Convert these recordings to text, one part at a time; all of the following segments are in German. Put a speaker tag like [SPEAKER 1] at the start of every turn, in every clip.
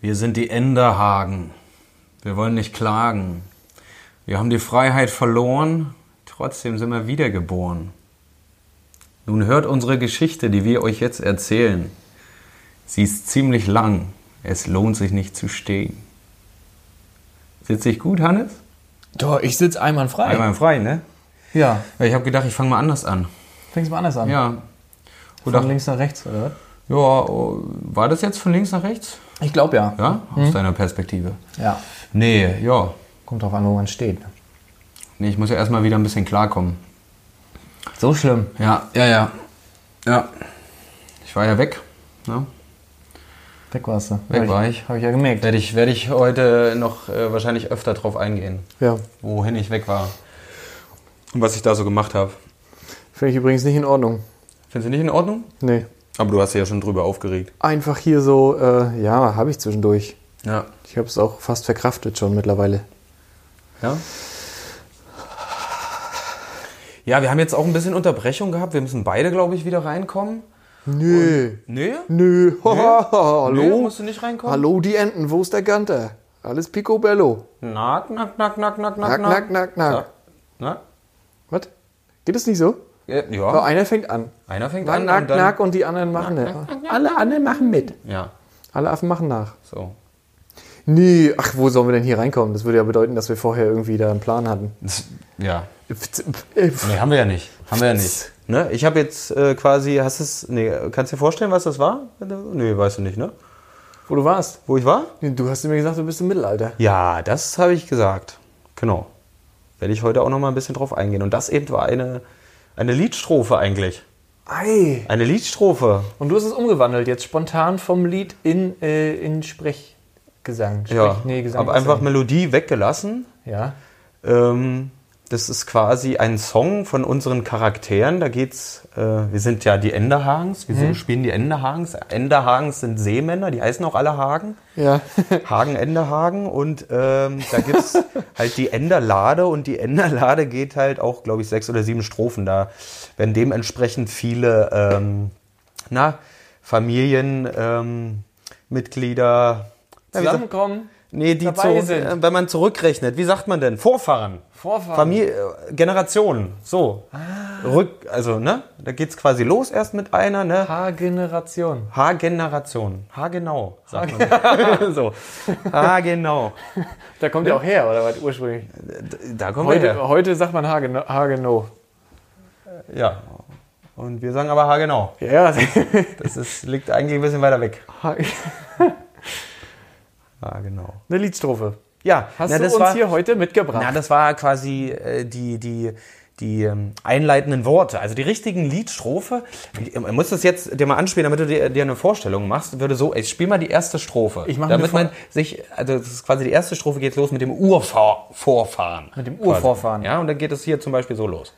[SPEAKER 1] Wir sind die Enderhagen. Wir wollen nicht klagen. Wir haben die Freiheit verloren, trotzdem sind wir wiedergeboren. Nun hört unsere Geschichte, die wir euch jetzt erzählen. Sie ist ziemlich lang. Es lohnt sich nicht zu stehen. Sitze ich gut, Hannes?
[SPEAKER 2] Doch, ich sitze einwandfrei.
[SPEAKER 1] Einmal im Freien, ne?
[SPEAKER 2] Ja,
[SPEAKER 1] Ja, ich habe gedacht, ich fange mal anders an.
[SPEAKER 2] fängst mal anders an.
[SPEAKER 1] Ja.
[SPEAKER 2] Von
[SPEAKER 1] Oder, ja,
[SPEAKER 2] links nach rechts, oder?
[SPEAKER 1] oh, war das jetzt von links nach rechts?
[SPEAKER 2] was? Ich glaube ja.
[SPEAKER 1] Ja, aus deiner Perspektive.
[SPEAKER 2] Ja.
[SPEAKER 1] Nee, ja.
[SPEAKER 2] Kommt drauf an, wo man steht.
[SPEAKER 1] Nee, ich muss ja erstmal wieder ein bisschen klarkommen.
[SPEAKER 2] So schlimm.
[SPEAKER 1] Ja, ja, ja. Ja. Ich war ja weg. Ne?
[SPEAKER 2] Weg warst du.
[SPEAKER 1] Weg
[SPEAKER 2] Hab
[SPEAKER 1] war ich.
[SPEAKER 2] Hab ich ja gemerkt.
[SPEAKER 1] Werde ich, werde ich heute noch äh, wahrscheinlich öfter drauf eingehen,
[SPEAKER 3] Ja,
[SPEAKER 1] wohin ich weg war und was ich da so gemacht habe.
[SPEAKER 3] finde ich übrigens nicht in Ordnung.
[SPEAKER 1] Findest du nicht in Ordnung?
[SPEAKER 3] Nee.
[SPEAKER 1] Aber du hast dich ja schon drüber aufgeregt.
[SPEAKER 3] Einfach hier so, äh, ja, habe ich zwischendurch.
[SPEAKER 1] Ja.
[SPEAKER 3] Ich habe es auch fast verkraftet schon mittlerweile.
[SPEAKER 1] Ja? Ja, wir haben jetzt auch ein bisschen Unterbrechung gehabt. Wir müssen beide, glaube ich, wieder reinkommen.
[SPEAKER 3] Nö.
[SPEAKER 1] Nee?
[SPEAKER 3] Nö.
[SPEAKER 1] Nee,
[SPEAKER 3] Hallo?
[SPEAKER 1] musst du nicht reinkommen?
[SPEAKER 3] Hallo, die Enten. Wo ist der Ganter? Alles picobello.
[SPEAKER 1] Nack, nack, nack, nack, nack, nack,
[SPEAKER 3] Nack, nack, nack, nack.
[SPEAKER 1] Nack. Nack.
[SPEAKER 3] Was? Geht es nicht so?
[SPEAKER 1] Ja,
[SPEAKER 3] Aber
[SPEAKER 1] Ja,
[SPEAKER 3] einer fängt an.
[SPEAKER 1] einer fängt
[SPEAKER 3] Nack,
[SPEAKER 1] an
[SPEAKER 3] nack,
[SPEAKER 1] und dann...
[SPEAKER 3] nack und die anderen machen mit. Alle anderen machen mit.
[SPEAKER 1] Ja,
[SPEAKER 3] Alle Affen machen nach.
[SPEAKER 1] so.
[SPEAKER 3] Nee, ach, wo sollen wir denn hier reinkommen? Das würde ja bedeuten, dass wir vorher irgendwie da einen Plan hatten.
[SPEAKER 1] Das- Ja.
[SPEAKER 3] Pf-
[SPEAKER 1] Nee, haben wir ja nicht. Haben wir ja nicht. Ne? Ich habe jetzt äh, quasi, hast es, nee, kannst dir vorstellen, was das war? Nee, weißt du nicht, ne?
[SPEAKER 3] Wo du warst?
[SPEAKER 1] Wo ich war?
[SPEAKER 3] Du hast mir gesagt, du bist im Mittelalter.
[SPEAKER 1] Ja, das habe ich gesagt. Genau. Werde ich heute auch noch mal ein bisschen drauf eingehen. Und das eben war eine, eine Liedstrophe eigentlich.
[SPEAKER 3] Ei.
[SPEAKER 1] Eine Liedstrophe.
[SPEAKER 2] Und du hast es umgewandelt, jetzt spontan vom Lied in, äh, in Sprechgesang. Sprech,
[SPEAKER 1] Ja.
[SPEAKER 2] nee, Gesang.
[SPEAKER 1] Hab
[SPEAKER 2] ist
[SPEAKER 1] einfach
[SPEAKER 2] ja-
[SPEAKER 1] Melodie weggelassen.
[SPEAKER 2] Ja.
[SPEAKER 1] Ähm, das ist quasi ein Song von unseren Charakteren. Da geht's, äh, wir sind ja die Enderhagens, wir sind, spielen die Enderhagens. Enderhagens sind Seemänner, die heißen auch alle Hagen.
[SPEAKER 3] Ja.
[SPEAKER 1] Hagen, Enderhagen. Und ähm, da gibt's halt die Enderlade und die Enderlade geht halt auch, glaube ich, sechs oder sieben Strophen. Da werden dementsprechend viele ähm, na, Familienmitglieder. Ähm, Mitglieder- Na, wie sagt-
[SPEAKER 2] Zusammenkommen.
[SPEAKER 1] Nee, die
[SPEAKER 2] dabei
[SPEAKER 1] zu,
[SPEAKER 2] sind.
[SPEAKER 1] äh, wenn man zurückrechnet, wie sagt man denn? Vorfahren.
[SPEAKER 2] Vorfahren.
[SPEAKER 1] Familie, äh, Generationen. So.
[SPEAKER 2] Ah.
[SPEAKER 1] Rück, also, ne? Da geht's quasi los erst mit einer, ne?
[SPEAKER 2] H-Generation.
[SPEAKER 1] H-Generation. H-genau, sagt man. so. H-genau.
[SPEAKER 2] Da kommt ja auch her, oder was ursprünglich?
[SPEAKER 1] Da kommen wir
[SPEAKER 2] Heute,
[SPEAKER 1] her.
[SPEAKER 2] heute sagt man H-Genau. H-Genau.
[SPEAKER 1] Ja. Und wir sagen aber H-genau.
[SPEAKER 2] Ja,
[SPEAKER 1] Das ist, liegt eigentlich ein bisschen weiter weg.
[SPEAKER 2] Ha-
[SPEAKER 1] H-genau.
[SPEAKER 2] eine Liedstrophe.
[SPEAKER 1] Ja,
[SPEAKER 2] Hast
[SPEAKER 1] na,
[SPEAKER 2] du
[SPEAKER 1] das
[SPEAKER 2] uns
[SPEAKER 1] war,
[SPEAKER 2] hier heute
[SPEAKER 1] Na,
[SPEAKER 2] mitgebracht?
[SPEAKER 1] das war quasi äh, die, die, die ähm, einleitenden Worte, also die richtigen Liedstrophe. Ich muss das jetzt dir mal anspielen, damit du dir, dir eine Vorstellung machst. Würde so, ich spiel mal die erste Strophe.
[SPEAKER 2] Ich mach mir
[SPEAKER 1] damit
[SPEAKER 2] vor-
[SPEAKER 1] man sich, also das ist quasi die erste Strophe geht los mit dem Urvorfahren.
[SPEAKER 2] Mit dem Urvorfahren.
[SPEAKER 1] Ja, und dann geht es hier zum Beispiel so los.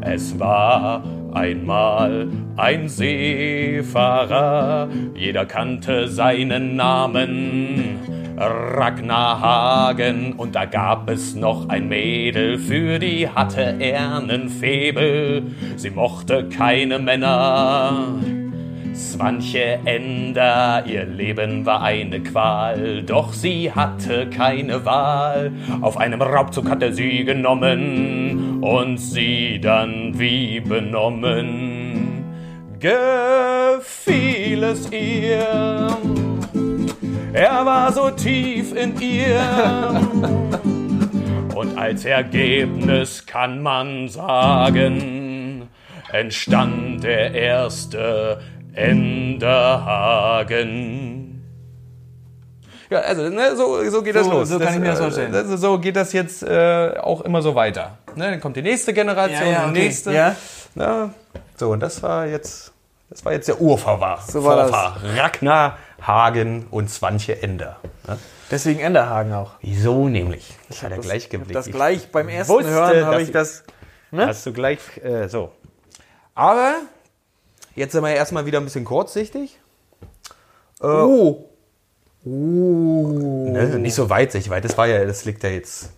[SPEAKER 4] Es war einmal ein Seefahrer, jeder kannte seinen Namen. Ragnar Hagen und da gab es noch ein Mädel, für die hatte er nen Febel. Sie mochte keine Männer. Swanche Ender, ihr Leben war eine Qual, doch sie hatte keine Wahl. Auf einem Raubzug hat er sie genommen und sie dann wie benommen. Gefiel es ihr, er war so tief in ihr. Und als Ergebnis kann man sagen, entstand der erste Enderhagen.
[SPEAKER 1] Ja, also ne, so, so geht das
[SPEAKER 2] So-
[SPEAKER 1] los.
[SPEAKER 2] so kann ich mir das
[SPEAKER 1] äh,
[SPEAKER 2] vorstellen.
[SPEAKER 1] Also, so geht das jetzt äh, auch immer so weiter. Ne, dann kommt die nächste Generation,
[SPEAKER 2] Ja, ja,
[SPEAKER 1] die
[SPEAKER 2] okay.
[SPEAKER 1] nächste.
[SPEAKER 2] Ja.
[SPEAKER 1] Na, so, und das war jetzt, das war jetzt der Urverwahr. So
[SPEAKER 3] war das.
[SPEAKER 5] Ah,
[SPEAKER 1] Ragnar, Hagen und Zwanche Ender. Ne?
[SPEAKER 2] Deswegen Enderhagen auch.
[SPEAKER 1] Wieso nämlich? Ich hatte gleich geblickt.
[SPEAKER 3] Das
[SPEAKER 1] Ich
[SPEAKER 3] gleich beim ersten
[SPEAKER 1] wusste,
[SPEAKER 3] Hören
[SPEAKER 1] dass
[SPEAKER 3] habe ich
[SPEAKER 1] du-
[SPEAKER 3] das. ne?
[SPEAKER 1] Hast du gleich, äh, so. Aber jetzt sind wir ja erstmal wieder ein bisschen kurzsichtig.
[SPEAKER 3] Oh. Oh.
[SPEAKER 1] Ne? Nicht so weitsichtig, weil das war ja, das liegt ja jetzt.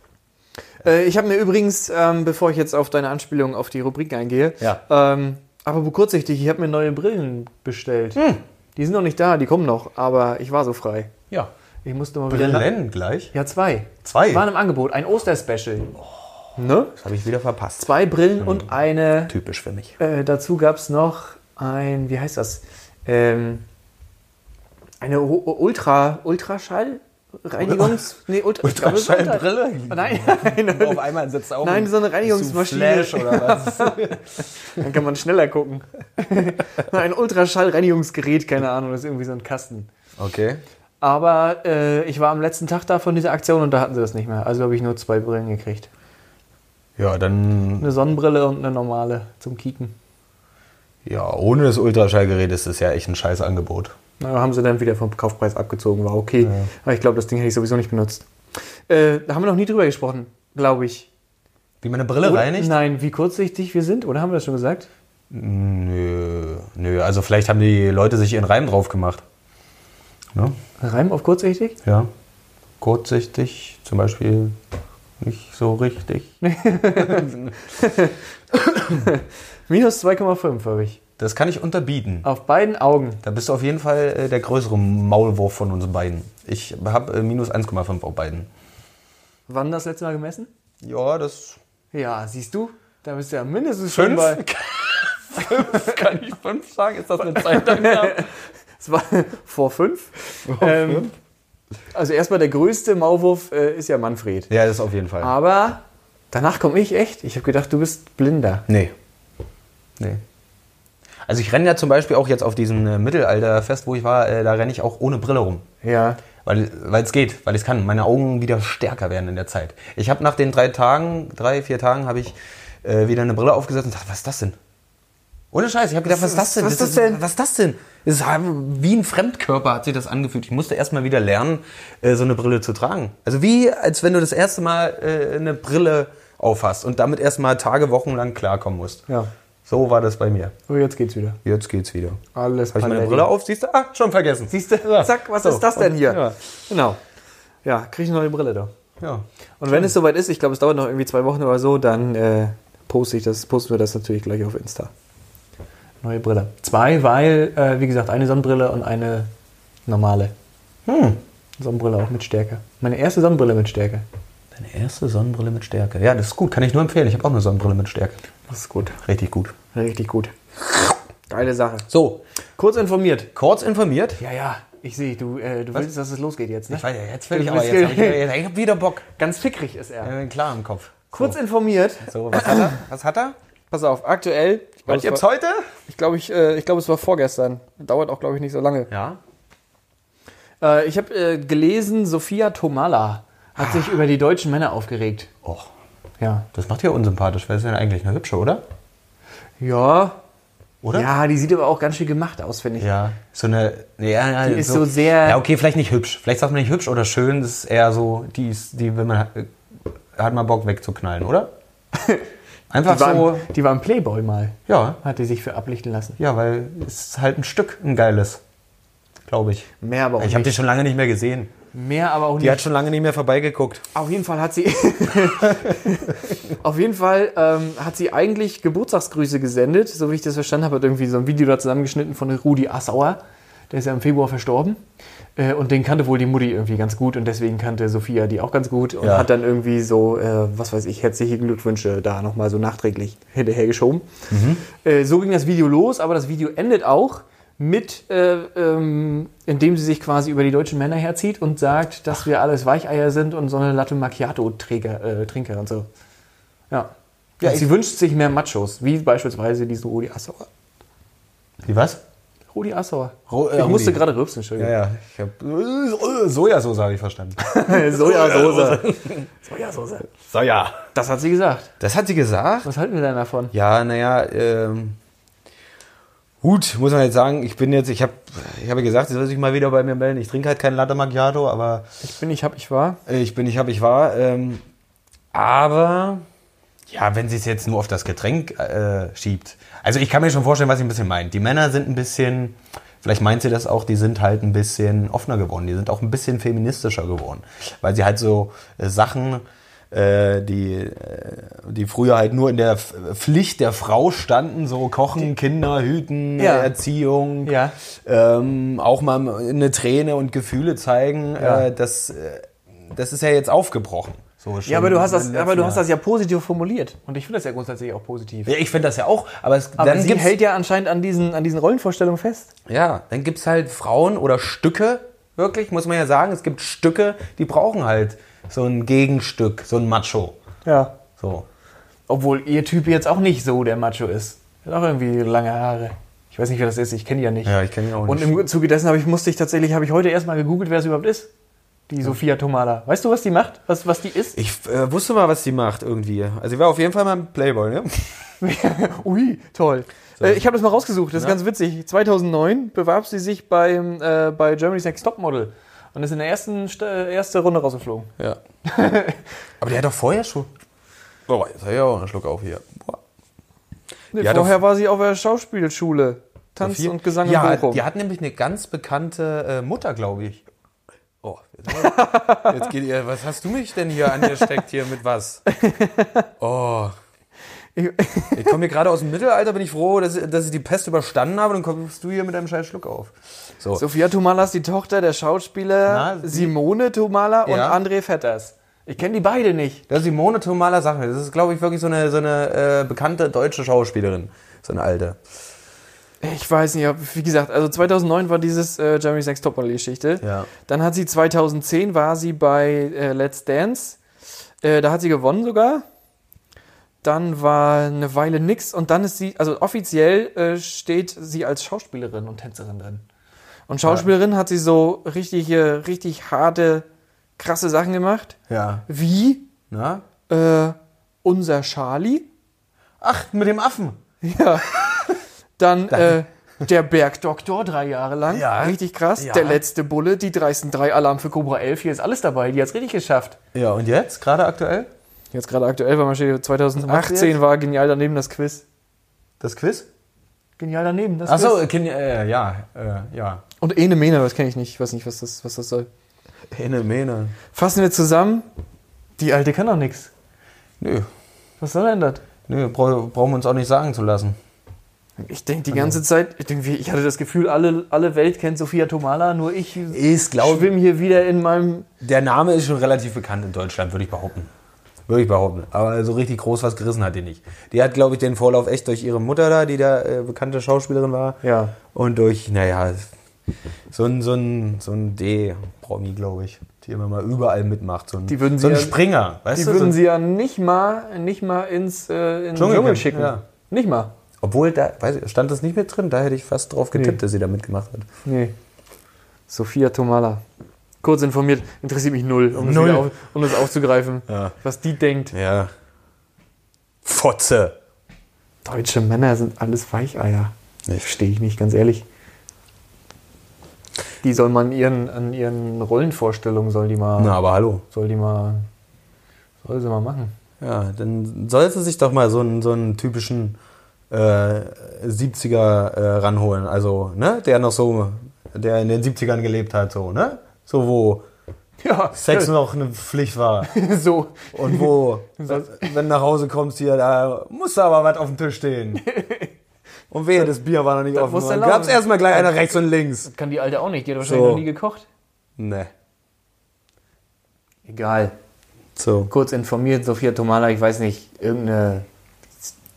[SPEAKER 3] Äh, ich habe mir übrigens, ähm, bevor ich jetzt auf deine Anspielung auf die Rubrik eingehe,
[SPEAKER 1] Ja.
[SPEAKER 3] ähm, Aber kurzsichtig, ich habe mir neue Brillen bestellt.
[SPEAKER 1] Hm.
[SPEAKER 3] Die sind noch nicht da, die kommen noch, aber ich war so frei.
[SPEAKER 1] Ja.
[SPEAKER 3] Ich musste mal wieder.
[SPEAKER 5] Brillen gleich?
[SPEAKER 3] ne? Ja, zwei.
[SPEAKER 5] Zwei?
[SPEAKER 3] Waren im Angebot, ein Osterspecial. Ne?
[SPEAKER 5] Das habe ich wieder verpasst.
[SPEAKER 3] Zwei Brillen
[SPEAKER 5] Hm.
[SPEAKER 3] und eine.
[SPEAKER 5] Typisch für mich.
[SPEAKER 3] Äh, dazu gab es noch ein, wie heißt das? Ähm, eine U- U- Ultra, Ultraschall? Reinigungs. Nee, Ultra,
[SPEAKER 5] Ultraschallbrille?
[SPEAKER 3] Nein, nein,
[SPEAKER 5] Auf einmal sitzt auch
[SPEAKER 3] Nein,
[SPEAKER 5] ein
[SPEAKER 3] so eine Reinigungsmaschine.
[SPEAKER 5] Flash oder was?
[SPEAKER 3] Dann kann man schneller gucken. ein Ultraschall-Reinigungsgerät, keine Ahnung, das ist irgendwie so ein Kasten.
[SPEAKER 5] Okay.
[SPEAKER 3] Aber äh, ich war am letzten Tag da von dieser Aktion und da hatten sie das nicht mehr. Also habe ich nur zwei Brillen gekriegt.
[SPEAKER 5] Ja, dann,
[SPEAKER 3] Eine Sonnenbrille und eine normale zum Kicken.
[SPEAKER 5] ja, ohne das Ultraschallgerät ist das ja echt ein scheiß Angebot.
[SPEAKER 3] Na, haben sie dann wieder vom Kaufpreis abgezogen, war okay. Aber ich glaube, das Ding hätte ich sowieso nicht benutzt. Äh, da haben wir noch nie drüber gesprochen, glaube ich.
[SPEAKER 5] Wie man eine Brille
[SPEAKER 3] Oder-
[SPEAKER 5] reinigt?
[SPEAKER 3] Nein, wie kurzsichtig wir sind, oder haben wir das schon gesagt?
[SPEAKER 5] Nö, nö, also vielleicht haben die Leute sich ihren Reim drauf gemacht. Ne?
[SPEAKER 3] Reim auf kurzsichtig?
[SPEAKER 5] Ja. Kurzsichtig zum Beispiel nicht so richtig.
[SPEAKER 3] Minus 2,5 habe ich.
[SPEAKER 5] Das kann ich unterbieten.
[SPEAKER 3] Auf beiden Augen.
[SPEAKER 5] Da bist du auf jeden Fall äh, der größere Maulwurf von uns beiden. Ich habe äh, minus 1,5 auf beiden.
[SPEAKER 3] Wann das letzte Mal gemessen?
[SPEAKER 5] Ja, das
[SPEAKER 3] Ja, siehst du? Da bist du ja mindestens schon bei.
[SPEAKER 5] kann ich fünf sagen. Ist das eine Zeit lang?
[SPEAKER 3] Es war vor fünf. ähm, Also erstmal der größte Maulwurf äh, ist ja Manfred.
[SPEAKER 5] Ja, das ist auf jeden Fall.
[SPEAKER 3] Aber danach komme ich echt. Ich habe gedacht, du bist blinder.
[SPEAKER 5] Nee. Nee. Also ich renne ja zum Beispiel auch jetzt auf diesem äh, Mittelalterfest, wo ich war, äh, da renne ich auch ohne Brille rum.
[SPEAKER 3] Ja.
[SPEAKER 5] Weil es geht, weil ich kann. Meine Augen wieder stärker werden in der Zeit. Ich habe nach den drei Tagen, drei, vier Tagen, habe ich äh, wieder eine Brille aufgesetzt und dachte, was ist das denn? Ohne Scheiß, ich habe gedacht, was, ist das denn?
[SPEAKER 3] was ist das denn?
[SPEAKER 5] Was ist das denn? Es ist halt wie ein Fremdkörper hat sich das angefühlt. Ich musste erstmal wieder lernen, äh, so eine Brille zu tragen. Also wie, als wenn du das erste Mal äh, eine Brille aufhast und damit erstmal Tage, Wochen lang klarkommen musst.
[SPEAKER 3] Ja.
[SPEAKER 5] So war das bei mir.
[SPEAKER 3] Oh, jetzt geht's wieder.
[SPEAKER 5] Jetzt geht's wieder.
[SPEAKER 3] Alles
[SPEAKER 5] Habe ich meine
[SPEAKER 3] Paletti.
[SPEAKER 5] Brille auf, siehst du? Ah, schon vergessen.
[SPEAKER 3] Siehst du? Zack, was ist das denn hier?
[SPEAKER 5] Ja.
[SPEAKER 3] Genau. Ja, krieg ich eine neue Brille da.
[SPEAKER 5] ja.
[SPEAKER 3] Und wenn es soweit ist, ich glaube, es dauert noch irgendwie zwei Wochen oder so, dann äh, poste ich das, posten wir das natürlich gleich auf Insta. Neue Brille. Zwei, weil, äh, wie gesagt, eine Sonnenbrille und eine normale.
[SPEAKER 5] Hm.
[SPEAKER 3] Sonnenbrille auch mit Stärke. Meine erste Sonnenbrille mit Stärke.
[SPEAKER 5] Deine erste Sonnenbrille mit Stärke. Ja, das ist gut. Kann ich nur empfehlen. Ich habe auch eine Sonnenbrille mit Stärke.
[SPEAKER 3] Das ist gut.
[SPEAKER 5] Richtig gut.
[SPEAKER 3] Richtig gut. Geile Sache.
[SPEAKER 5] So,
[SPEAKER 3] Kurz informiert.
[SPEAKER 5] kurz informiert.
[SPEAKER 3] Ja, ja, ich sehe, du, äh, du willst, dass es losgeht jetzt, ne?
[SPEAKER 5] Ich weiß ja, jetzt will ich
[SPEAKER 3] Du
[SPEAKER 5] aber
[SPEAKER 3] bist
[SPEAKER 5] jetzt. Hab ich,
[SPEAKER 3] hier-
[SPEAKER 5] jetzt- ich habe wieder Bock.
[SPEAKER 3] Ganz fickrig ist er.
[SPEAKER 5] Ich bin klar im Kopf.
[SPEAKER 3] Kurz informiert.
[SPEAKER 5] So, was hat er? Was hat er?
[SPEAKER 3] Pass auf, aktuell. Ich
[SPEAKER 5] Was gibt's heute?
[SPEAKER 3] Ich glaube, ich, äh, ich glaube, es war vorgestern. Dauert auch, glaube ich, nicht so lange.
[SPEAKER 5] Ja.
[SPEAKER 3] Äh, ich habe äh, gelesen, Sophia Tomala hat sich über die deutschen Männer aufgeregt.
[SPEAKER 5] Och,
[SPEAKER 3] Ja.
[SPEAKER 5] das macht ja unsympathisch. Wer ist denn eigentlich eine hübsche, oder?
[SPEAKER 3] Ja.
[SPEAKER 5] Oder?
[SPEAKER 3] Ja, die sieht aber auch ganz schön gemacht aus, finde ich.
[SPEAKER 5] Ja. So eine. Ja, ja,
[SPEAKER 3] Die ist so sehr-
[SPEAKER 5] Ja, okay, vielleicht nicht hübsch. Vielleicht sagt man nicht hübsch oder schön. Das ist eher so, die ist, die, wenn man äh, hat man Bock wegzuknallen, oder? Einfach
[SPEAKER 3] Die, war,
[SPEAKER 5] so.
[SPEAKER 3] im- die war im Playboy mal.
[SPEAKER 5] Ja.
[SPEAKER 3] Hat die sich für ablichten lassen.
[SPEAKER 5] Ja, weil es ist halt ein Stück, ein geiles. Glaube ich.
[SPEAKER 3] Mehr aber auch
[SPEAKER 5] Ich habe die
[SPEAKER 3] nicht.
[SPEAKER 5] schon lange nicht mehr gesehen.
[SPEAKER 3] Mehr aber auch
[SPEAKER 5] Die hat
[SPEAKER 3] nicht.
[SPEAKER 5] schon lange nicht mehr vorbeigeguckt.
[SPEAKER 3] Auf jeden Fall hat sie. auf jeden Fall ähm, hat sie eigentlich Geburtstagsgrüße gesendet, so wie ich das verstanden habe. Hat irgendwie so ein Video da zusammengeschnitten von Rudi Assauer. Der ist ja im Februar verstorben. Äh, und den kannte wohl die Mutti irgendwie ganz gut. Und deswegen kannte Sophia die auch ganz gut. Und
[SPEAKER 5] Ja.
[SPEAKER 3] hat dann irgendwie so, äh, was weiß ich, herzliche Glückwünsche da nochmal so nachträglich hinterhergeschoben. Äh, so ging das Video los, aber das Video endet auch mit, äh, ähm, indem sie sich quasi über die deutschen Männer herzieht und sagt, dass wir alles Weicheier sind und so eine Latte Macchiato-Trinker äh, Trinker und so. Ja.
[SPEAKER 5] Ja,
[SPEAKER 3] und sie
[SPEAKER 5] ich-
[SPEAKER 3] wünscht sich mehr Machos, wie beispielsweise diesen Rudi Assauer.
[SPEAKER 5] Die was?
[SPEAKER 3] Rudi Assauer.
[SPEAKER 5] Ro- äh,
[SPEAKER 3] ich
[SPEAKER 5] Rudi.
[SPEAKER 3] musste gerade rübsen, Entschuldigung.
[SPEAKER 5] ja. Ich hab, äh, Sojasauce habe ich verstanden.
[SPEAKER 3] Sojasauce. Sojasauce.
[SPEAKER 5] Soja.
[SPEAKER 3] Das hat sie gesagt.
[SPEAKER 5] Das hat sie gesagt?
[SPEAKER 3] Was halten wir denn davon?
[SPEAKER 5] Ja, naja, ähm. Gut, muss man jetzt sagen, ich bin jetzt, ich habe ich hab ja gesagt, sie soll sich mal wieder bei mir melden. Ich trinke halt keinen Latte Macchiato, aber
[SPEAKER 3] Ich bin, ich hab, ich war.
[SPEAKER 5] äh, ich bin, ich habe, ich war. Ähm, aber, ja, wenn sie es jetzt nur auf das Getränk äh, schiebt. Also ich kann mir schon vorstellen, was sie ein bisschen meint. Die Männer sind ein bisschen, vielleicht meint sie das auch, die sind halt ein bisschen offener geworden. Die sind auch ein bisschen feministischer geworden. Weil sie halt so äh, Sachen äh, die, äh, die früher halt nur in der F- Pflicht der Frau standen, so kochen, Kinder hüten,
[SPEAKER 3] Ja.
[SPEAKER 5] Erziehung,
[SPEAKER 3] Ja.
[SPEAKER 5] ähm, auch mal eine Träne und Gefühle zeigen, äh, das, äh, das ist ja jetzt aufgebrochen. So schon
[SPEAKER 3] Ja, aber du hast das,
[SPEAKER 5] im
[SPEAKER 3] aber du
[SPEAKER 5] letzten
[SPEAKER 3] hast
[SPEAKER 5] Jahr.
[SPEAKER 3] das ja positiv formuliert. Und ich finde das ja grundsätzlich auch positiv.
[SPEAKER 5] Ja, ich finde das ja auch, aber, es,
[SPEAKER 3] Aber
[SPEAKER 5] dann
[SPEAKER 3] sie
[SPEAKER 5] gibt's,
[SPEAKER 3] hält ja anscheinend an diesen, an diesen Rollenvorstellungen fest.
[SPEAKER 5] ja, dann gibt's halt Frauen oder Stücke, wirklich, muss man ja sagen, es gibt Stücke, die brauchen halt so ein Gegenstück, so ein Macho.
[SPEAKER 3] Ja.
[SPEAKER 5] So.
[SPEAKER 3] Obwohl ihr Typ jetzt auch nicht so der Macho ist. Er hat auch irgendwie lange Haare. Ich weiß nicht, wer das ist, ich kenne die ja nicht.
[SPEAKER 5] Ja, ich kenne ihn auch
[SPEAKER 3] Und
[SPEAKER 5] nicht.
[SPEAKER 3] im Zuge dessen habe ich, musste ich tatsächlich, habe ich heute erstmal gegoogelt, wer es überhaupt ist. Die Sophia Tomala. Weißt du, was die macht? Was, was die ist?
[SPEAKER 5] Ich äh, wusste mal, was die macht irgendwie. Also sie war auf jeden Fall mal ein Playboy, ne?
[SPEAKER 3] Ui, toll. Äh, ich habe das mal rausgesucht, das ist ganz witzig. 2009 bewarb sie sich beim, äh, bei Germany's Next Topmodel und ist in der ersten, St äh, erste Runde rausgeflogen.
[SPEAKER 5] Ja. aber die hat doch vorher schon. Oh, jetzt habe ich auch einen Schluck auf hier. Boah.
[SPEAKER 3] Nee,
[SPEAKER 5] Ja,
[SPEAKER 3] vorher war sie auf der Schauspielschule. Tanz
[SPEAKER 5] Viel-
[SPEAKER 3] und Gesang
[SPEAKER 5] ja,
[SPEAKER 3] in Bochum.
[SPEAKER 5] Die hat nämlich eine ganz bekannte äh, Mutter, glaube ich. Oh, jetzt, jetzt geht ihr. Was hast du mich denn hier angesteckt hier mit was? Oh.
[SPEAKER 3] Ich-
[SPEAKER 5] Ich komme hier gerade aus dem Mittelalter, bin ich froh, dass, dass ich die Pest überstanden habe. Dann kommst du hier mit einem scheiß Schluck auf. So.
[SPEAKER 3] Sophia Tomala ist die Tochter der Schauspieler
[SPEAKER 5] Na, sie-
[SPEAKER 3] Simone Tomala und
[SPEAKER 5] Ja.
[SPEAKER 3] André Vetters. Ich kenne die beide nicht.
[SPEAKER 5] Das ist Simone Tomala Sache. Das ist, glaube ich, wirklich so eine, so eine äh, bekannte deutsche Schauspielerin. So eine alte.
[SPEAKER 3] Ich weiß nicht, ob- wie gesagt, also 2009 war dieses äh, Jeremy's Next Topmodel-Geschichte.
[SPEAKER 5] Ja.
[SPEAKER 3] Dann hat sie 2010 war sie bei äh, Let's Dance. Äh, da hat sie gewonnen sogar. Dann war eine Weile nix und dann ist sie, also offiziell äh, steht sie als Schauspielerin und Tänzerin drin. Und Schauspielerin hat sie so richtig, äh, richtig harte, krasse Sachen gemacht.
[SPEAKER 5] Ja.
[SPEAKER 3] Wie
[SPEAKER 5] Na?
[SPEAKER 3] äh, unser Charlie.
[SPEAKER 5] Ach, mit dem Affen.
[SPEAKER 3] Ja. Dann äh, der Bergdoktor drei Jahre lang.
[SPEAKER 5] Ja.
[SPEAKER 3] Richtig krass.
[SPEAKER 5] Ja.
[SPEAKER 3] Der letzte Bulle, die dreisten drei Alarm für Cobra 11. Hier ist alles dabei. Die hat's richtig geschafft.
[SPEAKER 5] Ja, und jetzt? Gerade aktuell?
[SPEAKER 3] Jetzt gerade aktuell, weil man steht, 2018
[SPEAKER 5] jetzt?
[SPEAKER 3] war genial daneben das Quiz.
[SPEAKER 5] Das Quiz?
[SPEAKER 3] Genial daneben das
[SPEAKER 5] Achso,
[SPEAKER 3] Quiz.
[SPEAKER 5] äh, ja, äh, ja.
[SPEAKER 3] Und Ene Mene, das kenne ich nicht. Ich weiß nicht, was das, was das soll.
[SPEAKER 5] Henne Mene.
[SPEAKER 3] Fassen wir zusammen. Die Alte kann doch nichts.
[SPEAKER 5] Nö,
[SPEAKER 3] Was soll denn das?
[SPEAKER 5] nö, bra brauchen wir uns auch nicht sagen zu lassen.
[SPEAKER 3] Ich denke die ganze Zeit, ich, denk, ich hatte das Gefühl, alle, alle Welt kennt Sophia Tomala, nur ich
[SPEAKER 5] Ist, glaub-
[SPEAKER 3] schwimm hier wieder in meinem
[SPEAKER 5] Der Name ist schon relativ bekannt in Deutschland, würde ich behaupten. Würde ich behaupten. Aber so richtig groß was gerissen hat die nicht. Die hat, glaube ich, den Vorlauf echt durch ihre Mutter da, die da äh, bekannte Schauspielerin war.
[SPEAKER 3] Ja.
[SPEAKER 5] Und durch, naja, so ein, so ein, so ein D-Promi, glaube ich, die immer mal überall mitmacht. So ein,
[SPEAKER 3] Die würden
[SPEAKER 5] so
[SPEAKER 3] sie
[SPEAKER 5] ein
[SPEAKER 3] ja-
[SPEAKER 5] Springer, weißt
[SPEAKER 3] Die
[SPEAKER 5] du?
[SPEAKER 3] würden
[SPEAKER 5] so,
[SPEAKER 3] sie ja nicht mal, nicht mal ins äh, in den
[SPEAKER 5] Dschungel
[SPEAKER 3] Dschungel,
[SPEAKER 5] kämpfen,
[SPEAKER 3] schicken.
[SPEAKER 5] ja.
[SPEAKER 3] Nicht mal.
[SPEAKER 5] obwohl, da weiß ich, stand das nicht mit drin, da hätte ich fast drauf getippt, dass sie da mitgemacht hat.
[SPEAKER 3] Nee. Sophia Tomala. Kurz informiert, interessiert mich null, um, Das,
[SPEAKER 5] Null.
[SPEAKER 3] wieder auf, um das aufzugreifen,
[SPEAKER 5] Ja.
[SPEAKER 3] was die denkt.
[SPEAKER 5] Ja. Fotze.
[SPEAKER 3] Deutsche Männer sind alles Weicheier.
[SPEAKER 5] Nicht.
[SPEAKER 3] Verstehe ich nicht, ganz ehrlich. Die soll man ihren, an ihren Rollenvorstellungen soll die mal,
[SPEAKER 5] Na, aber hallo.
[SPEAKER 3] soll die mal, soll sie mal machen.
[SPEAKER 5] Ja, dann sollte sich doch mal so einen, so einen typischen äh, 70er äh, ranholen. Also, ne, der noch so, der in den 70ern gelebt hat, so, ne? So, wo
[SPEAKER 3] Ja,
[SPEAKER 5] Sex noch eine Pflicht war.
[SPEAKER 3] so.
[SPEAKER 5] Und wo, wenn du nach Hause kommst, hier, da muss da aber was auf dem Tisch stehen. Und wehe, das Bier war noch nicht offen.
[SPEAKER 3] muss
[SPEAKER 5] Dann
[SPEAKER 3] erlauben.
[SPEAKER 5] gab's erstmal gleich einer rechts und links.
[SPEAKER 3] Kann die Alte auch nicht, die hat wahrscheinlich
[SPEAKER 5] So.
[SPEAKER 3] noch nie gekocht.
[SPEAKER 5] Ne.
[SPEAKER 3] Egal.
[SPEAKER 5] So.
[SPEAKER 3] kurz informiert, Sophia Tomala, ich weiß nicht, irgendeine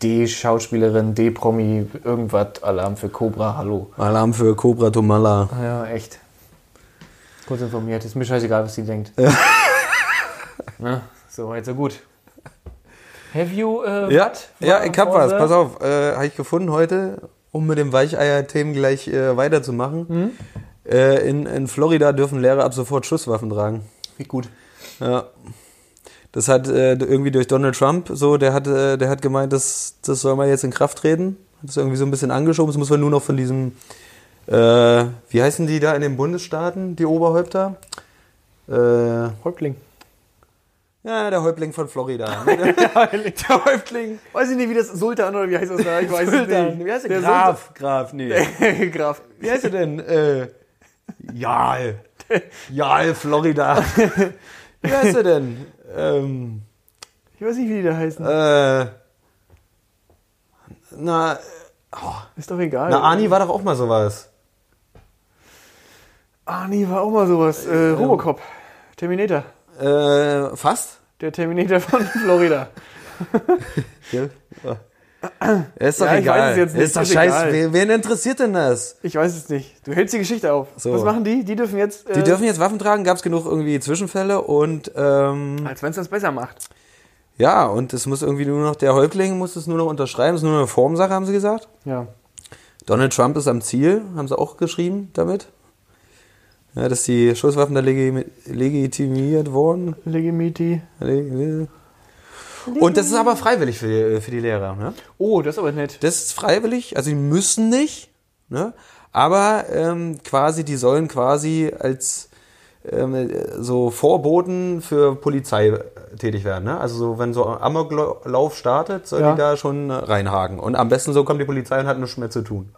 [SPEAKER 3] D-Schauspielerin, D-Promi, irgendwas, Alarm für Cobra, hallo. Ah
[SPEAKER 5] Alarm für Cobra Tomala.
[SPEAKER 3] Ja, echt. Kurz informiert, ist mir scheißegal, was sie denkt. Na, so weit, so gut. Have you, äh,
[SPEAKER 5] Ja,
[SPEAKER 3] what?
[SPEAKER 5] ja ich hab was.
[SPEAKER 3] Unser-
[SPEAKER 5] Pass auf, äh, habe ich gefunden heute, um mit dem Weicheier-Themen gleich äh, weiterzumachen. Äh, in, in Florida dürfen Lehrer ab sofort Schusswaffen tragen.
[SPEAKER 3] Wie gut.
[SPEAKER 5] Ja. Das hat äh, irgendwie durch Donald Trump so, der hat, äh, der hat gemeint, das, das soll mal jetzt in Kraft treten. Hat das irgendwie so ein bisschen angeschoben. Das muss man nur noch von diesem, äh, wie heißen die da in den Bundesstaaten, die Oberhäupter? Äh,
[SPEAKER 3] Häuptling.
[SPEAKER 5] ja, der Häuptling von Florida. Ne,
[SPEAKER 3] Der Häuptling. Weiß ich nicht, wie das Sultan oder wie heißt das da? Ich weiß es nicht.
[SPEAKER 5] Wie heißt der?
[SPEAKER 3] der
[SPEAKER 5] Graf. Graf, nee.
[SPEAKER 3] Sultan. Graf.
[SPEAKER 5] Wie heißt er denn? Äh, Jarl. Jarl, Florida. Wie heißt er denn? Ähm,
[SPEAKER 3] Ich weiß nicht, wie die da heißen.
[SPEAKER 5] Äh, na,
[SPEAKER 3] Ist doch egal.
[SPEAKER 5] na, Ani war doch auch mal sowas.
[SPEAKER 3] Arnie Ah, war auch mal sowas. Äh, Robocop. Terminator.
[SPEAKER 5] Äh, fast?
[SPEAKER 3] Der Terminator von Florida.
[SPEAKER 5] Ja. Ist doch
[SPEAKER 3] Ja, ich
[SPEAKER 5] egal.
[SPEAKER 3] weiß es jetzt nicht,
[SPEAKER 5] Ist doch
[SPEAKER 3] ist
[SPEAKER 5] scheiße.
[SPEAKER 3] egal.
[SPEAKER 5] Wen, wen interessiert denn das?
[SPEAKER 3] Ich weiß es nicht. Du hältst die Geschichte auf.
[SPEAKER 5] So.
[SPEAKER 3] Was machen die? Die dürfen jetzt. äh,
[SPEAKER 5] Die dürfen jetzt Waffen tragen, gab es genug irgendwie Zwischenfälle und ähm,
[SPEAKER 3] Als wenn es das besser macht.
[SPEAKER 5] ja, und es muss irgendwie nur noch, der Häuptling muss es nur noch unterschreiben, ist nur eine Formsache, haben sie gesagt.
[SPEAKER 3] Ja.
[SPEAKER 5] Donald Trump ist am Ziel, haben sie auch geschrieben damit. Ja, dass die Schusswaffen da legi legitimiert wurden.
[SPEAKER 3] Legemiti.
[SPEAKER 5] Leg- Und das ist aber freiwillig für die, für die Lehrer. Ne?
[SPEAKER 3] Oh, das ist aber nett.
[SPEAKER 5] Das ist freiwillig, also die müssen nicht, ne? aber ähm, quasi, die sollen quasi als ähm, äh, so Vorboten für Polizei äh, tätig werden. Ne? Also so, wenn so ein Amoklauf startet, sollen
[SPEAKER 3] Ja.
[SPEAKER 5] die da schon äh, reinhaken. Und am besten so kommt die Polizei und hat nichts mehr zu tun.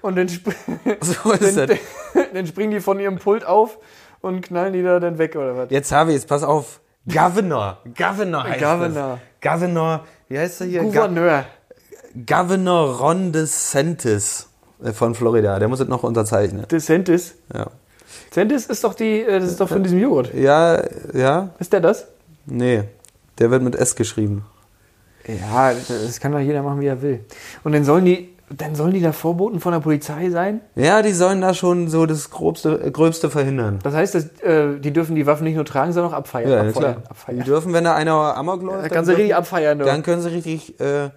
[SPEAKER 3] Und dann, sp
[SPEAKER 5] So ist das.
[SPEAKER 3] dann springen die von ihrem Pult auf und knallen die da dann weg, oder was?
[SPEAKER 5] Jetzt habe ich es, pass auf. Governor. Governor heißt
[SPEAKER 3] Governor.
[SPEAKER 5] Das. Governor. Wie heißt er hier?
[SPEAKER 3] Gouverneur.
[SPEAKER 5] Go- Governor Ron DeSantis äh, von Florida. Der muss es noch unterzeichnen.
[SPEAKER 3] DeSantis.
[SPEAKER 5] Ja.
[SPEAKER 3] Sentis ist doch die, äh, das ist doch von diesem Joghurt.
[SPEAKER 5] Ja, äh, ja,
[SPEAKER 3] Ist der das?
[SPEAKER 5] nee. Der wird mit S geschrieben.
[SPEAKER 3] Ja, das kann doch jeder machen, wie er will. Und dann sollen die, dann sollen die da Vorboten von der Polizei sein?
[SPEAKER 5] Ja, die sollen da schon so das Grobste, äh, Gröbste verhindern.
[SPEAKER 3] Das heißt, dass, äh, die dürfen die Waffen nicht nur tragen, sondern auch abfeiern.
[SPEAKER 5] Ja, na
[SPEAKER 3] abfeuern,
[SPEAKER 5] klar. Die
[SPEAKER 3] abfeiern.
[SPEAKER 5] dürfen, wenn da einer Amok läuft,
[SPEAKER 3] Da
[SPEAKER 5] dann
[SPEAKER 3] kann sie
[SPEAKER 5] dürfen-
[SPEAKER 3] richtig abfeiern. du.
[SPEAKER 5] Dann können sie richtig, äh,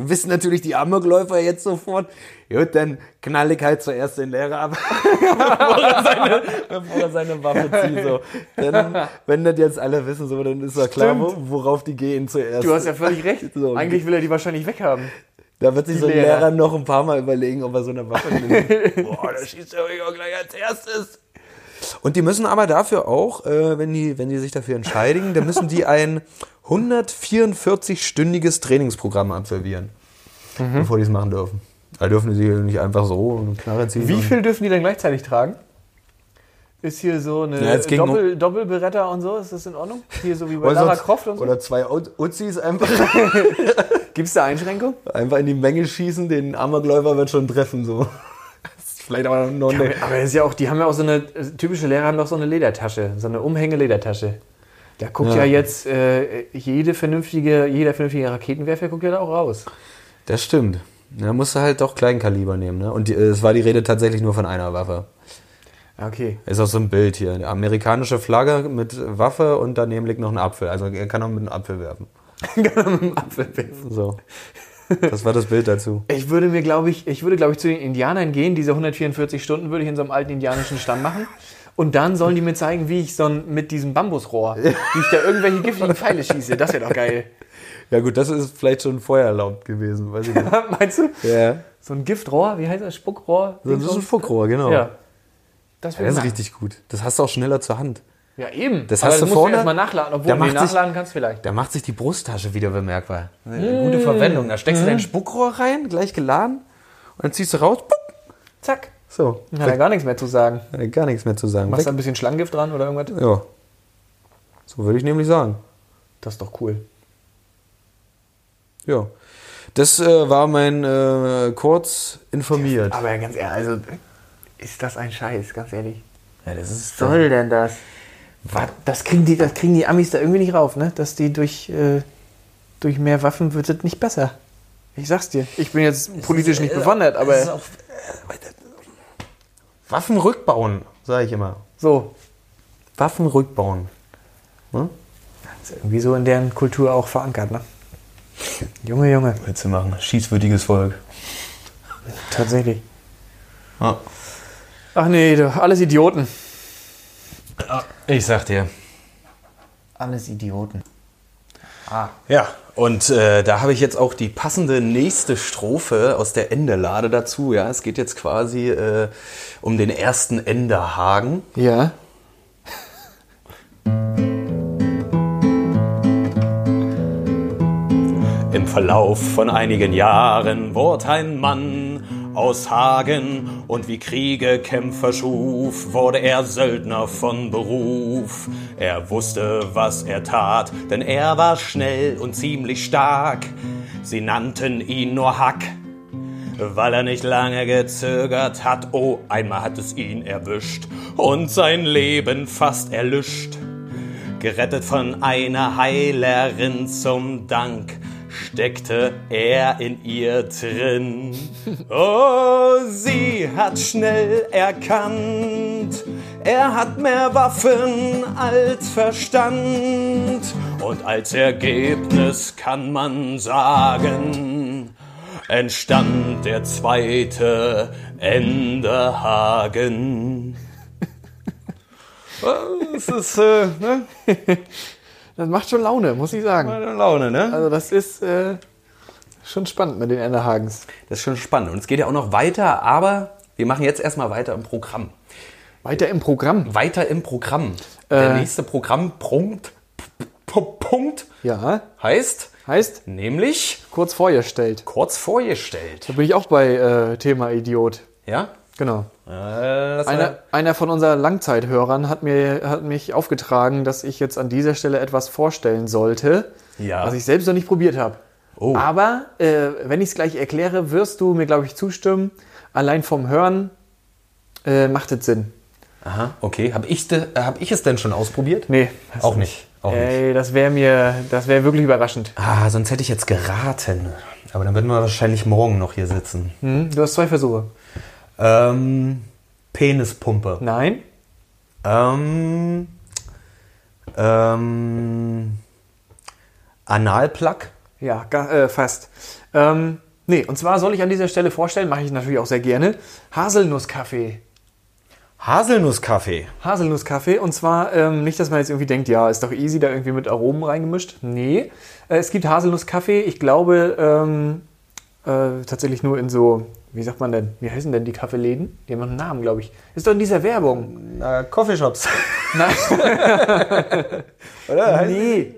[SPEAKER 5] wissen natürlich die Amokläufer jetzt sofort, gut, dann knall ich halt zuerst den Lehrer ab, bevor er seine, bevor er seine Waffe zieht. So. Dann, wenn das jetzt alle wissen, so, dann ist ja klar, wo, worauf die gehen zuerst.
[SPEAKER 3] Du hast ja völlig recht.
[SPEAKER 5] So,
[SPEAKER 3] Eigentlich will er die wahrscheinlich weghaben.
[SPEAKER 5] da wird sich so ein
[SPEAKER 3] Lehrer.
[SPEAKER 5] Lehrer. noch ein paar Mal überlegen, ob er so eine Waffe nimmt. Boah, da schießt er mich auch gleich als erstes. Und die müssen aber dafür auch, äh, wenn, die, wenn die sich dafür entscheiden, dann müssen die ein 144-stündiges Trainingsprogramm absolvieren,
[SPEAKER 3] Mhm.
[SPEAKER 5] bevor die es machen dürfen. Da dürfen die sich nicht einfach so eine Knarre ziehen.
[SPEAKER 3] Wie
[SPEAKER 5] und-
[SPEAKER 3] viel dürfen die dann gleichzeitig tragen? Ist hier so eine
[SPEAKER 5] Ja, jetzt ging
[SPEAKER 3] Doppel, Doppelberetter und so, ist das in Ordnung? Hier so wie bei
[SPEAKER 5] Oder
[SPEAKER 3] Lara
[SPEAKER 5] so-
[SPEAKER 3] Croft und so?
[SPEAKER 5] Oder zwei Ut- Uzzis einfach,
[SPEAKER 3] Gibt es da Einschränkungen?
[SPEAKER 5] einfach in die Menge schießen, den Amokläufer wird schon treffen. So. Das ist vielleicht aber noch eine
[SPEAKER 3] Aber es ist ja auch, die haben ja auch so eine, äh, typische Lehrer haben doch so eine Ledertasche, so eine Umhänge-Ledertasche. Da guckt ja,
[SPEAKER 5] Ja.
[SPEAKER 3] jetzt äh, jede vernünftige, jeder vernünftige Raketenwerfer guckt ja da auch raus.
[SPEAKER 5] Das stimmt. Da musst du halt doch Kleinkaliber nehmen, ne? Und die, es war die Rede tatsächlich nur von einer Waffe.
[SPEAKER 3] Okay.
[SPEAKER 5] Ist auch so ein Bild hier. Eine amerikanische Flagge mit Waffe und daneben liegt noch ein Apfel. Also er kann auch mit einem Apfel werfen. So. Das war das Bild dazu.
[SPEAKER 3] Ich würde mir, glaube ich, ich würde, glaube ich, zu den Indianern gehen. Diese 144 Stunden würde ich in so einem alten indianischen Stamm machen. Und dann sollen die mir zeigen, wie ich so ein, mit diesem Bambusrohr, wie ich da irgendwelche giftigen Pfeile schieße. Das wäre doch geil.
[SPEAKER 5] Ja gut, das ist vielleicht schon vorher erlaubt gewesen, weiß ich nicht.
[SPEAKER 3] Meinst du?
[SPEAKER 5] ja.
[SPEAKER 3] So ein Giftrohr, wie heißt das? Spuckrohr?
[SPEAKER 5] Das ist ein Fuckrohr, genau.
[SPEAKER 3] Ja. Das wäre
[SPEAKER 5] Das
[SPEAKER 3] ja,
[SPEAKER 5] ist richtig gut. Das hast du auch schneller zur Hand.
[SPEAKER 3] ja, eben.
[SPEAKER 5] Das
[SPEAKER 3] Aber
[SPEAKER 5] hast du
[SPEAKER 3] musst
[SPEAKER 5] vorne-
[SPEAKER 3] erstmal nachladen, obwohl
[SPEAKER 5] Da
[SPEAKER 3] du nee,
[SPEAKER 5] macht sich-
[SPEAKER 3] nachladen kannst vielleicht.
[SPEAKER 5] Da macht sich die Brusttasche wieder bemerkbar. Eine gute Verwendung. Da steckst du dein Spuckrohr rein, gleich geladen, und dann ziehst du raus. Pup,
[SPEAKER 3] Zack.
[SPEAKER 5] so.
[SPEAKER 3] Dann hat er gar nichts mehr zu sagen.
[SPEAKER 5] Gar nichts mehr zu sagen.
[SPEAKER 3] Machst
[SPEAKER 5] Weg.
[SPEAKER 3] da ein bisschen Schlangengift dran oder irgendwas?
[SPEAKER 5] Ja. So würde ich nämlich sagen.
[SPEAKER 3] Das ist doch cool.
[SPEAKER 5] Ja. Das äh, war mein äh, kurz informiert.
[SPEAKER 3] Aber ganz ehrlich, also ist das ein Scheiß, ganz ehrlich.
[SPEAKER 5] Ja, das ist
[SPEAKER 3] soll denn das? Was? Das kriegen die, das kriegen die Amis da irgendwie nicht rauf, ne? Dass die durch, äh, durch mehr Waffen wird es nicht besser. Ich sag's dir. Ich bin jetzt politisch
[SPEAKER 5] äh,
[SPEAKER 3] nicht bewandert, aber
[SPEAKER 5] Waffen rückbauen, sage ich immer.
[SPEAKER 3] so.
[SPEAKER 5] Waffen rückbauen. Hm?
[SPEAKER 3] Ist irgendwie so in deren Kultur auch verankert, ne? Junge, Junge,
[SPEAKER 5] Witze machen. Schießwürdiges Volk.
[SPEAKER 3] tatsächlich.
[SPEAKER 5] Ja.
[SPEAKER 3] Ach nee, doch, alles Idioten.
[SPEAKER 5] Ich sag dir.
[SPEAKER 3] Alles Idioten.
[SPEAKER 5] Ja, und äh, da habe ich jetzt auch die passende nächste Strophe aus der Endelade dazu. Ja, es geht jetzt quasi äh, um den ersten Enderhagen.
[SPEAKER 3] Ja.
[SPEAKER 4] Im Verlauf von einigen Jahren wurde ein Mann
[SPEAKER 1] aus Hagen und wie Kriege Kämpfer schuf, wurde er Söldner von Beruf. Er wusste, was er tat, denn er war schnell und ziemlich stark. Sie nannten ihn nur Hack, weil er nicht lange gezögert hat. Oh, einmal hat es ihn erwischt und sein Leben fast erlischt. Gerettet von einer Heilerin zum Dank steckte er in ihr drin. Oh, sie hat schnell erkannt, er hat mehr Waffen als Verstand. Und als Ergebnis kann man sagen, entstand der zweite Ende Hagen.
[SPEAKER 6] Das ist, äh, ne?
[SPEAKER 3] Das macht schon Laune, muss ich sagen.
[SPEAKER 5] Laune, ne?
[SPEAKER 3] Also das ist äh, schon spannend mit den Ende Hagens.
[SPEAKER 5] Das ist schon spannend. Und es geht ja auch noch weiter, aber wir machen jetzt erstmal weiter im Programm.
[SPEAKER 3] Weiter im Programm.
[SPEAKER 5] Weiter im Programm. Der nächste Programmpunkt P- P- Punkt
[SPEAKER 3] Ja,
[SPEAKER 5] heißt
[SPEAKER 3] heißt
[SPEAKER 5] nämlich
[SPEAKER 3] kurz vorgestellt.
[SPEAKER 5] kurz vorgestellt.
[SPEAKER 3] Da bin ich auch bei äh, Thema Idiot.
[SPEAKER 5] Ja?
[SPEAKER 3] Genau.
[SPEAKER 5] Äh, das
[SPEAKER 3] Einer, einer von unseren Langzeithörern hat, mir, hat mich aufgetragen, dass ich jetzt an dieser Stelle etwas vorstellen sollte,
[SPEAKER 5] Ja. Oh.
[SPEAKER 3] was ich selbst noch nicht probiert habe. Aber äh, wenn ich es gleich erkläre, wirst du mir, glaube ich, zustimmen. Allein vom Hören äh, macht es Sinn.
[SPEAKER 5] aha, okay. Habe ich, de, äh, hab ich es denn schon ausprobiert?
[SPEAKER 3] Nee, hast
[SPEAKER 5] Auch
[SPEAKER 3] du
[SPEAKER 5] nicht. Auch nicht.
[SPEAKER 3] Ey, das wäre mir, das wäre wirklich überraschend.
[SPEAKER 5] Äh, Ah, sonst hätte ich jetzt geraten. Aber dann würden wir wahrscheinlich morgen noch hier sitzen.
[SPEAKER 3] Hm, du hast zwei Versuche.
[SPEAKER 5] Ähm, Penispumpe.
[SPEAKER 3] Nein?
[SPEAKER 5] Ähm, ähm, Analplug.
[SPEAKER 3] Ja, ga, äh, fast. Ähm, nee, und zwar soll ich an dieser Stelle vorstellen, mache ich natürlich auch sehr gerne, Haselnusskaffee.
[SPEAKER 5] Haselnusskaffee.
[SPEAKER 3] Haselnusskaffee. Und zwar ähm, nicht, dass man jetzt irgendwie denkt, ja, ist doch easy, da irgendwie mit Aromen reingemischt. Nee, äh, es gibt Haselnusskaffee. Ich glaube ähm, äh, tatsächlich nur in so, wie sagt man denn, wie heißen denn die Kaffeeläden? Die haben einen Namen, glaube ich. Ist doch in dieser Werbung.
[SPEAKER 5] Äh, Coffeeshops.
[SPEAKER 3] Nein,
[SPEAKER 5] Oder?
[SPEAKER 3] nee.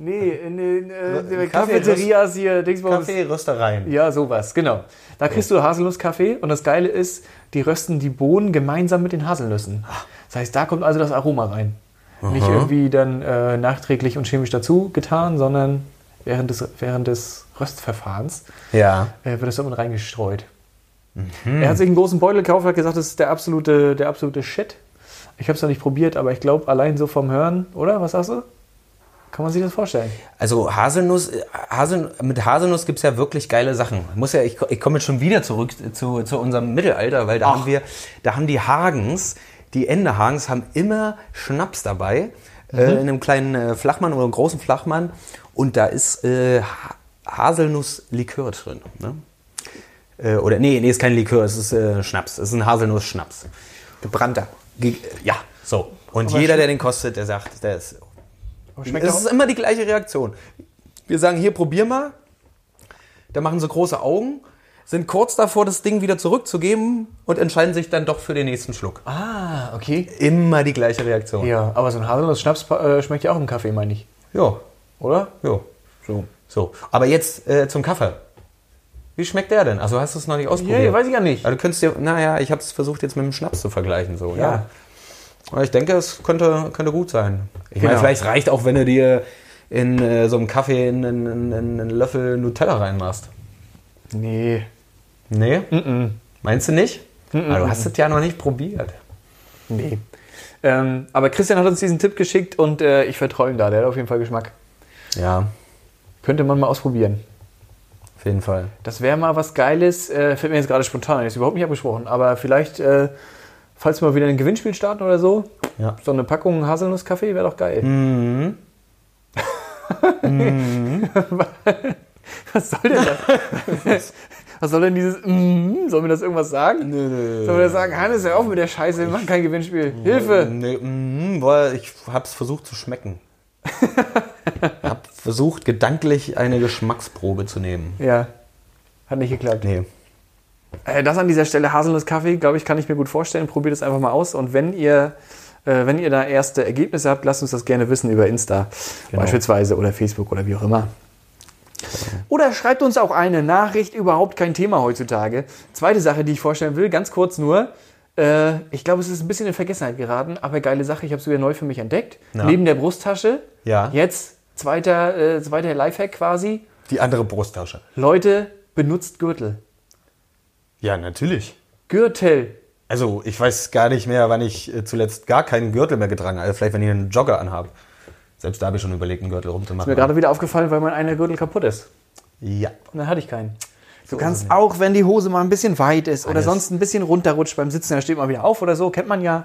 [SPEAKER 3] Nee, in den äh,
[SPEAKER 5] Kaffee-
[SPEAKER 3] Cafeterias hier, Dingsbums.
[SPEAKER 5] Kaffeeröstereien.
[SPEAKER 3] Ja, sowas, genau. Da kriegst du Haselnusskaffee und das Geile ist, die rösten die Bohnen gemeinsam mit den Haselnüssen. Das heißt, da kommt also das Aroma rein. Nicht irgendwie dann äh, nachträglich und chemisch dazu getan, sondern während des, während des Röstverfahrens
[SPEAKER 5] Ja.
[SPEAKER 3] äh, wird das damit reingestreut. Er hat sich einen großen Beutel gekauft, hat gesagt, das ist der absolute, der absolute Shit. Ich habe es noch nicht probiert, aber ich glaube, allein so vom Hören, oder? Was sagst du? Kann man sich das vorstellen?
[SPEAKER 5] Also Haselnuss, äh, Haseln, mit Haselnuss gibt es ja wirklich geile Sachen. Muss ja, ich, ko- ich komme jetzt schon wieder zurück zu, zu unserem Mittelalter, weil da haben wir, da haben die Hagens, die Ende Hagens haben immer Schnaps dabei, äh, in einem kleinen äh, Flachmann oder einem großen Flachmann. Und da ist äh, Ha- Haselnusslikör drin. Ne? Äh, oder nee, nee, ist kein Likör, es ist äh, Schnaps. Es ist ein Haselnuss-Schnaps. Gebrannter. Ge ja, so. Und jeder, der den kostet, der sagt, der ist
[SPEAKER 3] Schmeckt
[SPEAKER 5] es
[SPEAKER 3] auch,
[SPEAKER 5] ist immer die gleiche Reaktion. Wir sagen, hier, probier mal. Da machen sie große Augen, sind kurz davor, das Ding wieder zurückzugeben und entscheiden sich dann doch für den nächsten Schluck.
[SPEAKER 3] ah, okay.
[SPEAKER 5] Immer die gleiche Reaktion.
[SPEAKER 3] Ja, aber so ein Haselnuss-Schnaps äh, schmeckt ja auch im Kaffee, meine ich.
[SPEAKER 5] Jo,
[SPEAKER 3] Oder?
[SPEAKER 5] jo. So. so. Aber jetzt äh, zum Kaffee. Wie schmeckt der denn? Also hast du es noch nicht ausprobiert?
[SPEAKER 3] Yeah, weiß ich ja nicht.
[SPEAKER 5] Also du könntest dir, naja, ich habe es versucht jetzt mit dem Schnaps zu vergleichen. So, ja.
[SPEAKER 3] Ja.
[SPEAKER 5] Aber ich denke, es könnte, könnte gut sein. Ich meine,
[SPEAKER 3] Genau.
[SPEAKER 5] vielleicht reicht auch, wenn du dir in äh, so einem Kaffee einen, einen, einen einen Löffel Nutella reinmachst.
[SPEAKER 3] Nee.
[SPEAKER 5] Nee? Meinst du nicht? Aber du hast es ja noch nicht probiert.
[SPEAKER 3] Nee. Ähm, aber Christian hat uns diesen Tipp geschickt und äh, ich vertraue ihm da. Der hat auf jeden Fall Geschmack.
[SPEAKER 5] Ja,
[SPEAKER 3] Könnte man mal ausprobieren.
[SPEAKER 5] auf jeden Fall.
[SPEAKER 3] Das wäre mal was Geiles. Äh, fällt mir jetzt gerade spontan ein. Ist überhaupt nicht abgesprochen. Aber vielleicht, äh, falls wir mal wieder ein Gewinnspiel starten oder so,
[SPEAKER 5] Ja.
[SPEAKER 3] so eine Packung Haselnusskaffee wäre doch geil.
[SPEAKER 5] Mhm.
[SPEAKER 3] was soll denn das? Was soll denn dieses mm, Soll mir das irgendwas sagen? Soll mir das sagen, Hannes, hör auf mit der Scheiße, wir machen kein Gewinnspiel. Hilfe!
[SPEAKER 5] Äh, Nee, mm, weil ich hab's versucht zu schmecken. hab versucht, gedanklich eine Geschmacksprobe zu nehmen.
[SPEAKER 3] Ja, hat nicht geklappt.
[SPEAKER 5] Nee.
[SPEAKER 3] Äh, Das an dieser Stelle Haselnuss-Kaffee, glaube ich, kann ich mir gut vorstellen. Probiert es einfach mal aus. Und wenn ihr, äh, wenn ihr da erste Ergebnisse habt, lasst uns das gerne wissen über Insta beispielsweise oder Facebook oder wie auch immer. Oder schreibt uns auch eine Nachricht, überhaupt kein Thema heutzutage. Zweite Sache, die ich vorstellen will, ganz kurz nur. Äh, ich glaube, es ist ein bisschen in Vergessenheit geraten, aber geile Sache, ich habe es wieder neu für mich entdeckt. Neben der Brusttasche.
[SPEAKER 5] Ja.
[SPEAKER 3] Jetzt zweiter, äh, zweiter Lifehack quasi.
[SPEAKER 5] Die andere Brusttasche.
[SPEAKER 3] Leute, benutzt Gürtel.
[SPEAKER 5] Ja, natürlich.
[SPEAKER 3] Gürtel.
[SPEAKER 5] Also ich weiß gar nicht mehr, wann ich äh, zuletzt gar keinen Gürtel mehr getragen habe. Also, Vielleicht, wenn ich einen Jogger anhabe. Selbst da habe ich schon überlegt, einen Gürtel
[SPEAKER 3] Mir
[SPEAKER 5] rumzumachen.
[SPEAKER 3] gerade wieder aufgefallen, weil mein einer Gürtel kaputt ist.
[SPEAKER 5] ja.
[SPEAKER 3] Und dann hatte ich keinen.
[SPEAKER 2] Du kannst auch, wenn die Hose mal ein bisschen weit ist oder sonst ein bisschen runterrutscht beim Sitzen, dann steht man wieder auf oder so, kennt man ja.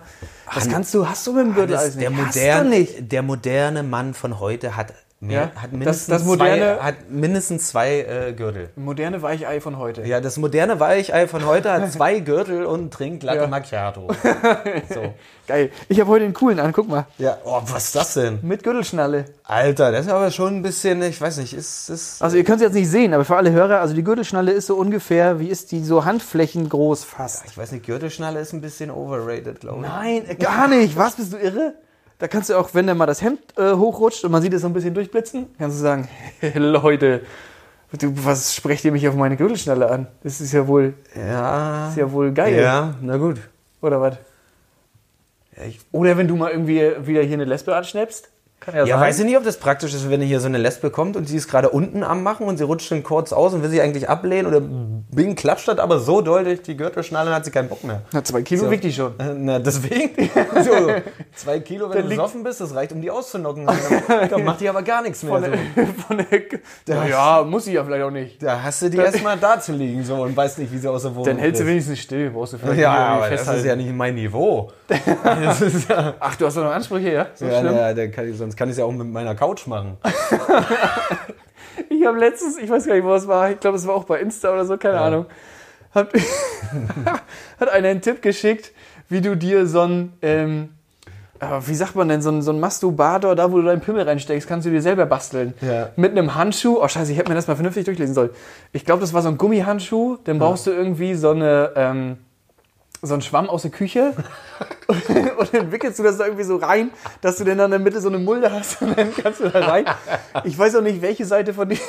[SPEAKER 3] Das kannst du, hast du mit dem Gürtel
[SPEAKER 5] Das
[SPEAKER 3] alles
[SPEAKER 5] ist der,
[SPEAKER 3] nicht. Hast du
[SPEAKER 5] modern,
[SPEAKER 3] nicht.
[SPEAKER 5] der moderne Mann von heute hat, mehr,
[SPEAKER 3] Ja,
[SPEAKER 5] hat,
[SPEAKER 3] das-
[SPEAKER 5] mindestens
[SPEAKER 3] das moderne-
[SPEAKER 5] zwei, hat mindestens zwei äh, Gürtel.
[SPEAKER 3] Moderne Weichei von heute.
[SPEAKER 5] Ja, das moderne Weichei von heute hat zwei Gürtel und trinkt Latte
[SPEAKER 3] Ja.
[SPEAKER 5] Macchiato. So.
[SPEAKER 2] Geil. Ich habe heute einen coolen an, guck mal.
[SPEAKER 5] Ja, oh, was ist das denn?
[SPEAKER 3] Mit Gürtelschnalle.
[SPEAKER 5] Alter, das ist aber schon ein bisschen, ich weiß nicht, ist das.
[SPEAKER 2] Also ihr könnt es jetzt nicht sehen, aber für alle Hörer, also die Gürtelschnalle ist so ungefähr, wie ist die so handflächengroß fast.
[SPEAKER 5] Ich weiß nicht, Gürtelschnalle ist ein bisschen overrated, glaube ich.
[SPEAKER 2] Nein, äh, gar nicht. Was, bist du irre? Da kannst du auch, wenn dann mal das Hemd äh, hochrutscht und man sieht es so ein bisschen durchblitzen, kannst du sagen, Leute, du, was sprecht ihr mich auf meine Gürtelschnalle an? Das ist ja wohl,
[SPEAKER 5] Ja.
[SPEAKER 2] ist ja wohl geil,
[SPEAKER 5] Ja, äh, na gut.
[SPEAKER 2] oder was?
[SPEAKER 5] Ja, ich,
[SPEAKER 3] Oder wenn du mal irgendwie wieder hier eine Lesbe anschnappst. Kann ja,
[SPEAKER 5] ja,
[SPEAKER 3] sein.
[SPEAKER 5] weiß ich nicht, ob das praktisch ist, wenn hier so eine Lesbe kommt und sie ist gerade unten am Machen und sie rutscht dann kurz aus und will sie eigentlich ablehnen oder Bing klatscht das aber so doll durch die Gürtelschnalle, dann hat sie keinen Bock mehr.
[SPEAKER 2] Na, zwei Kilo
[SPEAKER 3] Du
[SPEAKER 2] wiegt
[SPEAKER 3] wiegt die schon.
[SPEAKER 5] Äh, Na, deswegen. So, zwei Kilo, wenn du
[SPEAKER 3] liegt-
[SPEAKER 5] besoffen bist, das reicht, um die auszunocken. Dann, dann macht die aber gar nichts mehr. So.
[SPEAKER 3] Von der, Na ja, muss ich ja vielleicht auch nicht.
[SPEAKER 5] Da hast du die erstmal da zu liegen so, und weißt nicht, wie sie aus der Wohnung
[SPEAKER 3] Dann hältst du
[SPEAKER 5] kriegst.
[SPEAKER 3] wenigstens still, brauchst du vielleicht
[SPEAKER 5] Ja,
[SPEAKER 3] nicht irgendwie
[SPEAKER 5] aber das ist ja nicht mein Niveau. Das ist ja,
[SPEAKER 3] Ach, du hast doch noch Ansprüche, ja? So
[SPEAKER 5] ja,
[SPEAKER 3] schlimm.
[SPEAKER 5] na, dann kann ich, sonst kann ich es ja auch mit meiner Couch machen.
[SPEAKER 3] Ich habe letztens, ich weiß gar nicht, wo es war, ich glaube, es war auch bei Insta oder so, keine Ahnung. Hat, hat einer einen Tipp geschickt, wie du dir so ein, ähm, äh, wie sagt man denn, so ein, so ein Masturbator, da wo du deinen Pimmel reinsteckst, kannst du dir selber basteln.
[SPEAKER 5] Ja.
[SPEAKER 3] Mit einem Handschuh, oh scheiße, ich hätte mir das mal vernünftig durchlesen sollen. Ich glaube, das war so ein Gummihandschuh, dann brauchst du irgendwie so eine, ähm, so einen Schwamm aus der Küche und dann wickelst du das da irgendwie so rein, dass du dann in der Mitte so eine Mulde hast und dann kannst du da rein. Ich weiß auch nicht, welche Seite von, die,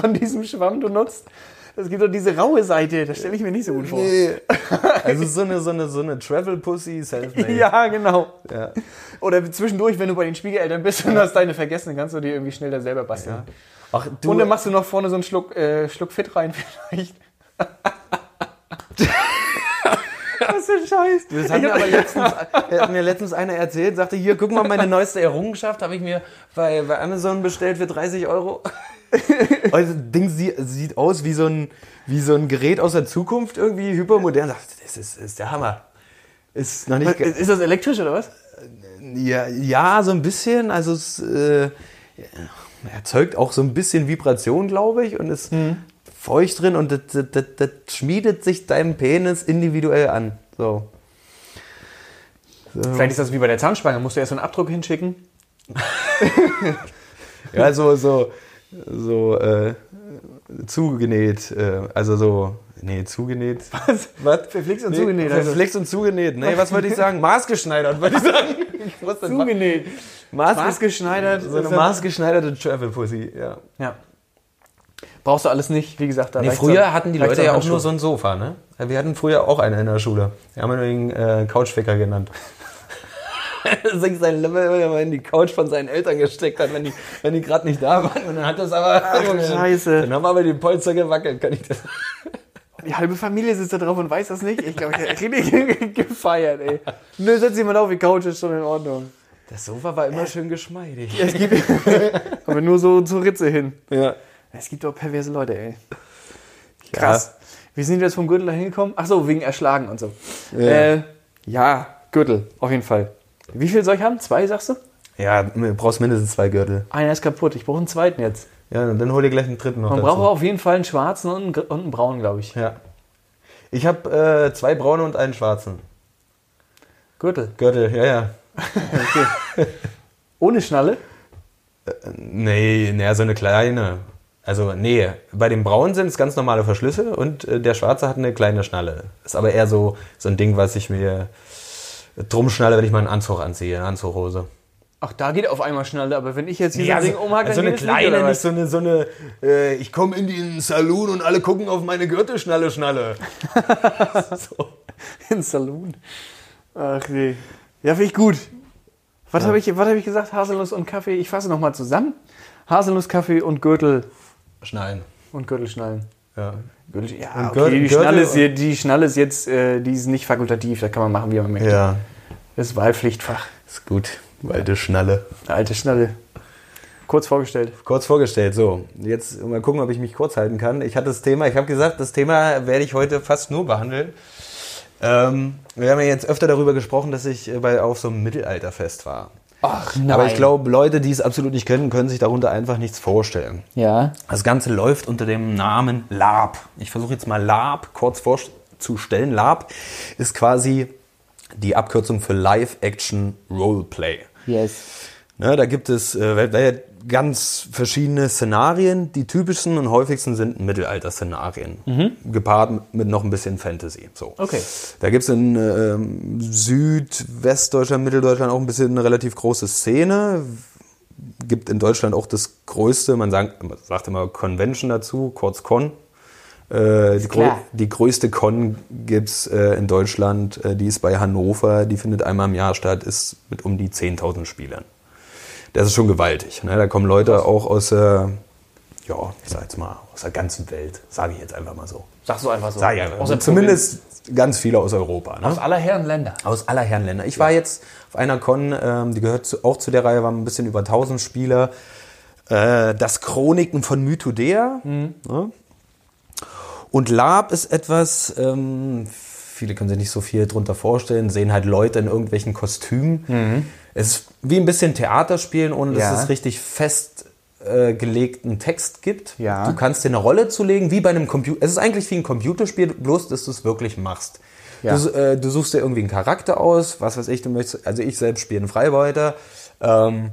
[SPEAKER 3] von diesem Schwamm du nutzt. Es gibt doch diese raue Seite, das stelle ich mir nicht so gut vor.
[SPEAKER 5] Also so eine, so eine, so eine Travel-Pussy, selfmade.
[SPEAKER 3] Ja, genau.
[SPEAKER 5] Ja.
[SPEAKER 3] Oder zwischendurch, wenn du bei den Schwiegereltern bist und hast deine vergessen, dann kannst du dir irgendwie schnell da selber basteln.
[SPEAKER 5] Ach, du,
[SPEAKER 3] Und dann machst du noch vorne so einen Schluck, äh, Schluck Fit rein vielleicht. Was für ein Scheiß.
[SPEAKER 5] das hat mir aber letztens, äh, hat mir letztens einer erzählt, sagte, hier, guck mal, meine neueste Errungenschaft habe ich mir bei, bei Amazon bestellt für 30 Euro. Also das Ding sie- sieht aus wie so, ein, wie so ein Gerät aus der Zukunft, irgendwie hypermodern. Sagt, Das ist, ist der Hammer. Ist noch nicht... ge-
[SPEAKER 3] Ist das elektrisch oder was?
[SPEAKER 5] Ja, ja, so ein bisschen. Also es äh, erzeugt auch so ein bisschen Vibration, glaube ich, und ist feucht drin und das, das, das, das schmiedet sich deinem Penis individuell an. So.
[SPEAKER 3] Vielleicht ist das wie bei der Zahnspange, musst du erst so einen Abdruck hinschicken.
[SPEAKER 5] Ja, so, so, so äh, zugenäht. Äh, also so. Nee, zugenäht. Was? Was?
[SPEAKER 3] Verflixt und zugenäht, also.
[SPEAKER 5] Verflixt und zugenäht. Nee, was wollte ich sagen? Maßgeschneidert, wollte ich sagen. Ich wusste,
[SPEAKER 3] Zugenäht.
[SPEAKER 5] Maß,
[SPEAKER 3] Maßgeschneidert.
[SPEAKER 5] so eine maßgeschneiderte Travel-Pussy, ja.
[SPEAKER 3] Ja. Brauchst du alles nicht, wie gesagt. Da
[SPEAKER 5] Nee,
[SPEAKER 3] reicht
[SPEAKER 5] früher
[SPEAKER 3] so-
[SPEAKER 5] hatten die
[SPEAKER 3] reicht
[SPEAKER 5] Leute ja auch
[SPEAKER 3] Handschuh.
[SPEAKER 5] nur so ein Sofa, ne? Wir hatten früher auch einen in der Schule. Wir haben ihn äh, Couchficker genannt. Sing sein Level, wenn er in die Couch von seinen Eltern gesteckt hat, wenn die, wenn die gerade nicht da waren. Und dann hat das aber.
[SPEAKER 2] Scheiße.
[SPEAKER 5] Dann haben aber die Polster gewackelt, kann ich das.
[SPEAKER 3] Die halbe Familie sitzt da drauf und weiß das nicht. Ich glaube, ich hätte richtig gefeiert, ey. Nö, setz dich mal auf, die Couch ist schon in Ordnung.
[SPEAKER 5] Das Sofa war
[SPEAKER 3] Äh.
[SPEAKER 5] immer schön geschmeidig.
[SPEAKER 3] Es gibt aber nur so zur Ritze hin.
[SPEAKER 5] Ja.
[SPEAKER 3] Es gibt doch perverse Leute, ey. Krass. Wie sind wir jetzt vom Gürtel da hingekommen? Ach so, wegen Erschlagen und so. Ja. Äh, ja, Gürtel, auf jeden Fall. Wie viel soll ich haben? Zwei, sagst du?
[SPEAKER 5] Ja, du brauchst mindestens zwei Gürtel.
[SPEAKER 3] Einer ist kaputt, ich brauche einen zweiten jetzt.
[SPEAKER 5] Ja, und dann hol dir gleich einen dritten noch.
[SPEAKER 3] Man
[SPEAKER 5] dazu.
[SPEAKER 3] braucht auf jeden Fall einen schwarzen und einen, gr- und einen braunen, glaube ich.
[SPEAKER 5] Ja. Ich habe äh, zwei braune und einen schwarzen.
[SPEAKER 3] Gürtel.
[SPEAKER 5] Gürtel, ja, ja.
[SPEAKER 3] Ohne Schnalle?
[SPEAKER 5] Nee, naja, so eine kleine. Also, nee, bei dem Braunen sind es ganz normale Verschlüsse und äh, der Schwarze hat eine kleine Schnalle. Ist aber eher so, so ein Ding, was ich mir drum schnalle, wenn ich mal einen Anzug anziehe, eine Anzughose.
[SPEAKER 3] Ach, da geht auf einmal schneller, aber wenn ich jetzt hier
[SPEAKER 5] Ja,
[SPEAKER 3] so ein
[SPEAKER 5] so,
[SPEAKER 3] Ding umhack,
[SPEAKER 5] so eine
[SPEAKER 3] geht es nicht, oder
[SPEAKER 5] kleine, nicht
[SPEAKER 3] was?
[SPEAKER 5] so eine, so eine äh, ich komme in den Saloon und alle gucken auf meine Gürtelschnalle, Schnalle.
[SPEAKER 3] in Saloon. Ach nee. Ja, finde ich gut. Was habe ich, was hab ich gesagt? Haselnuss und Kaffee. Ich fasse nochmal zusammen. Haselnuss, Kaffee und Gürtel.
[SPEAKER 5] Schnallen.
[SPEAKER 3] Und Gürtelschnallen.
[SPEAKER 5] Ja.
[SPEAKER 3] Gürtel, ja, okay,
[SPEAKER 5] Gürtel-
[SPEAKER 3] die,
[SPEAKER 5] Gürtel
[SPEAKER 3] Schnalle ist,
[SPEAKER 5] und-
[SPEAKER 3] hier- die Schnalle ist jetzt, äh, die ist nicht fakultativ, da kann man machen, wie man möchte.
[SPEAKER 5] ja,
[SPEAKER 3] Das ist Wahlpflichtfach.
[SPEAKER 5] ist gut. Alte Schnalle.
[SPEAKER 3] Eine alte Schnalle. Kurz vorgestellt.
[SPEAKER 5] Kurz vorgestellt, so. Jetzt mal gucken, ob ich mich kurz halten kann. Ich hatte das Thema, ich habe gesagt, das Thema werde ich heute fast nur behandeln. Ähm, wir haben ja jetzt öfter darüber gesprochen, dass ich äh, bei, auf so einem Mittelalterfest war.
[SPEAKER 3] Ach nein.
[SPEAKER 5] Aber ich glaube, Leute, die es absolut nicht können, können sich darunter einfach nichts vorstellen.
[SPEAKER 3] Ja.
[SPEAKER 5] Das Ganze läuft unter dem Namen Lab. Ich versuche jetzt mal Lab kurz vorzustellen. Lab ist quasi die Abkürzung für Live-Action-Roleplay.
[SPEAKER 3] Yes.
[SPEAKER 5] Ne, da gibt es äh, weltweit ganz verschiedene Szenarien. Die typischsten und häufigsten sind Mittelalter-Szenarien, gepaart mit noch ein bisschen Fantasy. So.
[SPEAKER 3] Okay.
[SPEAKER 5] Da gibt es in ähm, Südwestdeutschland, Mitteldeutschland auch ein bisschen eine relativ große Szene. Gibt in Deutschland auch das größte, man sagt, man sagt immer Convention dazu, kurz Con. Äh, die, grö
[SPEAKER 3] klar.
[SPEAKER 5] die größte Con gibt es äh, in Deutschland, äh, die ist bei Hannover, die findet einmal im Jahr statt, ist mit um die 10.000 Spielern. Das ist schon gewaltig. Ne? Da kommen Leute auch aus der, ja, ich sag jetzt mal, aus der ganzen Welt, sage ich jetzt einfach mal so.
[SPEAKER 3] Sagst du einfach so.
[SPEAKER 5] Sag ich einfach.
[SPEAKER 3] Aus der
[SPEAKER 5] Zumindest ganz viele aus Europa. Ne?
[SPEAKER 3] Provinz. Aus aller Herren Länder.
[SPEAKER 5] Aus aller Herren Länder. Ich war jetzt auf einer Con, ähm, die gehört zu, auch zu der Reihe, waren ein bisschen über 1000 Spieler. Äh, das Chroniken von Mythodea. Ne? Und Lab ist etwas, ähm, viele können sich nicht so viel drunter vorstellen, sehen halt Leute in irgendwelchen Kostümen. Es ist wie ein bisschen Theaterspielen, ohne dass
[SPEAKER 3] Ja.
[SPEAKER 5] es richtig fest äh, gelegten Text gibt.
[SPEAKER 3] Ja.
[SPEAKER 5] Du kannst dir eine Rolle zulegen, wie bei einem Computer. Es ist eigentlich wie ein Computerspiel, bloß dass du es wirklich machst.
[SPEAKER 3] Ja.
[SPEAKER 5] Du, äh, du suchst dir irgendwie einen Charakter aus, was weiß ich, du möchtest, also ich selbst spiele einen Freibeuter. Ähm,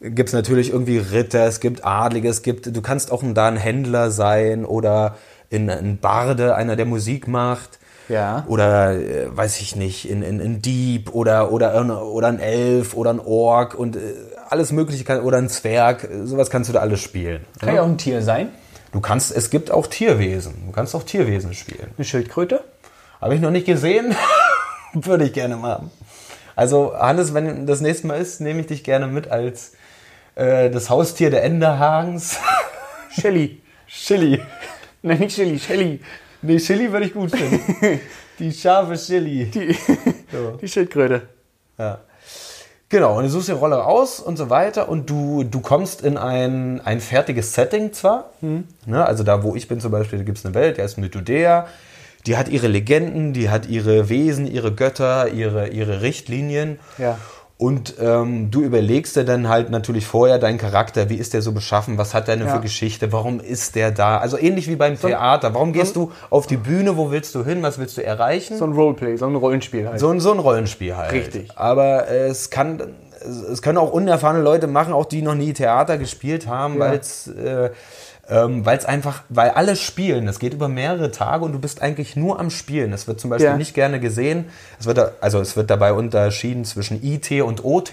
[SPEAKER 5] gibt es natürlich irgendwie Ritter, es gibt Adlige, es gibt, du kannst auch ein, da ein Händler sein oder in, ein Barde, einer, der Musik macht.
[SPEAKER 3] Ja.
[SPEAKER 5] Oder, äh, weiß ich nicht, in, in, in Dieb oder, oder, ein- oder ein Elf oder ein Ork und äh, alles Mögliche, kann, oder ein Zwerg, äh, sowas kannst du da alles spielen.
[SPEAKER 3] Kann ja auch ein Tier sein.
[SPEAKER 5] Du kannst, es gibt auch Tierwesen. Du kannst auch Tierwesen spielen.
[SPEAKER 3] Eine Schildkröte.
[SPEAKER 5] Habe ich noch nicht gesehen. Würde ich gerne machen. Also, Hannes, wenn das nächste Mal ist, nehme ich dich gerne mit als äh, das Haustier der Endehagens.
[SPEAKER 3] Shelly.
[SPEAKER 5] Chili.
[SPEAKER 3] Nein, nicht Shelly, Shelly.
[SPEAKER 5] Nee, Chili würde ich gut finden. Die scharfe Chili.
[SPEAKER 3] Die, die Schildkröte.
[SPEAKER 5] Ja. Genau, und du suchst die Rolle aus und so weiter und du, du kommst in ein, ein fertiges Setting zwar, ne, also da wo ich bin zum Beispiel, da gibt es eine Welt, die heißt Mythodea, die hat ihre Legenden, die hat ihre Wesen, ihre Götter, ihre, ihre Richtlinien.
[SPEAKER 3] Ja.
[SPEAKER 5] Und ähm, du überlegst dir dann halt natürlich vorher deinen Charakter, wie ist der so beschaffen, was hat der denn
[SPEAKER 3] Ja.
[SPEAKER 5] für Geschichte, warum ist der da? Also ähnlich wie beim Theater, warum gehst du auf die Bühne, wo willst du hin, was willst du erreichen?
[SPEAKER 3] So ein Roleplay, so ein Rollenspiel halt.
[SPEAKER 5] So ein, so ein Rollenspiel halt.
[SPEAKER 3] Richtig.
[SPEAKER 5] Aber äh, es kann es es können auch unerfahrene Leute machen, auch die noch nie Theater gespielt haben, weil es äh, ähm, weil es einfach, weil alle spielen. Das geht über mehrere Tage und du bist eigentlich nur am Spielen. Das wird zum Beispiel
[SPEAKER 3] Ja.
[SPEAKER 5] nicht gerne gesehen. Es wird da, also es wird dabei unterschieden zwischen IT und OT.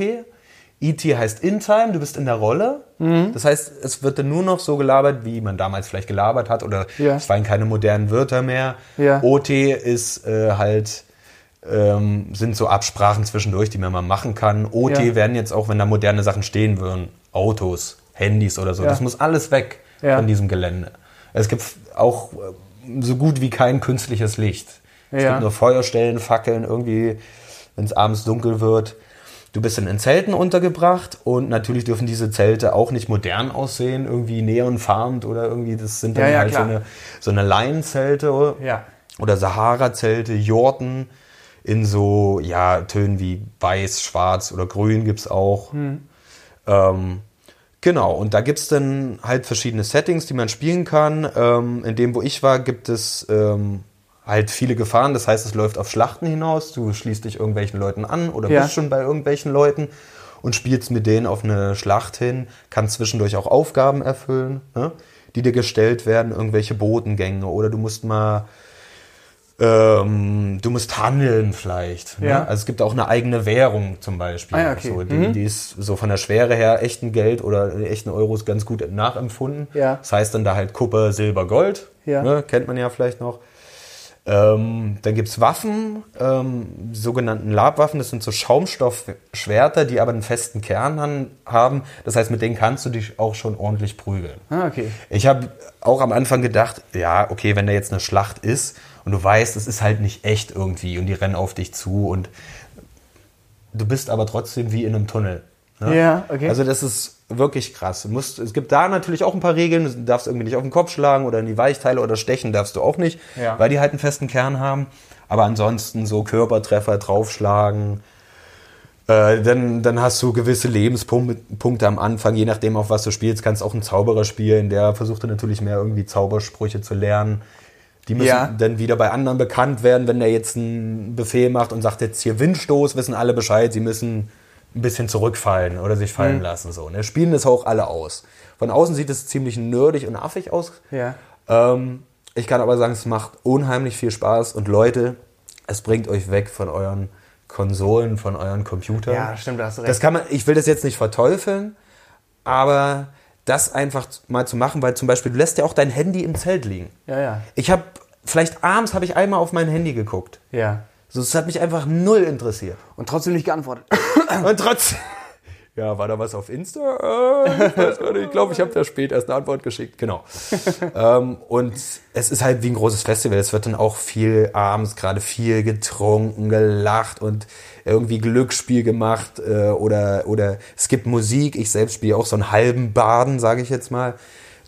[SPEAKER 5] IT heißt in time, du bist in der Rolle.
[SPEAKER 3] Mhm.
[SPEAKER 5] Das heißt, es wird dann nur noch so gelabert, wie man damals vielleicht gelabert hat oder
[SPEAKER 3] Ja.
[SPEAKER 5] es fallen keine modernen Wörter mehr.
[SPEAKER 3] Ja.
[SPEAKER 5] OT ist äh, halt ähm, sind so Absprachen zwischendurch, die man mal machen kann. OT
[SPEAKER 3] Ja.
[SPEAKER 5] werden jetzt auch, wenn da moderne Sachen stehen würden, Autos, Handys oder so,
[SPEAKER 3] Ja.
[SPEAKER 5] das muss alles weg
[SPEAKER 3] Ja.
[SPEAKER 5] von diesem Gelände. Es gibt auch äh, so gut wie kein künstliches Licht. Es
[SPEAKER 3] Ja.
[SPEAKER 5] gibt nur Feuerstellen, Fackeln, irgendwie, wenn es abends dunkel wird. Du bist dann in Zelten untergebracht und natürlich dürfen diese Zelte auch nicht modern aussehen, irgendwie neonfarben oder irgendwie, das sind dann
[SPEAKER 3] Ja, ja,
[SPEAKER 5] halt so
[SPEAKER 3] klar.
[SPEAKER 5] eine, so eine Laienzelte
[SPEAKER 3] Ja.
[SPEAKER 5] oder Sahara-Zelte, Jorten in so ja, Tönen wie weiß, schwarz oder grün gibt es auch. Ähm, genau, und da gibt es dann halt verschiedene Settings, die man spielen kann. Ähm, in dem, wo ich war, gibt es ähm, halt viele Gefahren. Das heißt, es läuft auf Schlachten hinaus. Du schließt dich irgendwelchen Leuten an oder
[SPEAKER 3] Ja.
[SPEAKER 5] bist schon bei irgendwelchen Leuten und spielst mit denen auf eine Schlacht hin, kannst zwischendurch auch Aufgaben erfüllen, ne? die dir gestellt werden, irgendwelche Botengänge oder du musst mal ähm, du musst handeln vielleicht.
[SPEAKER 3] Ja.
[SPEAKER 5] Ne? Also es gibt auch eine eigene Währung zum Beispiel.
[SPEAKER 3] Ah ja, okay.
[SPEAKER 5] so, die, die ist so von der Schwere her echten Geld oder echten Euros ganz gut nachempfunden.
[SPEAKER 3] Ja.
[SPEAKER 5] Das heißt dann da halt Kupfer, Silber, Gold.
[SPEAKER 3] Ja.
[SPEAKER 5] Ne? Kennt man ja vielleicht noch. Ähm, dann gibt es Waffen, ähm, sogenannten Labwaffen, das sind so Schaumstoffschwerter, die aber einen festen Kern han- haben. Das heißt, mit denen kannst du dich auch schon ordentlich prügeln.
[SPEAKER 3] Ah, okay.
[SPEAKER 5] Ich habe auch am Anfang gedacht, ja, okay, wenn da jetzt eine Schlacht ist und du weißt, es ist halt nicht echt irgendwie und die rennen auf dich zu und du bist aber trotzdem wie in einem Tunnel. ne?
[SPEAKER 3] Ja, okay.
[SPEAKER 5] Also das ist wirklich krass. Du musst, es gibt da natürlich auch ein paar Regeln. Du darfst irgendwie nicht auf den Kopf schlagen oder in die Weichteile oder stechen darfst du auch nicht,
[SPEAKER 3] Ja.
[SPEAKER 5] weil die halt einen festen Kern haben. Aber ansonsten so Körpertreffer draufschlagen, äh, dann, dann hast du gewisse Lebenspunkte am Anfang, je nachdem, auf was du spielst, kannst auch einen Zauberer spielen, der versucht dann natürlich mehr irgendwie Zaubersprüche zu lernen. Die müssen
[SPEAKER 3] Ja.
[SPEAKER 5] dann wieder bei anderen bekannt werden, wenn der jetzt einen Befehl macht und sagt jetzt hier Windstoß, wissen alle Bescheid, sie müssen ein bisschen zurückfallen oder sich
[SPEAKER 3] Mhm.
[SPEAKER 5] fallen lassen. So, ne? Spielen das auch alle aus. Von außen sieht es ziemlich nerdig und affig aus.
[SPEAKER 3] Ja.
[SPEAKER 5] Ähm, ich kann aber sagen, es macht unheimlich viel Spaß und Leute, es bringt euch weg von euren Konsolen, von euren Computern.
[SPEAKER 3] Ja, stimmt, da hast du recht.
[SPEAKER 5] Das kann man, ich will das jetzt nicht verteufeln, aber das einfach mal zu machen, weil zum Beispiel, du lässt ja auch dein Handy im Zelt liegen.
[SPEAKER 3] Ja, ja.
[SPEAKER 5] Ich habe, vielleicht abends habe ich einmal auf mein Handy geguckt.
[SPEAKER 3] Ja.
[SPEAKER 5] So, es hat mich einfach null interessiert.
[SPEAKER 3] Und trotzdem nicht geantwortet.
[SPEAKER 5] Und trotzdem. Ja, war da was auf Insta? Äh, ich weiß gar nicht. Ich glaube, ich habe da spät erst eine Antwort geschickt. Genau. ähm, und es ist halt wie ein großes Festival. Es wird dann auch viel abends gerade viel getrunken, gelacht und irgendwie Glücksspiel gemacht äh, oder, oder es gibt Musik. Ich selbst spiele auch so einen halben Baden, sage ich jetzt mal.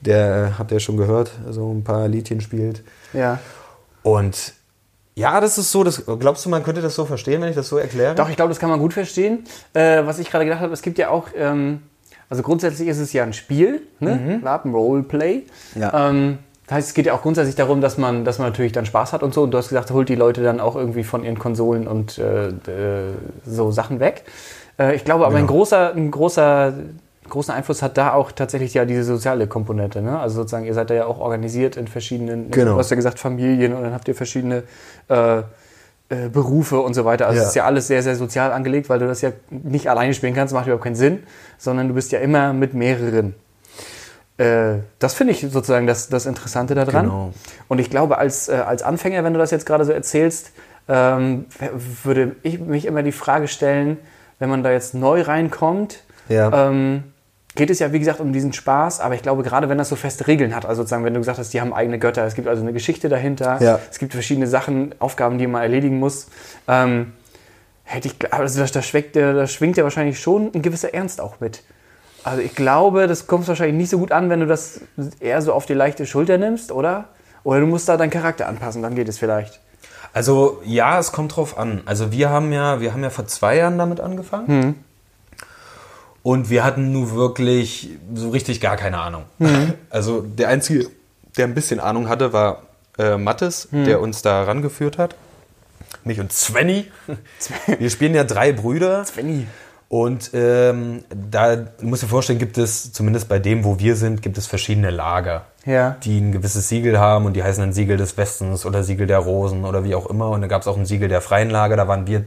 [SPEAKER 5] Der habt ihr schon gehört, so ein paar Liedchen spielt.
[SPEAKER 3] Ja.
[SPEAKER 5] Und ja, das ist so, das glaubst du, man könnte das so verstehen, wenn ich das so erkläre?
[SPEAKER 3] Doch, ich glaube, das kann man gut verstehen. Äh, was ich gerade gedacht habe, es gibt ja auch, ähm, also grundsätzlich ist es ja ein Spiel, ne? Lab, ein Roleplay.
[SPEAKER 5] Mhm. Ja.
[SPEAKER 3] Ähm, das heißt, es geht ja auch grundsätzlich darum, dass man, dass man natürlich dann Spaß hat und so. Und du hast gesagt, holt die Leute dann auch irgendwie von ihren Konsolen und äh, äh, so Sachen weg. Äh, ich glaube aber,
[SPEAKER 5] Genau.
[SPEAKER 3] ein großer, ein großer großen Einfluss hat da auch tatsächlich ja diese soziale Komponente. Ne? Also sozusagen, ihr seid da ja auch organisiert in verschiedenen,
[SPEAKER 5] Genau.
[SPEAKER 3] du hast ja gesagt, Familien und dann habt ihr verschiedene äh, äh, Berufe und so weiter. Also
[SPEAKER 5] Ja.
[SPEAKER 3] es ist ja alles sehr, sehr sozial angelegt, weil du das ja nicht alleine spielen kannst, macht überhaupt keinen Sinn, sondern du bist ja immer mit mehreren. Äh, das finde ich sozusagen das, das Interessante daran.
[SPEAKER 5] Genau.
[SPEAKER 3] Und ich glaube, als, äh, als Anfänger, wenn du das jetzt gerade so erzählst, ähm, w- würde ich mich immer die Frage stellen, wenn man da jetzt neu reinkommt,
[SPEAKER 5] Ja.
[SPEAKER 3] ähm, geht es ja, wie gesagt, um diesen Spaß, aber ich glaube, gerade wenn das so feste Regeln hat, also sozusagen, wenn du gesagt hast, die haben eigene Götter, es gibt also eine Geschichte dahinter,
[SPEAKER 5] Ja.
[SPEAKER 3] es gibt verschiedene Sachen, Aufgaben, die man erledigen muss, ähm, hätte ich, also da, da, schwingt, ja- da schwingt ja wahrscheinlich schon ein gewisser Ernst auch mit. Also ich glaube, das kommt wahrscheinlich nicht so gut an, wenn du das eher so auf die leichte Schulter nimmst, oder? Oder du musst da deinen Charakter anpassen, dann geht es vielleicht.
[SPEAKER 5] Also ja, es kommt drauf an. Also wir haben ja, wir haben ja vor zwei Jahren damit angefangen.
[SPEAKER 3] Hm.
[SPEAKER 5] Und wir hatten nur wirklich so richtig gar keine Ahnung.
[SPEAKER 3] Hm.
[SPEAKER 5] Also der Einzige, der ein bisschen Ahnung hatte, war äh, Mattes,
[SPEAKER 3] Hm.
[SPEAKER 5] der uns da rangeführt hat. Mich und Svenny. Wir spielen ja drei Brüder.
[SPEAKER 3] Benny.
[SPEAKER 5] Und ähm, da du musst dir vorstellen, gibt es, zumindest bei dem, wo wir sind, gibt es verschiedene Lager,
[SPEAKER 3] Ja.
[SPEAKER 5] die ein gewisses Siegel haben und die heißen dann Siegel des Westens oder Siegel der Rosen oder wie auch immer. Und da gab es auch ein Siegel der Freien Lager, da waren wir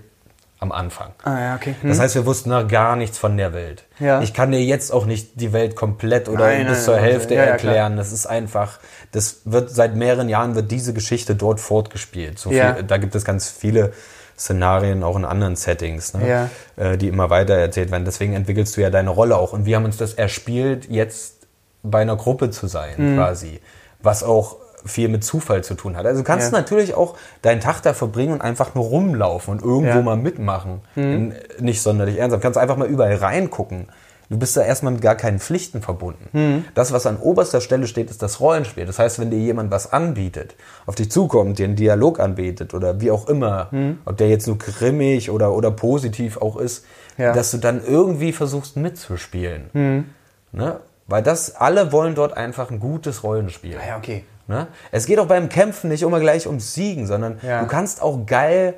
[SPEAKER 5] am Anfang.
[SPEAKER 3] Ah ja, okay. Hm.
[SPEAKER 5] Das heißt, wir wussten noch gar nichts von der Welt.
[SPEAKER 3] Ja.
[SPEAKER 5] Ich kann dir jetzt auch nicht die Welt komplett oder
[SPEAKER 3] Nein,
[SPEAKER 5] bis
[SPEAKER 3] nein,
[SPEAKER 5] zur
[SPEAKER 3] nein,
[SPEAKER 5] Hälfte
[SPEAKER 3] ja, ja,
[SPEAKER 5] erklären. Das ist einfach, das wird seit mehreren Jahren wird diese Geschichte dort fortgespielt. So
[SPEAKER 3] Ja.
[SPEAKER 5] viel, da gibt es ganz viele Szenarien auch in anderen Settings, ne?
[SPEAKER 3] Ja.
[SPEAKER 5] äh, die immer weiter erzählt werden. Deswegen entwickelst du ja deine Rolle auch. Und wir haben uns das erspielt, jetzt bei einer Gruppe zu sein,
[SPEAKER 3] Mhm.
[SPEAKER 5] quasi. Was auch viel mit Zufall zu tun hat. Also du kannst
[SPEAKER 3] Ja.
[SPEAKER 5] natürlich auch deinen Tag da verbringen und einfach nur rumlaufen und irgendwo
[SPEAKER 3] Ja. Hm.
[SPEAKER 5] mal mitmachen. In, nicht sonderlich ernsthaft. Du kannst einfach mal überall reingucken. Du bist da erstmal mit gar keinen Pflichten verbunden.
[SPEAKER 3] Hm.
[SPEAKER 5] Das, was an oberster Stelle steht, ist das Rollenspiel. Das heißt, wenn dir jemand was anbietet, auf dich zukommt, dir einen Dialog anbietet oder wie auch immer,
[SPEAKER 3] Hm.
[SPEAKER 5] ob der jetzt nur grimmig oder, oder positiv auch ist,
[SPEAKER 3] Ja. Hm.
[SPEAKER 5] dass du dann irgendwie versuchst mitzuspielen. Ne? Weil das, alle wollen dort einfach ein gutes Rollenspiel.
[SPEAKER 3] Ja, okay.
[SPEAKER 5] Ne? Es geht auch beim Kämpfen nicht immer gleich ums Siegen, sondern
[SPEAKER 3] Ja.
[SPEAKER 5] du kannst auch geil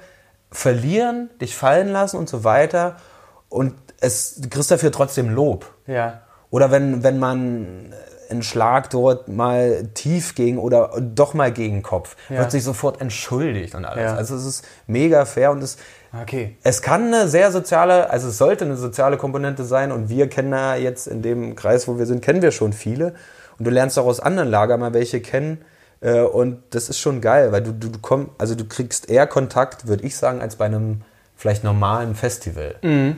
[SPEAKER 5] verlieren, dich fallen lassen und so weiter. Und es, du kriegst dafür trotzdem Lob.
[SPEAKER 3] Ja.
[SPEAKER 5] Oder wenn, wenn man ein Schlag dort mal tief ging oder doch mal gegen Kopf, wird sich sofort entschuldigt und alles.
[SPEAKER 3] Ja.
[SPEAKER 5] Also es ist mega fair und es,
[SPEAKER 3] Okay.
[SPEAKER 5] es kann eine sehr soziale, also es sollte eine soziale Komponente sein und wir kennen da jetzt in dem Kreis, wo wir sind, kennen wir schon viele und du lernst auch aus anderen Lager mal welche kennen äh, und das ist schon geil, weil du, du, du komm, also du kriegst eher Kontakt, würde ich sagen, als bei einem vielleicht normalen Festival.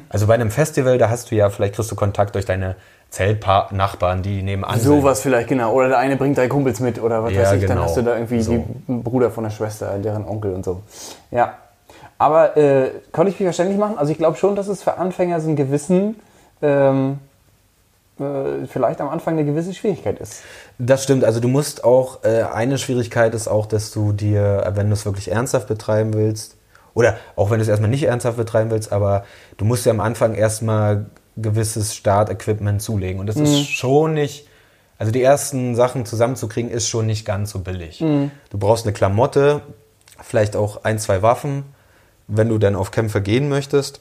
[SPEAKER 5] Also bei einem Festival, da hast du ja, vielleicht kriegst du Kontakt durch deine Zeltnachbarn, die nebenan sind.
[SPEAKER 3] Sowas vielleicht, genau. Oder der eine bringt drei Kumpels mit oder was
[SPEAKER 5] Ja,
[SPEAKER 3] weiß ich. Dann
[SPEAKER 5] genau.
[SPEAKER 3] hast du da irgendwie
[SPEAKER 5] So.
[SPEAKER 3] den Bruder von der Schwester, deren Onkel und so. Ja. Aber äh, konnte ich mich verständlich machen? Also ich glaube schon, dass es für Anfänger so einen gewissen, ähm, äh, vielleicht am Anfang eine gewisse Schwierigkeit ist.
[SPEAKER 5] Das stimmt, also du musst auch, äh, eine Schwierigkeit ist auch, dass du dir, äh, wenn du es wirklich ernsthaft betreiben willst, oder auch wenn du es erstmal nicht ernsthaft betreiben willst, aber du musst ja am Anfang erstmal gewisses Startequipment zulegen. Und das ist schon nicht, also die ersten Sachen zusammenzukriegen, ist schon nicht ganz so billig. Du brauchst eine Klamotte, vielleicht auch ein, zwei Waffen, wenn du dann auf Kämpfe gehen möchtest.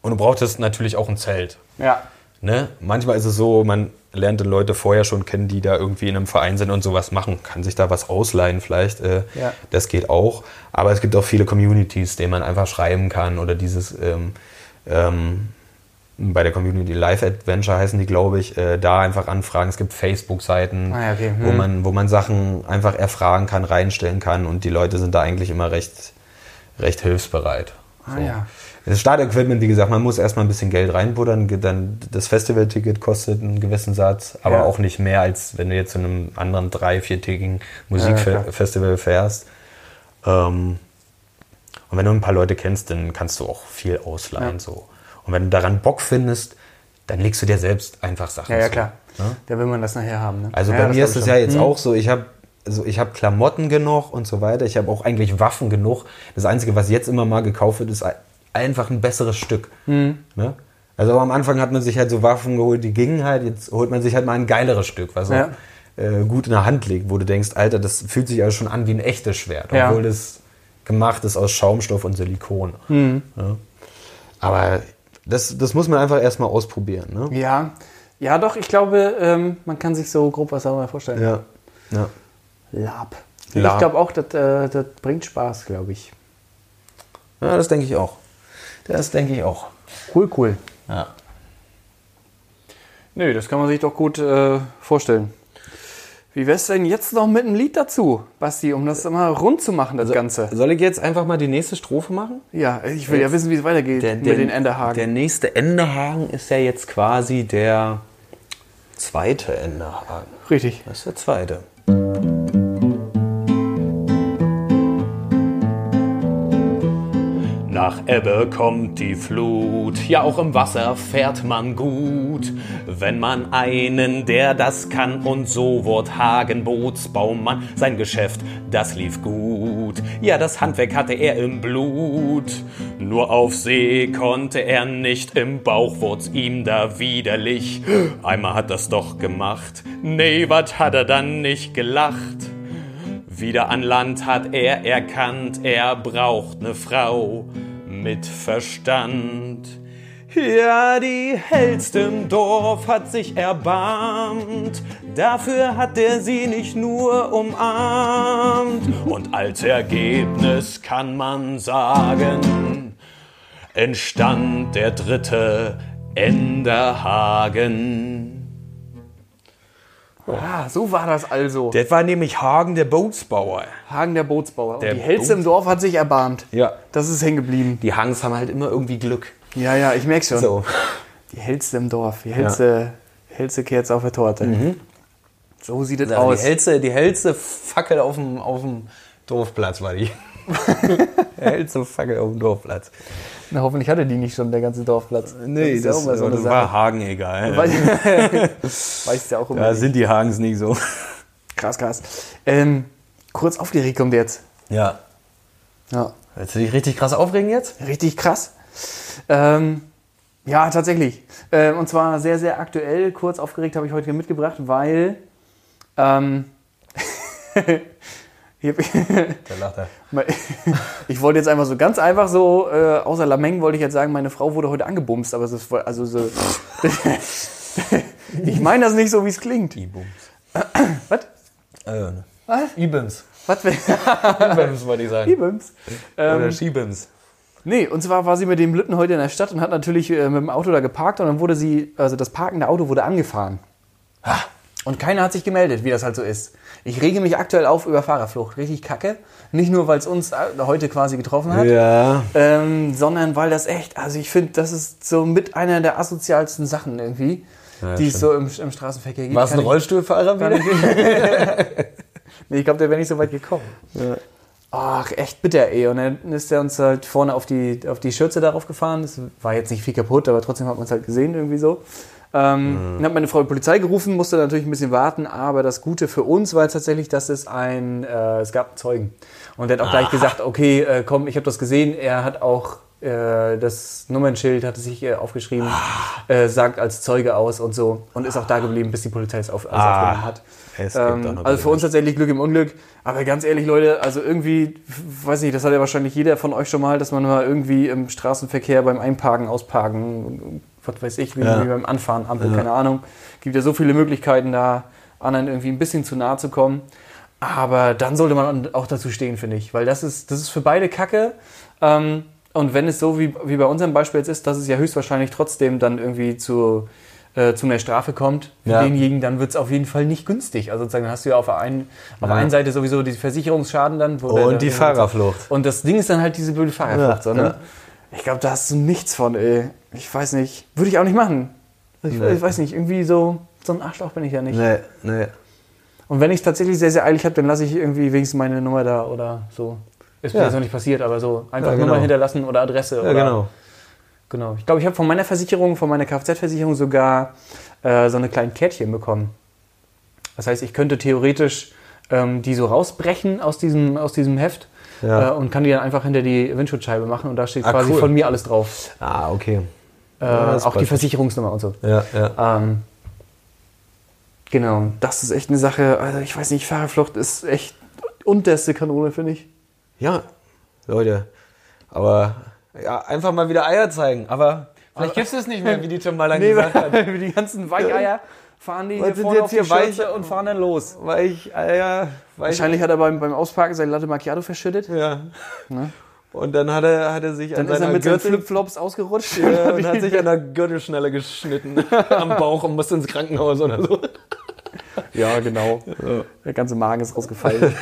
[SPEAKER 5] Und du brauchtest natürlich auch ein Zelt.
[SPEAKER 3] Ja.
[SPEAKER 5] Ne? Manchmal ist es so, man lernt die Leute vorher schon kennen, die da irgendwie in einem Verein sind und sowas machen, kann sich da was ausleihen vielleicht. Äh,
[SPEAKER 3] Ja.
[SPEAKER 5] Das geht auch. Aber es gibt auch viele Communities, denen man einfach schreiben kann oder dieses ähm, ähm, bei der Community Live Adventure heißen die, glaube ich, äh, da einfach anfragen. Es gibt Facebook-Seiten,
[SPEAKER 3] Ah ja, okay.
[SPEAKER 5] wo, man, wo man Sachen einfach erfragen kann, reinstellen kann und die Leute sind da eigentlich immer recht, recht hilfsbereit.
[SPEAKER 3] Ah, ja.
[SPEAKER 5] Das Startequipment, wie gesagt, man muss erstmal ein bisschen Geld reinbuttern. ge- Dann das Festivalticket kostet einen gewissen Satz, aber
[SPEAKER 3] Ja.
[SPEAKER 5] auch nicht mehr, als wenn du jetzt zu einem anderen drei-, viertägigen
[SPEAKER 3] Ja, klar.
[SPEAKER 5] Musikfestival fährst. Ähm, und wenn du ein paar Leute kennst, dann kannst du auch viel ausleihen.
[SPEAKER 3] Ja.
[SPEAKER 5] So. Und wenn du daran Bock findest, dann legst du dir selbst einfach Sachen
[SPEAKER 3] Ja, ja,
[SPEAKER 5] zu.
[SPEAKER 3] klar.
[SPEAKER 5] Ne?
[SPEAKER 3] Da will man das nachher haben. Ne?
[SPEAKER 5] Also
[SPEAKER 3] ja,
[SPEAKER 5] bei mir
[SPEAKER 3] glaub
[SPEAKER 5] ist
[SPEAKER 3] ich
[SPEAKER 5] es
[SPEAKER 3] schon.
[SPEAKER 5] ja jetzt auch so, ich habe also ich habe Klamotten genug und so weiter. Ich habe auch eigentlich Waffen genug. Das Einzige, was jetzt immer mal gekauft wird, ist ein- einfach ein besseres Stück.
[SPEAKER 3] Mhm.
[SPEAKER 5] Ne? Also aber am Anfang hat man sich halt so Waffen geholt, die gingen halt. Jetzt holt man sich halt mal ein geileres Stück, was
[SPEAKER 3] Ja.
[SPEAKER 5] auch, äh, gut in der Hand liegt, wo du denkst, Alter, das fühlt sich also schon an wie ein echtes Schwert,
[SPEAKER 3] Ja.
[SPEAKER 5] obwohl das gemacht ist aus Schaumstoff und Silikon.
[SPEAKER 3] Mhm.
[SPEAKER 5] Ja? Aber das, das muss man einfach erstmal ausprobieren. Ne?
[SPEAKER 3] Ja. Ja, doch, ich glaube, ähm, man kann sich so grob was darüber vorstellen.
[SPEAKER 5] Ja. ja.
[SPEAKER 3] Lab.
[SPEAKER 5] Lab.
[SPEAKER 3] Ich glaube auch, das, äh, das bringt Spaß, glaube ich.
[SPEAKER 5] Ja, das denke ich auch. Das denke ich auch.
[SPEAKER 3] Cool, cool.
[SPEAKER 5] Ja.
[SPEAKER 2] Nö, das kann man sich doch gut äh, vorstellen. Wie wär's denn jetzt noch mit einem Lied dazu, Basti, um das mal rund zu machen,
[SPEAKER 5] Also,
[SPEAKER 2] das Ganze?
[SPEAKER 5] Soll ich jetzt einfach mal die nächste Strophe machen?
[SPEAKER 2] Ja, ich will ja wissen, wie es weitergeht mit den Enderhaken.
[SPEAKER 5] Der nächste Endehaken ist ja jetzt quasi der zweite Endehaken.
[SPEAKER 2] Richtig.
[SPEAKER 5] Das ist der zweite.
[SPEAKER 4] Nach Ebbe kommt die Flut, ja auch im Wasser fährt man gut, wenn man einen, der das kann und so wird Hagen Bootsbaumann, sein Geschäft, das lief gut, ja das Handwerk hatte er im Blut, nur auf See konnte er nicht, im Bauch wurd's ihm da widerlich, einmal hat das doch gemacht, nee, wat hat er dann nicht gelacht? Wieder an Land hat er erkannt, er braucht ne Frau mit Verstand. Ja, die hellste im Dorf hat sich erbarmt, dafür hat er sie nicht nur umarmt. Und als Ergebnis kann man sagen, entstand der dritte Enderhagen.
[SPEAKER 5] Oh.
[SPEAKER 2] Ah, so war das also.
[SPEAKER 5] Das war nämlich Hagen der Bootsbauer.
[SPEAKER 2] Hagen der Bootsbauer. Und
[SPEAKER 5] Der
[SPEAKER 2] die Hälse im Dorf hat sich erbarmt.
[SPEAKER 5] Ja.
[SPEAKER 2] Das ist hängen geblieben.
[SPEAKER 5] Die Hagens haben halt immer irgendwie Glück.
[SPEAKER 2] Ja, ja, ich merk's schon.
[SPEAKER 5] So.
[SPEAKER 2] Die Hälse im Dorf. Die Hälse, Hälse kehrt auf der Torte. So sieht es
[SPEAKER 5] Mhm. Die
[SPEAKER 2] aus.
[SPEAKER 5] hellste, die hellste Fackel auf dem, auf dem Dorfplatz war die. die hellste Fackel auf dem Dorfplatz.
[SPEAKER 2] Na, hoffentlich hatte die nicht schon der ganze Dorfplatz.
[SPEAKER 5] Nee,
[SPEAKER 2] ist ja auch mal so eine
[SPEAKER 5] das äh, war Hagen egal.
[SPEAKER 2] Weißt ja auch immer.
[SPEAKER 5] Da sind die Hagens nicht so.
[SPEAKER 2] Krass, krass. Ähm, kurz aufgeregt kommt jetzt.
[SPEAKER 5] Ja.
[SPEAKER 2] Ja.
[SPEAKER 5] Willst du dich richtig krass aufregen jetzt?
[SPEAKER 2] Richtig krass. Ähm, ja, tatsächlich. Ähm, und zwar sehr, sehr aktuell. Kurz aufgeregt habe ich heute mitgebracht, weil. Ähm, hier-
[SPEAKER 5] Da lacht er.
[SPEAKER 2] Me- ich wollte jetzt einfach so ganz einfach so, äh, außer Lameng wollte ich jetzt sagen, meine Frau wurde heute angebumst, aber es ist voll, also so.
[SPEAKER 3] Ich meine das nicht so, wie es klingt.
[SPEAKER 5] Äh, Was? Ibims.
[SPEAKER 3] Was wär-
[SPEAKER 5] Ibims, wollte ich sagen.
[SPEAKER 3] Ibims.
[SPEAKER 5] Oder Schibims.
[SPEAKER 3] Nee, und zwar war sie mit dem Lütten heute in der Stadt und hat natürlich äh, mit dem Auto da geparkt und dann wurde sie, also das parkende Auto wurde angefahren. Ha. Und keiner hat sich gemeldet, wie das halt so ist. Ich rege mich aktuell auf über Fahrerflucht. Richtig kacke. Nicht nur, weil es uns äh, heute quasi getroffen hat,
[SPEAKER 5] Ja.
[SPEAKER 3] ähm, sondern weil das echt, also ich finde, das ist so mit einer der asozialsten Sachen irgendwie, die es so im, im Straßenverkehr gibt.
[SPEAKER 5] War es ein
[SPEAKER 3] Kann ich-
[SPEAKER 5] Rollstuhlfahrer wieder?
[SPEAKER 3] Nee, ich glaube, der wäre nicht so weit gekommen. Ach, echt bitter, ey. Und dann ist er uns halt vorne auf die, auf die Schürze darauf gefahren. Es war jetzt nicht viel kaputt, aber trotzdem hat man es halt gesehen, irgendwie so. Ähm, Dann hat meine Frau die Polizei gerufen, musste natürlich ein bisschen warten, aber das Gute für uns war jetzt tatsächlich, dass es ein, äh, es gab einen Zeugen. Und der hat auch gleich gesagt, okay, äh, komm, ich habe das gesehen. Er hat auch äh, das Nummernschild, hatte sich äh, aufgeschrieben, äh, sagt als Zeuge aus und so. Und ist auch da geblieben, bis die Polizei es auf, also aufgenommen hat.
[SPEAKER 5] Es gibt auch
[SPEAKER 3] Ähm,
[SPEAKER 5] noch
[SPEAKER 3] also für
[SPEAKER 5] Bilder.
[SPEAKER 3] uns tatsächlich Glück im Unglück. Aber ganz ehrlich, Leute, also irgendwie, f- weiß nicht, das hat ja wahrscheinlich jeder von euch schon mal, dass man mal irgendwie im Straßenverkehr beim Einparken, Ausparken, was weiß ich, wie, wie beim Anfahren, Ampel, keine Ahnung. Gibt ja so viele Möglichkeiten, da anderen irgendwie ein bisschen zu nahe zu kommen. Aber dann sollte man auch dazu stehen, finde ich. Weil das ist, das ist für beide Kacke. Ähm, und wenn es so wie, wie bei unserem Beispiel jetzt ist, dass es ja höchstwahrscheinlich trotzdem dann irgendwie zu, äh, zu einer Strafe kommt, für
[SPEAKER 5] Ja.
[SPEAKER 3] denjenigen, dann wird es auf jeden Fall nicht günstig. Also sozusagen hast du ja auf der einen, auf der einen Seite sowieso die Versicherungsschaden dann. Wo der-
[SPEAKER 5] Und die Fahrerflucht.
[SPEAKER 3] Und das Ding ist dann halt diese blöde Fahrerflucht.
[SPEAKER 5] Ja,
[SPEAKER 3] sondern
[SPEAKER 5] ja.
[SPEAKER 3] Ich glaube, da hast du nichts von, ey. Ich weiß nicht. Würde ich auch nicht machen. Ich, ich weiß nicht, irgendwie so, so ein Arschloch bin ich ja nicht.
[SPEAKER 5] Nee, nee.
[SPEAKER 3] Und wenn ich es tatsächlich sehr, sehr eilig habe, dann lasse ich irgendwie wenigstens meine Nummer da oder so. Ist mir
[SPEAKER 5] Ja.
[SPEAKER 3] jetzt noch nicht passiert, aber so einfach
[SPEAKER 5] Ja, genau.
[SPEAKER 3] Nummer hinterlassen oder Adresse.
[SPEAKER 5] Ja,
[SPEAKER 3] oder,
[SPEAKER 5] genau.
[SPEAKER 3] genau. Ich glaube, ich habe von meiner Versicherung, von meiner Kfz-Versicherung sogar äh, so eine kleine Kärtchen bekommen. Das heißt, ich könnte theoretisch ähm, die so rausbrechen aus diesem, aus diesem Heft
[SPEAKER 5] Ja.
[SPEAKER 3] äh, und kann die dann einfach hinter die Windschutzscheibe machen und da steht
[SPEAKER 5] Ah,
[SPEAKER 3] quasi
[SPEAKER 5] cool.
[SPEAKER 3] von mir alles drauf.
[SPEAKER 5] Ah, okay.
[SPEAKER 3] Äh,
[SPEAKER 5] Ja, das
[SPEAKER 3] auch die
[SPEAKER 5] passt.
[SPEAKER 3] Versicherungsnummer und so.
[SPEAKER 5] Ja, ja.
[SPEAKER 3] Ähm, genau, das ist echt eine Sache. Also ich weiß nicht, Fahrerflucht ist echt unterste Kanone, finde ich.
[SPEAKER 5] Ja, Leute. Aber ja, einfach mal wieder Eier zeigen. Aber vielleicht gibt es nicht mehr, wie die schon mal lange gesagt hat.
[SPEAKER 3] die ganzen Weicheier fahren die
[SPEAKER 5] sind jetzt hier weich?
[SPEAKER 3] und fahren dann los.
[SPEAKER 5] Weich, Eier, weich.
[SPEAKER 3] Wahrscheinlich hat er beim, beim Ausparken sein Latte Macchiato verschüttet.
[SPEAKER 5] Ja. Und dann hat er, hat er sich
[SPEAKER 3] Ne? Dann
[SPEAKER 5] an
[SPEAKER 3] ist er
[SPEAKER 5] seiner
[SPEAKER 3] mit seinen
[SPEAKER 5] Gürtel
[SPEAKER 3] Flipflops ausgerutscht.
[SPEAKER 5] äh, und hat sich an der Gürtelschnalle geschnitten am Bauch und musste ins Krankenhaus oder so.
[SPEAKER 3] ja, genau. Der ganze Magen ist rausgefallen.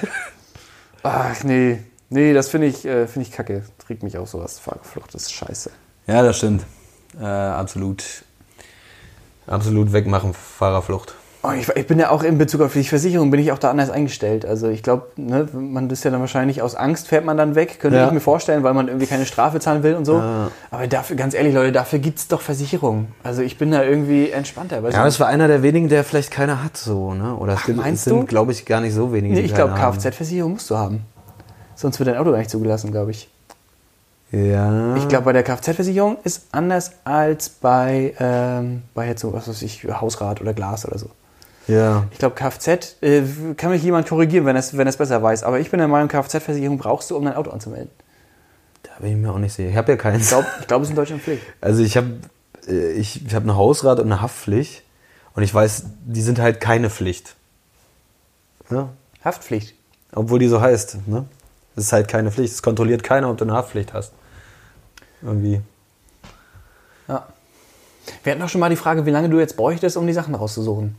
[SPEAKER 3] Ach nee. Nee, das finde ich, äh, finde ich kacke. Das regt mich auch sowas. Fahrerflucht ist scheiße.
[SPEAKER 1] Ja, das stimmt. Äh, absolut.
[SPEAKER 5] Absolut wegmachen, Fahrerflucht.
[SPEAKER 3] Oh, ich, ich bin ja auch in Bezug auf die Versicherung, bin ich auch da anders eingestellt. Also ich glaube, ne, man ist ja dann wahrscheinlich aus Angst fährt man dann weg, könnte
[SPEAKER 5] Ja.
[SPEAKER 3] ich mir vorstellen, weil man irgendwie keine Strafe zahlen will und so. Aber dafür, ganz ehrlich, Leute, dafür gibt's doch Versicherungen. Also ich bin da irgendwie entspannter. Weißt
[SPEAKER 5] Ja,
[SPEAKER 3] du?
[SPEAKER 5] das war einer der wenigen, der vielleicht keine hat, so, ne? Oder es sind,
[SPEAKER 3] meinst
[SPEAKER 5] es sind
[SPEAKER 3] du?
[SPEAKER 5] glaube ich, gar nicht so wenige.
[SPEAKER 3] nee,
[SPEAKER 5] die
[SPEAKER 3] ich glaube,
[SPEAKER 5] keine haben.
[SPEAKER 3] Kfz-Versicherung musst du haben. Sonst wird dein Auto gar nicht zugelassen, glaube ich.
[SPEAKER 5] Ja.
[SPEAKER 3] Ich glaube, bei der Kfz-Versicherung ist anders als bei, ähm, bei jetzt so, was weiß ich, Hausrat oder Glas oder so.
[SPEAKER 5] ja.
[SPEAKER 3] Ich glaube, Kfz, äh, kann mich jemand korrigieren, wenn es wenn es besser weiß, aber ich bin der Meinung, Kfz-Versicherung brauchst du, um dein Auto anzumelden.
[SPEAKER 5] Da bin ich mir auch nicht sicher. Ich habe ja keinen.
[SPEAKER 3] Ich glaube, ich glaub, es ist in Deutschland Pflicht.
[SPEAKER 5] Also ich habe ich, ich hab eine Hausrat und eine Haftpflicht. Und ich weiß, die sind halt keine Pflicht. Ne?
[SPEAKER 3] Haftpflicht.
[SPEAKER 5] Obwohl die so heißt. Ne? Das ist halt keine Pflicht. Es kontrolliert keiner, ob du eine Haftpflicht hast. Irgendwie.
[SPEAKER 3] Ja. Wir hatten auch schon mal die Frage, wie lange du jetzt bräuchtest, um die Sachen rauszusuchen.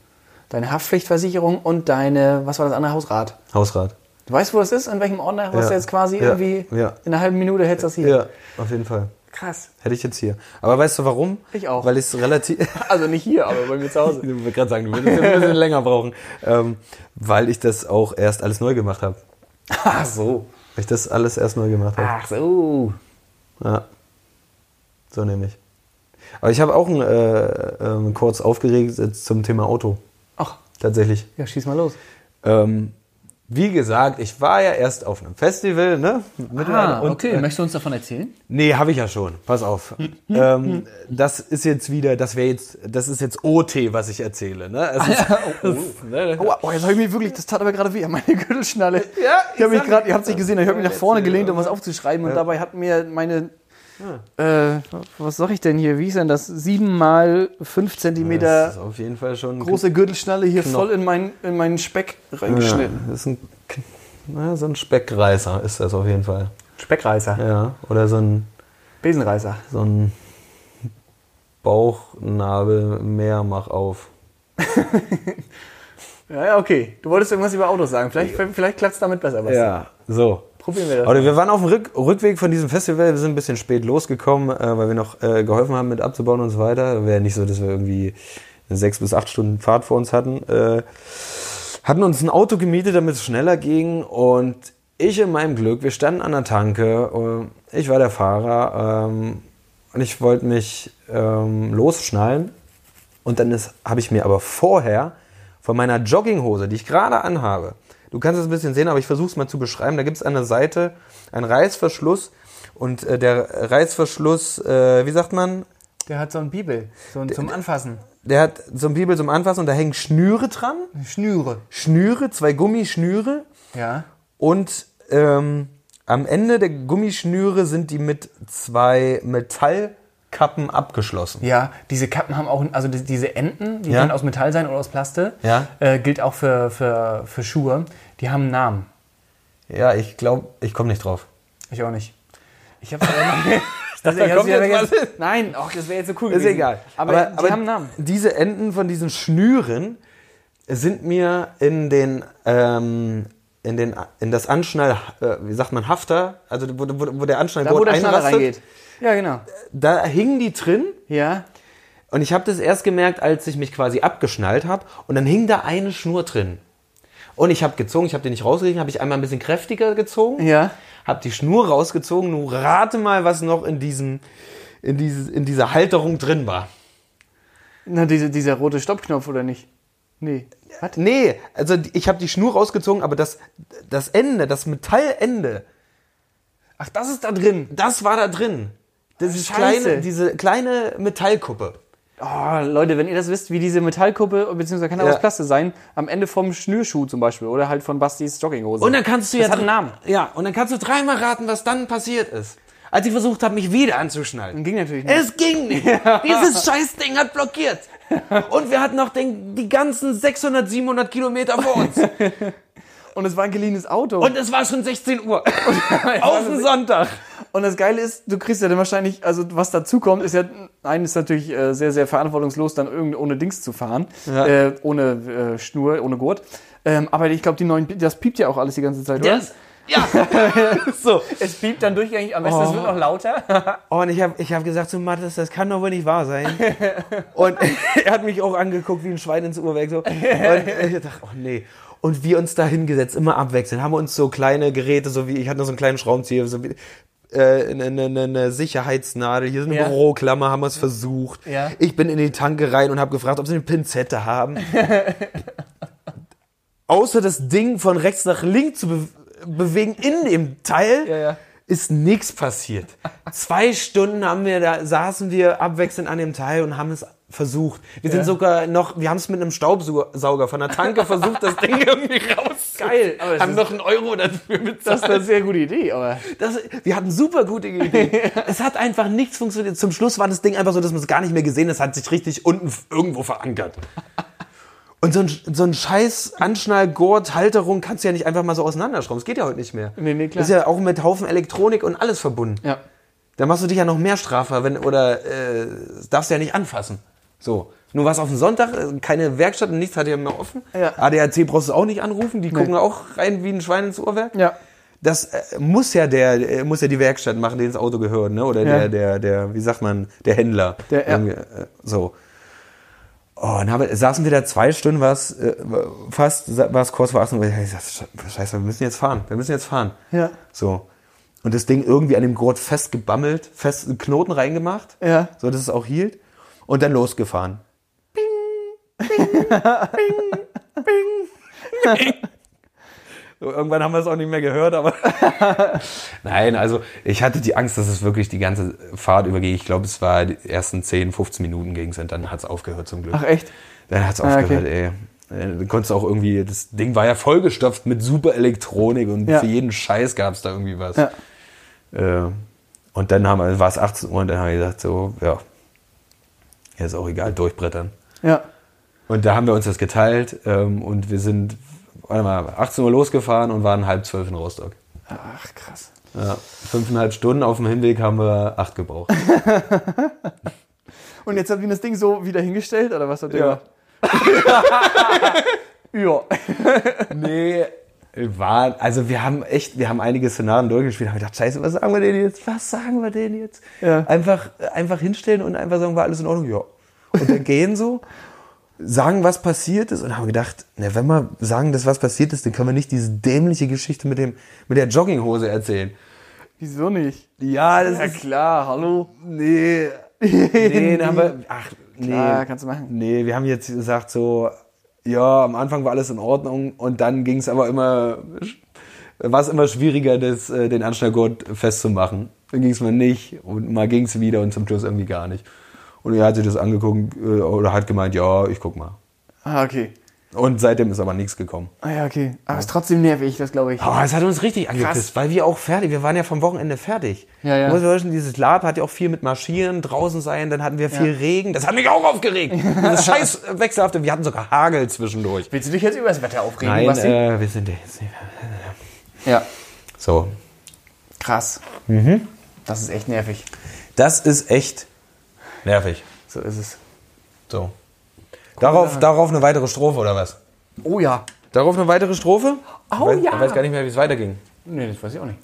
[SPEAKER 3] Deine Haftpflichtversicherung und deine, was war das andere, Hausrat.
[SPEAKER 5] Hausrat.
[SPEAKER 3] Du weißt, wo das ist, in welchem Ordner, was
[SPEAKER 5] Ja.
[SPEAKER 3] du jetzt quasi
[SPEAKER 5] Ja.
[SPEAKER 3] irgendwie
[SPEAKER 5] Ja.
[SPEAKER 3] in einer halben Minute hättest das hier.
[SPEAKER 5] Ja, auf jeden Fall.
[SPEAKER 3] Krass.
[SPEAKER 5] Hätte ich jetzt hier. Aber weißt du warum?
[SPEAKER 3] Ich auch.
[SPEAKER 5] Weil ich es relativ.
[SPEAKER 3] Also nicht hier, aber bei mir zu Hause.
[SPEAKER 5] Ich wollte gerade sagen, du würdest ja ein bisschen länger brauchen. Ähm, weil ich das auch erst alles neu gemacht habe.
[SPEAKER 3] Ach so.
[SPEAKER 5] Weil ich das alles erst neu gemacht habe.
[SPEAKER 3] Ach so.
[SPEAKER 5] Ja. So nämlich. Aber ich habe auch ein, äh, ähm, kurz aufgeregt jetzt zum Thema Auto.
[SPEAKER 3] Ach,
[SPEAKER 5] Tatsächlich.
[SPEAKER 3] ja, schieß mal los.
[SPEAKER 5] Ähm, wie gesagt, ich war ja erst auf einem Festival, ne?
[SPEAKER 3] Ah,
[SPEAKER 5] Mittelalter- und, äh,
[SPEAKER 3] Möchtest du uns davon erzählen?
[SPEAKER 5] Nee, habe ich ja schon. Pass auf. ähm, das ist jetzt wieder, das wäre jetzt, das ist jetzt OT, was ich erzähle, ne? Es ist,
[SPEAKER 3] Aua, oh, jetzt habe ich mich wirklich, das tat aber gerade weh an meine Gürtelschnalle.
[SPEAKER 5] Ja,
[SPEAKER 3] ich äh, hab
[SPEAKER 5] ich
[SPEAKER 3] mich
[SPEAKER 5] sag
[SPEAKER 3] grad,
[SPEAKER 5] dir.
[SPEAKER 3] ihr habt es nicht gesehen, aber ich habe mich nach vorne gelehnt, um was aufzuschreiben und dabei hat mir meine
[SPEAKER 2] Äh, was sag ich denn hier? Wie ist denn das? Sieben mal fünf
[SPEAKER 5] Das ist
[SPEAKER 2] Zentimeter
[SPEAKER 5] auf jeden Fall schon ein
[SPEAKER 2] große Gürtelschnalle hier voll in, mein, in meinen Speck reingeschnitten.
[SPEAKER 5] Ja, das ist ein, K- na, so ein Speckreißer ist das auf jeden Fall.
[SPEAKER 3] Speckreißer,
[SPEAKER 5] Ja, oder so ein,
[SPEAKER 3] Besenreißer.
[SPEAKER 5] so ein Bauchnabel mehr mach auf.
[SPEAKER 3] Ja, ja, okay. Du wolltest irgendwas über Autos sagen. Vielleicht, vielleicht klappt es damit besser. Basti.
[SPEAKER 5] Ja, so.
[SPEAKER 3] Probieren wir das.
[SPEAKER 5] Oder wir waren auf dem Rück Rückweg von diesem Festival, wir sind ein bisschen spät losgekommen, äh, weil wir noch äh, geholfen haben mit abzubauen und so weiter. Wäre nicht so, dass wir irgendwie eine sechs bis acht Stunden Fahrt vor uns hatten. Äh, hatten uns ein Auto gemietet, damit es schneller ging und ich in meinem Glück, wir standen an der Tanke, äh, ich war der Fahrer ähm, und ich wollte mich ähm, losschnallen und dann habe ich mir aber vorher von meiner Jogginghose, die ich gerade anhabe, du kannst es ein bisschen sehen, aber ich versuche es mal zu beschreiben, da gibt es an der Seite einen Reißverschluss und äh, der Reißverschluss, äh, wie sagt man,
[SPEAKER 3] Der hat so einen Bibel. So einen zum Anfassen.
[SPEAKER 5] der hat so ein Bibel zum Anfassen und da hängen Schnüre dran,
[SPEAKER 3] Eine Schnüre.
[SPEAKER 5] Schnüre, zwei Gummischnüre
[SPEAKER 3] Ja.
[SPEAKER 5] und ähm, am Ende der Gummischnüre sind die mit zwei Metallkappen abgeschlossen.
[SPEAKER 3] Ja, diese Kappen haben auch, also die- diese Enden, die
[SPEAKER 5] Ja.
[SPEAKER 3] können aus Metall sein oder aus Plaste.
[SPEAKER 5] Ja.
[SPEAKER 3] Äh, gilt auch für, für, für Schuhe. Die haben einen Namen.
[SPEAKER 5] Ja, ich glaube, ich komme nicht drauf.
[SPEAKER 3] Ich auch nicht. Ich hab's aber noch Ich dachte, ich
[SPEAKER 5] kommt
[SPEAKER 3] hab's wieder
[SPEAKER 5] jetzt was.
[SPEAKER 3] vergessen. Nein, ach, das wäre jetzt so cool
[SPEAKER 5] Ist
[SPEAKER 3] gewesen.
[SPEAKER 5] egal.
[SPEAKER 3] Aber, die haben einen Namen.
[SPEAKER 5] Diese Enden von diesen Schnüren sind mir in den ähm, in den in das Anschnall äh, wie sagt man Hafter, also wo, wo, wo der Anschnallgurt
[SPEAKER 2] wo der Schnaller
[SPEAKER 5] einrastet,
[SPEAKER 2] reingeht.
[SPEAKER 3] Ja, genau.
[SPEAKER 5] da hingen die drin
[SPEAKER 3] Ja.
[SPEAKER 5] und ich habe das erst gemerkt, als ich mich quasi abgeschnallt habe und dann hing da eine Schnur drin. Und ich habe gezogen, ich habe die nicht rausgerissen, habe ich einmal ein bisschen kräftiger gezogen,
[SPEAKER 2] Ja.
[SPEAKER 5] habe die Schnur rausgezogen, nun rate mal, was noch in diesem in, dieses, in dieser Halterung drin war.
[SPEAKER 2] Na, diese, dieser rote Stoppknopf, oder nicht? Nee.
[SPEAKER 5] Nee, also die- ich habe die Schnur rausgezogen, aber das, das Ende, das Metallende,
[SPEAKER 3] Ach, das ist da drin.
[SPEAKER 5] das war da drin. Das ist
[SPEAKER 2] Scheiße.
[SPEAKER 5] kleine, diese kleine Metallkuppe.
[SPEAKER 2] Oh, Leute, wenn ihr das wisst, wie diese Metallkuppe, beziehungsweise kann auch
[SPEAKER 5] Ja.
[SPEAKER 2] aus Plaste sein, am Ende vom Schnürschuh zum Beispiel oder halt von Bastis Jogginghose.
[SPEAKER 5] Und dann kannst du
[SPEAKER 2] Das
[SPEAKER 5] ja
[SPEAKER 2] hat einen Namen.
[SPEAKER 5] Ja, und dann kannst du dreimal raten, was dann passiert ist. Als ich versucht habe, mich wieder anzuschnallen.
[SPEAKER 2] Ging natürlich nicht.
[SPEAKER 5] Es ging nicht. Dieses Scheißding hat blockiert. Und wir hatten noch den, die ganzen 600, 700 Kilometer vor uns.
[SPEAKER 2] Und es war ein geliehenes Auto.
[SPEAKER 5] Und es war schon 16 Uhr. Auf den Sonntag.
[SPEAKER 2] Und das Geile ist, du kriegst ja dann wahrscheinlich, also was dazu kommt, ist ja, nein, ist natürlich äh, sehr, sehr verantwortungslos, dann irgend ohne Dings zu fahren, äh, ohne äh, Schnur, ohne Gurt. Ähm, aber ich glaube, die neuen, Pi- das piept ja auch alles die ganze Zeit, oder?
[SPEAKER 5] Das, ja. so.
[SPEAKER 3] Es piept dann durchgängig. Am besten, es wird noch lauter.
[SPEAKER 5] Oh, und ich habe ich hab gesagt zu Mathis, das kann doch wohl nicht wahr sein. und er hat mich auch angeguckt wie ein Schwein ins Uhrwerk. So. Und ich dachte, oh nee. Und wir uns da hingesetzt, immer abwechselnd, haben uns so kleine Geräte, so wie, ich hatte noch so einen kleinen Schraubenzieher, so wie, äh, eine, eine, eine Sicherheitsnadel, hier ist eine
[SPEAKER 3] Ja.
[SPEAKER 5] Büroklammer, haben wir es versucht.
[SPEAKER 3] Ja.
[SPEAKER 5] Ich bin in die Tanke rein und habe gefragt, ob sie eine Pinzette haben. Außer das Ding von rechts nach links zu be bewegen in dem Teil,
[SPEAKER 3] ja.
[SPEAKER 5] ist nichts passiert. Zwei Stunden haben wir da, saßen wir abwechselnd an dem Teil und haben es versucht. Wir sind sogar noch, wir haben es mit einem Staubsauger von der Tanke versucht, das Ding irgendwie raus.
[SPEAKER 3] Geil, aber das
[SPEAKER 5] haben
[SPEAKER 3] ist-
[SPEAKER 5] noch einen Euro dafür bezahlt.
[SPEAKER 2] Das ist eine sehr gute Idee, aber.
[SPEAKER 5] Das, wir hatten super gute Ideen. es hat einfach nichts funktioniert. Zum Schluss war das Ding einfach so, dass man es gar nicht mehr gesehen hat. Es hat sich richtig unten f- irgendwo verankert. Und so ein, so ein scheiß Anschnallgurt, Halterung kannst du ja nicht einfach mal so auseinanderschrauben. Das geht ja heute nicht mehr.
[SPEAKER 2] Nee, nee, klar.
[SPEAKER 5] Das ist ja auch mit Haufen Elektronik und alles verbunden.
[SPEAKER 2] Ja.
[SPEAKER 5] Dann machst du dich ja noch mehr strafbar, wenn, oder äh, das darfst du ja nicht anfassen. So. Nur was auf dem Sonntag, äh, keine Werkstatt und nichts hat ja mehr offen.
[SPEAKER 2] Ja.
[SPEAKER 5] ADAC brauchst du auch nicht anrufen, die gucken auch rein wie ein Schwein ins Uhrwerk.
[SPEAKER 2] Ja.
[SPEAKER 5] Das äh, muss ja der, äh, muss ja die Werkstatt machen, denen das Auto gehört, ne? Oder der, der, der, wie sagt man, der Händler.
[SPEAKER 2] Der, ja.
[SPEAKER 5] Irgendwie, äh, so. Oh, und habe, saßen wir da zwei Stunden, war es äh, fast, war es kurz vor 18 Uhr. Ich dachte, scheiße, wir müssen jetzt fahren, wir müssen jetzt fahren.
[SPEAKER 2] Ja.
[SPEAKER 5] So. Und das Ding irgendwie an dem Gurt festgebammelt, fest einen Knoten reingemacht,
[SPEAKER 2] Ja.
[SPEAKER 5] so dass es auch hielt. Und dann losgefahren. Bing, bing, bing, bing. So, irgendwann haben wir es auch nicht mehr gehört, aber. Nein, also ich hatte die Angst, dass es wirklich die ganze Fahrt übergeht. Ich glaube, es war die ersten 10, 15 Minuten ging es und dann hat es aufgehört zum Glück.
[SPEAKER 2] Ach, echt?
[SPEAKER 5] Dann hat's
[SPEAKER 2] Ah,
[SPEAKER 5] aufgehört, ey. Äh, Du konntest auch irgendwie, das Ding war ja vollgestopft mit super Elektronik und
[SPEAKER 2] Ja.
[SPEAKER 5] für jeden Scheiß gab's da irgendwie was.
[SPEAKER 2] Ja.
[SPEAKER 5] Äh, Und dann haben wir, war es 18 Uhr und dann haben wir gesagt, so, ja, ja, ist auch egal, durchbrettern.
[SPEAKER 3] Ja.
[SPEAKER 5] Und da haben wir uns das geteilt ähm, und wir sind, warte mal, 18 Uhr losgefahren und waren halb zwölf in Rostock.
[SPEAKER 3] Ach, krass.
[SPEAKER 5] Ja, fünfeinhalb Stunden auf dem Hinweg haben wir acht gebraucht.
[SPEAKER 3] Und jetzt habt ihr das Ding so wieder hingestellt, oder was habt ihr
[SPEAKER 5] Ja.
[SPEAKER 3] gemacht? ja.
[SPEAKER 5] Nee, war, also wir haben echt, wir haben einige Szenarien durchgespielt, haben gedacht, scheiße, was sagen wir denen jetzt? Was sagen wir denen jetzt?
[SPEAKER 3] Ja.
[SPEAKER 5] Einfach, einfach hinstellen und einfach sagen, war alles in Ordnung? Ja. Und dann gehen so, sagen, was passiert ist und haben gedacht, na, wenn wir sagen, dass was passiert ist, dann können wir nicht diese dämliche Geschichte mit dem, mit der Jogginghose erzählen.
[SPEAKER 3] Wieso nicht?
[SPEAKER 5] Ja, das
[SPEAKER 3] Ja
[SPEAKER 5] ist,
[SPEAKER 3] klar, hallo.
[SPEAKER 5] nee, nee, dann haben wir, ach, nee.
[SPEAKER 3] Klar, kannst du machen.
[SPEAKER 5] Nee, wir haben jetzt gesagt so, ja, am Anfang war alles in Ordnung und dann ging es aber immer, war es immer schwieriger, das, äh, den Anschlaggurt festzumachen. Dann ging es mal nicht und mal ging es wieder und zum Schluss irgendwie gar nicht. Und er hat sich das angeguckt äh, oder hat gemeint, ja, ich guck mal.
[SPEAKER 3] Ah, okay.
[SPEAKER 5] Und seitdem ist aber nichts gekommen.
[SPEAKER 3] Ah ja, okay. Aber ist trotzdem nervig, das glaube ich.
[SPEAKER 5] Aber es hat uns richtig angepisst, weil wir auch fertig, wir waren ja vom Wochenende fertig.
[SPEAKER 3] Ja, ja.
[SPEAKER 5] Muss man wissen, dieses Lab hat ja auch viel mit Marschieren, draußen sein, dann hatten wir viel Regen. Das hat mich auch aufgeregt. Dieses scheiß Wechselhafte, wir hatten sogar Hagel zwischendurch.
[SPEAKER 3] Willst du dich jetzt über das Wetter aufregen,
[SPEAKER 5] Nein,
[SPEAKER 3] Basti?
[SPEAKER 5] äh, wir sind ja jetzt nicht
[SPEAKER 3] ja.
[SPEAKER 5] So.
[SPEAKER 3] Krass.
[SPEAKER 5] Mhm.
[SPEAKER 3] Das ist echt nervig.
[SPEAKER 5] Das ist echt nervig.
[SPEAKER 3] So ist es.
[SPEAKER 5] So. Darauf, darauf eine weitere Strophe oder was?
[SPEAKER 3] Oh ja.
[SPEAKER 5] Darauf eine weitere Strophe?
[SPEAKER 3] Oh
[SPEAKER 5] ich weiß,
[SPEAKER 3] ja.
[SPEAKER 5] Ich weiß gar nicht mehr, wie es weiterging.
[SPEAKER 3] Nee, das weiß ich auch nicht.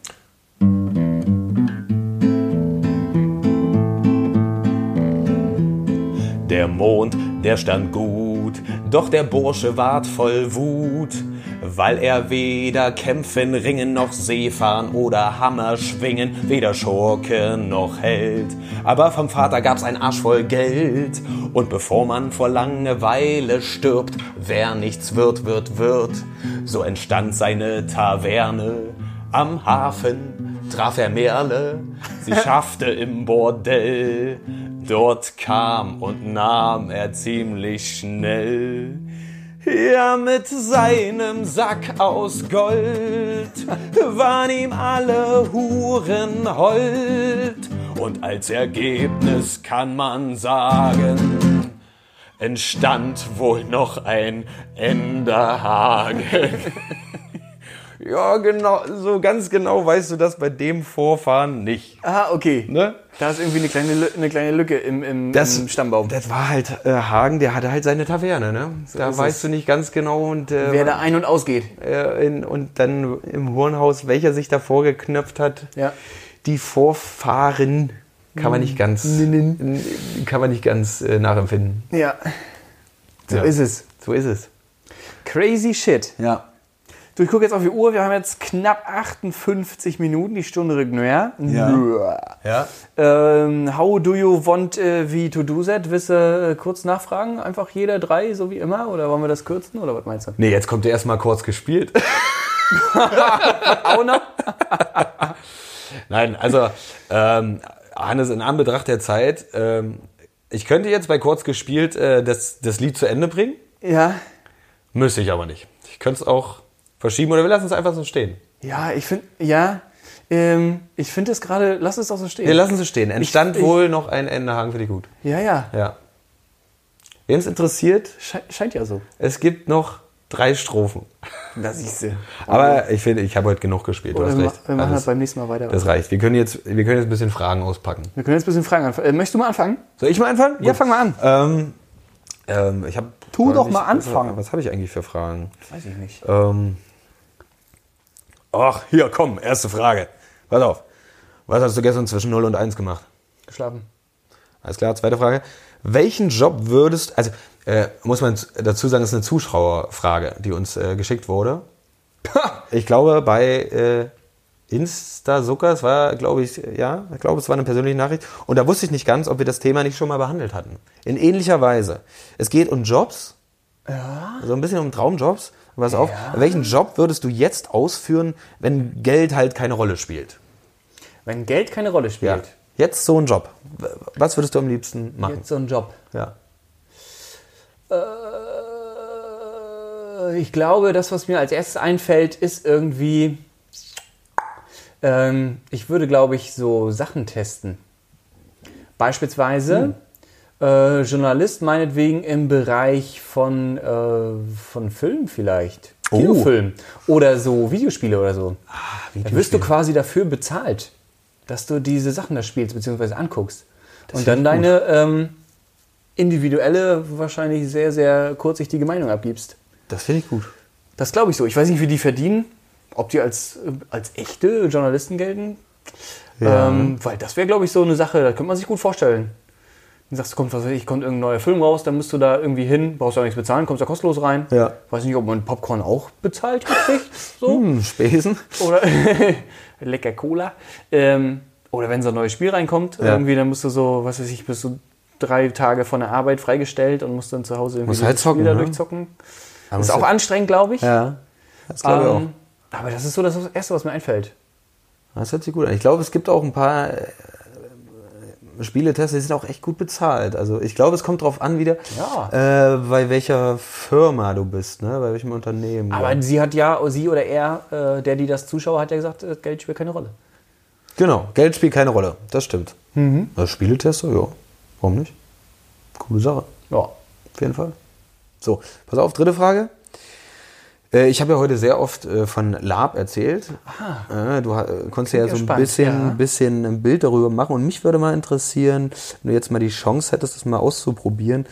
[SPEAKER 4] Der Mond, der stand gut, doch der Bursche ward voll Wut, weil er weder kämpfen, ringen noch Seefahren oder Hammer schwingen, weder Schurke noch Held. Aber vom Vater gab's ein Arsch voll Geld. Und bevor man vor Langeweile stirbt, wer nichts wird, wird, wird. So entstand seine Taverne am Hafen, traf er Merle, sie schaffte im Bordell. Dort kam und nahm er ziemlich schnell. Ja, mit seinem Sack aus Gold waren ihm alle Huren hold. Und als Ergebnis kann man sagen, entstand wohl noch ein Enderhagen.
[SPEAKER 5] Ja, genau. So ganz genau weißt du das bei dem Vorfahren nicht.
[SPEAKER 3] Ah, okay.
[SPEAKER 5] Ne?
[SPEAKER 3] Da ist irgendwie eine kleine, Lü- eine kleine Lücke im, im, im Stammbaum.
[SPEAKER 5] Das war halt äh, Hagen, der hatte halt seine Taverne, ne? da
[SPEAKER 3] ist
[SPEAKER 5] weißt
[SPEAKER 3] es.
[SPEAKER 5] du nicht ganz genau und,
[SPEAKER 3] Wer
[SPEAKER 5] äh,
[SPEAKER 3] da ein- und ausgeht.
[SPEAKER 5] äh, in, und dann im Hurenhaus, welcher sich davor geknöpft hat.
[SPEAKER 3] Ja. Mm.
[SPEAKER 5] die Vorfahren kann man nicht ganz, kann man nicht ganz äh, nachempfinden.
[SPEAKER 3] Ja. So
[SPEAKER 5] Ja.
[SPEAKER 3] ist es.
[SPEAKER 5] So ist es.
[SPEAKER 3] Crazy shit.
[SPEAKER 5] Ja.
[SPEAKER 3] Du, ich gucke jetzt auf die Uhr. Wir haben jetzt knapp 58 Minuten. Die Stunde rückt näher. Ja.
[SPEAKER 5] Ja.
[SPEAKER 3] Ähm, how do you want äh, wie to do that? Willst du äh, kurz nachfragen? Einfach jeder drei, so wie immer? Oder wollen wir das kürzen? Oder was meinst du?
[SPEAKER 5] Nee, jetzt kommt er erstmal kurz gespielt.
[SPEAKER 3] Auch noch?
[SPEAKER 5] Nein, also ähm, Hannes, in Anbetracht der Zeit, ähm, ich könnte jetzt bei kurz gespielt äh, das, das Lied zu Ende bringen,
[SPEAKER 3] Ja.
[SPEAKER 5] müsste ich aber nicht. Ich könnte es auch verschieben oder wir lassen es einfach so stehen.
[SPEAKER 3] Ja, ich finde, ja. Ähm, ich finde es gerade, lass es doch so stehen.
[SPEAKER 5] Wir lassen es stehen. Entstand
[SPEAKER 3] Ich- ich-
[SPEAKER 5] wohl noch ein Ende, Hagen, für die gut.
[SPEAKER 3] ja, ja.
[SPEAKER 5] Ja. Wem es interessiert,
[SPEAKER 3] Schei- scheint ja so.
[SPEAKER 5] es gibt noch drei Strophen.
[SPEAKER 3] Da siehst du.
[SPEAKER 5] Aber ich finde, ich habe heute genug gespielt. Du
[SPEAKER 3] Wir,
[SPEAKER 5] hast
[SPEAKER 3] ma-
[SPEAKER 5] recht.
[SPEAKER 3] wir machen das
[SPEAKER 5] Alles,
[SPEAKER 3] beim nächsten Mal weiter.
[SPEAKER 5] das reicht. Wir können, jetzt, wir können jetzt ein bisschen Fragen auspacken.
[SPEAKER 3] Wir können jetzt ein bisschen Fragen anfangen. Äh, möchtest du mal anfangen?
[SPEAKER 5] Soll ich mal anfangen?
[SPEAKER 3] Ja, fang mal an.
[SPEAKER 5] Ähm, ähm, ich hab
[SPEAKER 3] Tu
[SPEAKER 5] gar
[SPEAKER 3] doch mal anfangen.
[SPEAKER 5] Was, was habe ich eigentlich für Fragen?
[SPEAKER 3] Weiß ich nicht.
[SPEAKER 5] Ähm, ach, hier, komm, erste Frage. Pass auf. Was hast du gestern zwischen 0 und 1 gemacht?
[SPEAKER 3] Geschlafen.
[SPEAKER 5] Alles klar, zweite Frage. Welchen Job würdest, also äh, muss man z- dazu sagen, ist eine Zuschauerfrage, die uns äh, geschickt wurde. Ich glaube, bei äh, Insta Zucker, es war, glaube ich, ja, ich glaube, es war eine persönliche Nachricht. Und da wusste ich nicht ganz, ob wir das Thema nicht schon mal behandelt hatten. In ähnlicher Weise. Es geht um Jobs, so ein bisschen um Traumjobs. Pass auf, welchen Job würdest du jetzt ausführen, wenn Geld halt keine Rolle spielt?
[SPEAKER 3] Wenn Geld keine Rolle
[SPEAKER 5] Ja.
[SPEAKER 3] spielt,
[SPEAKER 5] Jetzt so ein Job. W- Was würdest du am liebsten machen?
[SPEAKER 3] jetzt so ein Job.
[SPEAKER 5] Ja.
[SPEAKER 3] Äh, ich glaube, das, was mir als erstes einfällt, ist irgendwie Ähm, ich würde, glaube ich, so Sachen testen. Beispielsweise äh, Journalist meinetwegen im Bereich von, äh, von Film vielleicht.
[SPEAKER 5] Oh.
[SPEAKER 3] Kinofilm. Oder so Videospiele oder so. Da wirst du quasi dafür bezahlt, dass du diese Sachen da spielst, beziehungsweise anguckst. und dann deine ähm, individuelle, wahrscheinlich sehr, sehr kurzsichtige Meinung abgibst.
[SPEAKER 5] Das finde ich gut.
[SPEAKER 3] Das glaube ich so. Ich weiß nicht, wie die verdienen, ob die als, äh, als echte Journalisten gelten. Ähm, weil das wäre, glaube ich, so eine Sache, da könnte man sich gut vorstellen. Dann sagst du, kommt, was weiß ich, kommt irgendein neuer Film raus, dann musst du da irgendwie hin, brauchst ja nichts bezahlen, kommst da kostenlos rein.
[SPEAKER 5] Ja.
[SPEAKER 3] Weiß nicht, ob man Popcorn auch bezahlt kriegt. So.
[SPEAKER 5] Hm, Spesen?
[SPEAKER 3] Oder lecker Cola. Ähm, oder wenn so ein neues Spiel reinkommt, irgendwie, dann musst du so, was weiß ich, bist du drei Tage von der Arbeit freigestellt und musst dann zu Hause irgendwie
[SPEAKER 5] Musst halt
[SPEAKER 3] dieses
[SPEAKER 5] zocken,
[SPEAKER 3] Spiel da
[SPEAKER 5] ne?
[SPEAKER 3] durchzocken. ist auch anstrengend, glaube ich.
[SPEAKER 5] Ja. Das glaube ich
[SPEAKER 3] Ähm, aber das ist so das Erste, was mir einfällt.
[SPEAKER 5] auch. Das hört sich gut an. Ich glaube, es gibt auch ein paar äh, äh, Spieletests, die sind auch echt gut bezahlt. Also ich glaube, es kommt drauf an wieder,
[SPEAKER 3] Ja.
[SPEAKER 5] äh, bei welcher Firma du bist, ne? bei welchem Unternehmen.
[SPEAKER 3] Aber
[SPEAKER 5] ja.
[SPEAKER 3] sie hat ja, sie oder er, äh, der, die das Zuschauer hat ja gesagt, äh, Geld spielt keine Rolle.
[SPEAKER 5] Genau, Geld spielt keine Rolle. Das stimmt. Also Spieletester, ja. Warum nicht? Coole Sache.
[SPEAKER 3] Ja.
[SPEAKER 5] Auf jeden Fall. So, pass auf, dritte Frage. Äh, Ich habe ja heute sehr oft äh, von Lab erzählt. Äh, Du ha- äh, konntest ja so ein
[SPEAKER 3] spannend,
[SPEAKER 5] bisschen,
[SPEAKER 3] ja.
[SPEAKER 5] bisschen ein Bild darüber machen. Und mich würde mal interessieren, wenn du jetzt mal die Chance hättest, das mal auszuprobieren,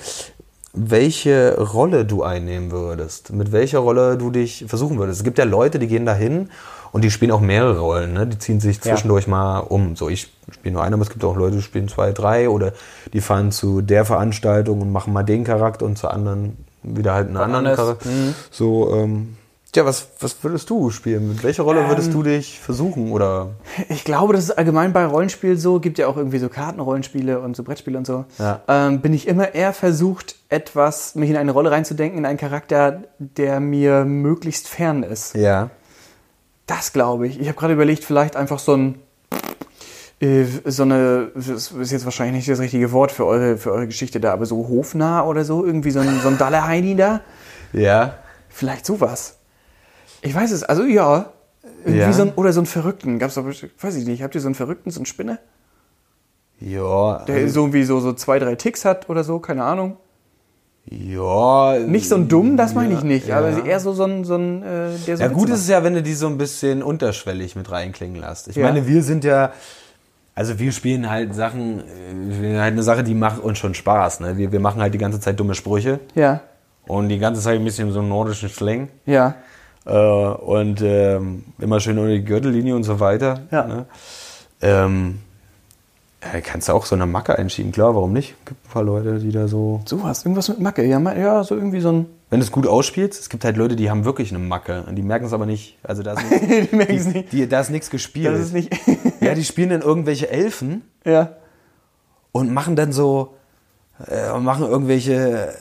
[SPEAKER 5] welche Rolle du einnehmen würdest. Mit welcher Rolle du dich versuchen würdest. Es gibt ja Leute, die gehen dahin und die spielen auch mehrere Rollen. Ne? Die ziehen sich zwischendurch mal um. So, ich spiele nur eine, aber es gibt auch Leute, die spielen zwei, drei. Oder die fahren zu der Veranstaltung und machen mal den Charakter und zur anderen wieder halt einen anderen
[SPEAKER 3] anders.
[SPEAKER 5] Charakter. So, ähm, ja, was, was würdest du spielen? Mit welcher Rolle würdest du dich versuchen? Oder
[SPEAKER 3] Ich glaube, das ist allgemein bei Rollenspielen so, gibt ja auch irgendwie so Kartenrollenspiele und so Brettspiele und so.
[SPEAKER 5] Ja.
[SPEAKER 3] Ähm, bin ich immer eher versucht, etwas, mich in eine Rolle reinzudenken, in einen Charakter, der mir möglichst fern ist.
[SPEAKER 5] ja.
[SPEAKER 3] Das glaube ich. Ich habe gerade überlegt, vielleicht einfach so ein äh, so eine, das ist jetzt wahrscheinlich nicht das richtige Wort für eure, für eure Geschichte da, aber so hofnah oder so, irgendwie so ein, so ein dalle Heini da.
[SPEAKER 5] Ja.
[SPEAKER 3] Vielleicht sowas. Ich weiß es, also ja. Irgendwie
[SPEAKER 5] Ja.
[SPEAKER 3] so ein, oder so einen Verrückten. Gab's doch, bestimmt- weiß ich nicht, habt ihr so einen Verrückten, so einen Spinne?
[SPEAKER 5] Ja.
[SPEAKER 3] Der
[SPEAKER 5] also-
[SPEAKER 3] so irgendwie so, so zwei, drei Ticks hat oder so, keine Ahnung.
[SPEAKER 5] ja.
[SPEAKER 3] Nicht so ein Dumm, das meine ich nicht,
[SPEAKER 5] ja.
[SPEAKER 3] aber eher so, so ein, so ein äh, der so Witze
[SPEAKER 5] Ja, gut
[SPEAKER 3] macht.
[SPEAKER 5] ist es ja, wenn du die so ein bisschen unterschwellig mit reinklingen lässt. Ich
[SPEAKER 3] Ja.
[SPEAKER 5] meine, wir sind ja, also wir spielen halt Sachen, äh, wir spielen halt eine Sache, die macht uns schon Spaß. Ne? Wir, wir machen halt die ganze Zeit dumme Sprüche
[SPEAKER 3] Ja,
[SPEAKER 5] und die ganze Zeit ein bisschen so einen nordischen Slang.
[SPEAKER 3] ja.
[SPEAKER 5] Äh, und ähm, immer schön unter die Gürtellinie und so weiter.
[SPEAKER 3] Ja.
[SPEAKER 5] Ne? Ähm, ja, kannst du auch so eine Macke einschieben, klar, warum nicht? Gibt ein paar Leute, die da so.
[SPEAKER 3] Sowas, irgendwas mit Macke. Ja, mein- ja, so irgendwie so ein.
[SPEAKER 5] Wenn du es gut ausspielst, es gibt halt Leute, die haben wirklich eine Macke und die merken es aber nicht. Also da ist nichts,
[SPEAKER 3] Die merken es nicht.
[SPEAKER 5] die, da ist nichts gespielt.
[SPEAKER 3] Das ist nicht.
[SPEAKER 5] ja, die spielen dann irgendwelche Elfen
[SPEAKER 3] ja.
[SPEAKER 5] und machen dann so äh, machen irgendwelche äh,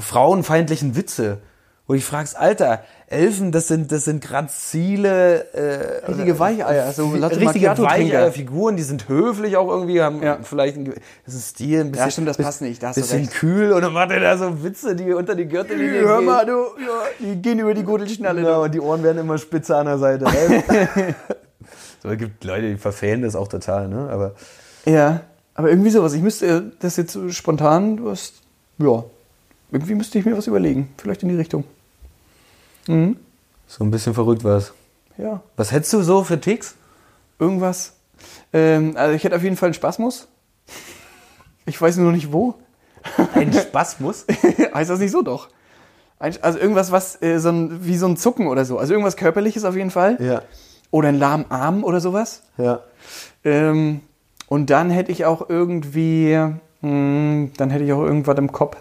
[SPEAKER 5] frauenfeindlichen Witze. Wo ich fragst, Alter, Elfen, das sind, das sind grazile, äh,
[SPEAKER 3] Richtige Weicheier, also so Latte
[SPEAKER 5] richtige
[SPEAKER 3] Macchiato-Trinker.
[SPEAKER 5] weiche Figuren, die sind höflich auch irgendwie, haben
[SPEAKER 3] Ja.
[SPEAKER 5] vielleicht einen gewissen Stil, ein bisschen,
[SPEAKER 3] stimmt, das
[SPEAKER 5] bis-
[SPEAKER 3] passt nicht, da hast du
[SPEAKER 5] bisschen
[SPEAKER 3] recht.
[SPEAKER 5] kühl und dann macht er da so Witze, die unter die Gürtellinie
[SPEAKER 3] Hör
[SPEAKER 5] gehen.
[SPEAKER 3] mal, du, ja, die gehen über die Gürtelschnalle.
[SPEAKER 5] Genau, und die Ohren werden immer spitze an der Seite. ne? so, es gibt Leute, die verfehlen das auch total, ne? Aber
[SPEAKER 3] Ja, aber irgendwie sowas. Ich müsste äh, das jetzt so spontan, was, ja, irgendwie müsste ich mir was überlegen. Vielleicht in die Richtung.
[SPEAKER 5] so ein bisschen verrückt war es.
[SPEAKER 3] Ja,
[SPEAKER 5] Was hättest du so für Ticks?
[SPEAKER 3] irgendwas. Ähm, also ich hätte auf jeden Fall einen Spasmus. Ich weiß nur nicht wo.
[SPEAKER 5] Ein Spasmus?
[SPEAKER 3] heißt das nicht so doch? Ein, also irgendwas, was äh, so ein, wie so ein Zucken oder so. Also irgendwas Körperliches auf jeden Fall.
[SPEAKER 5] ja,
[SPEAKER 3] Oder einen lahmen Arm oder sowas.
[SPEAKER 5] ja.
[SPEAKER 3] Ähm, und dann hätte ich auch irgendwie, mh, dann hätte ich auch irgendwas im Kopf.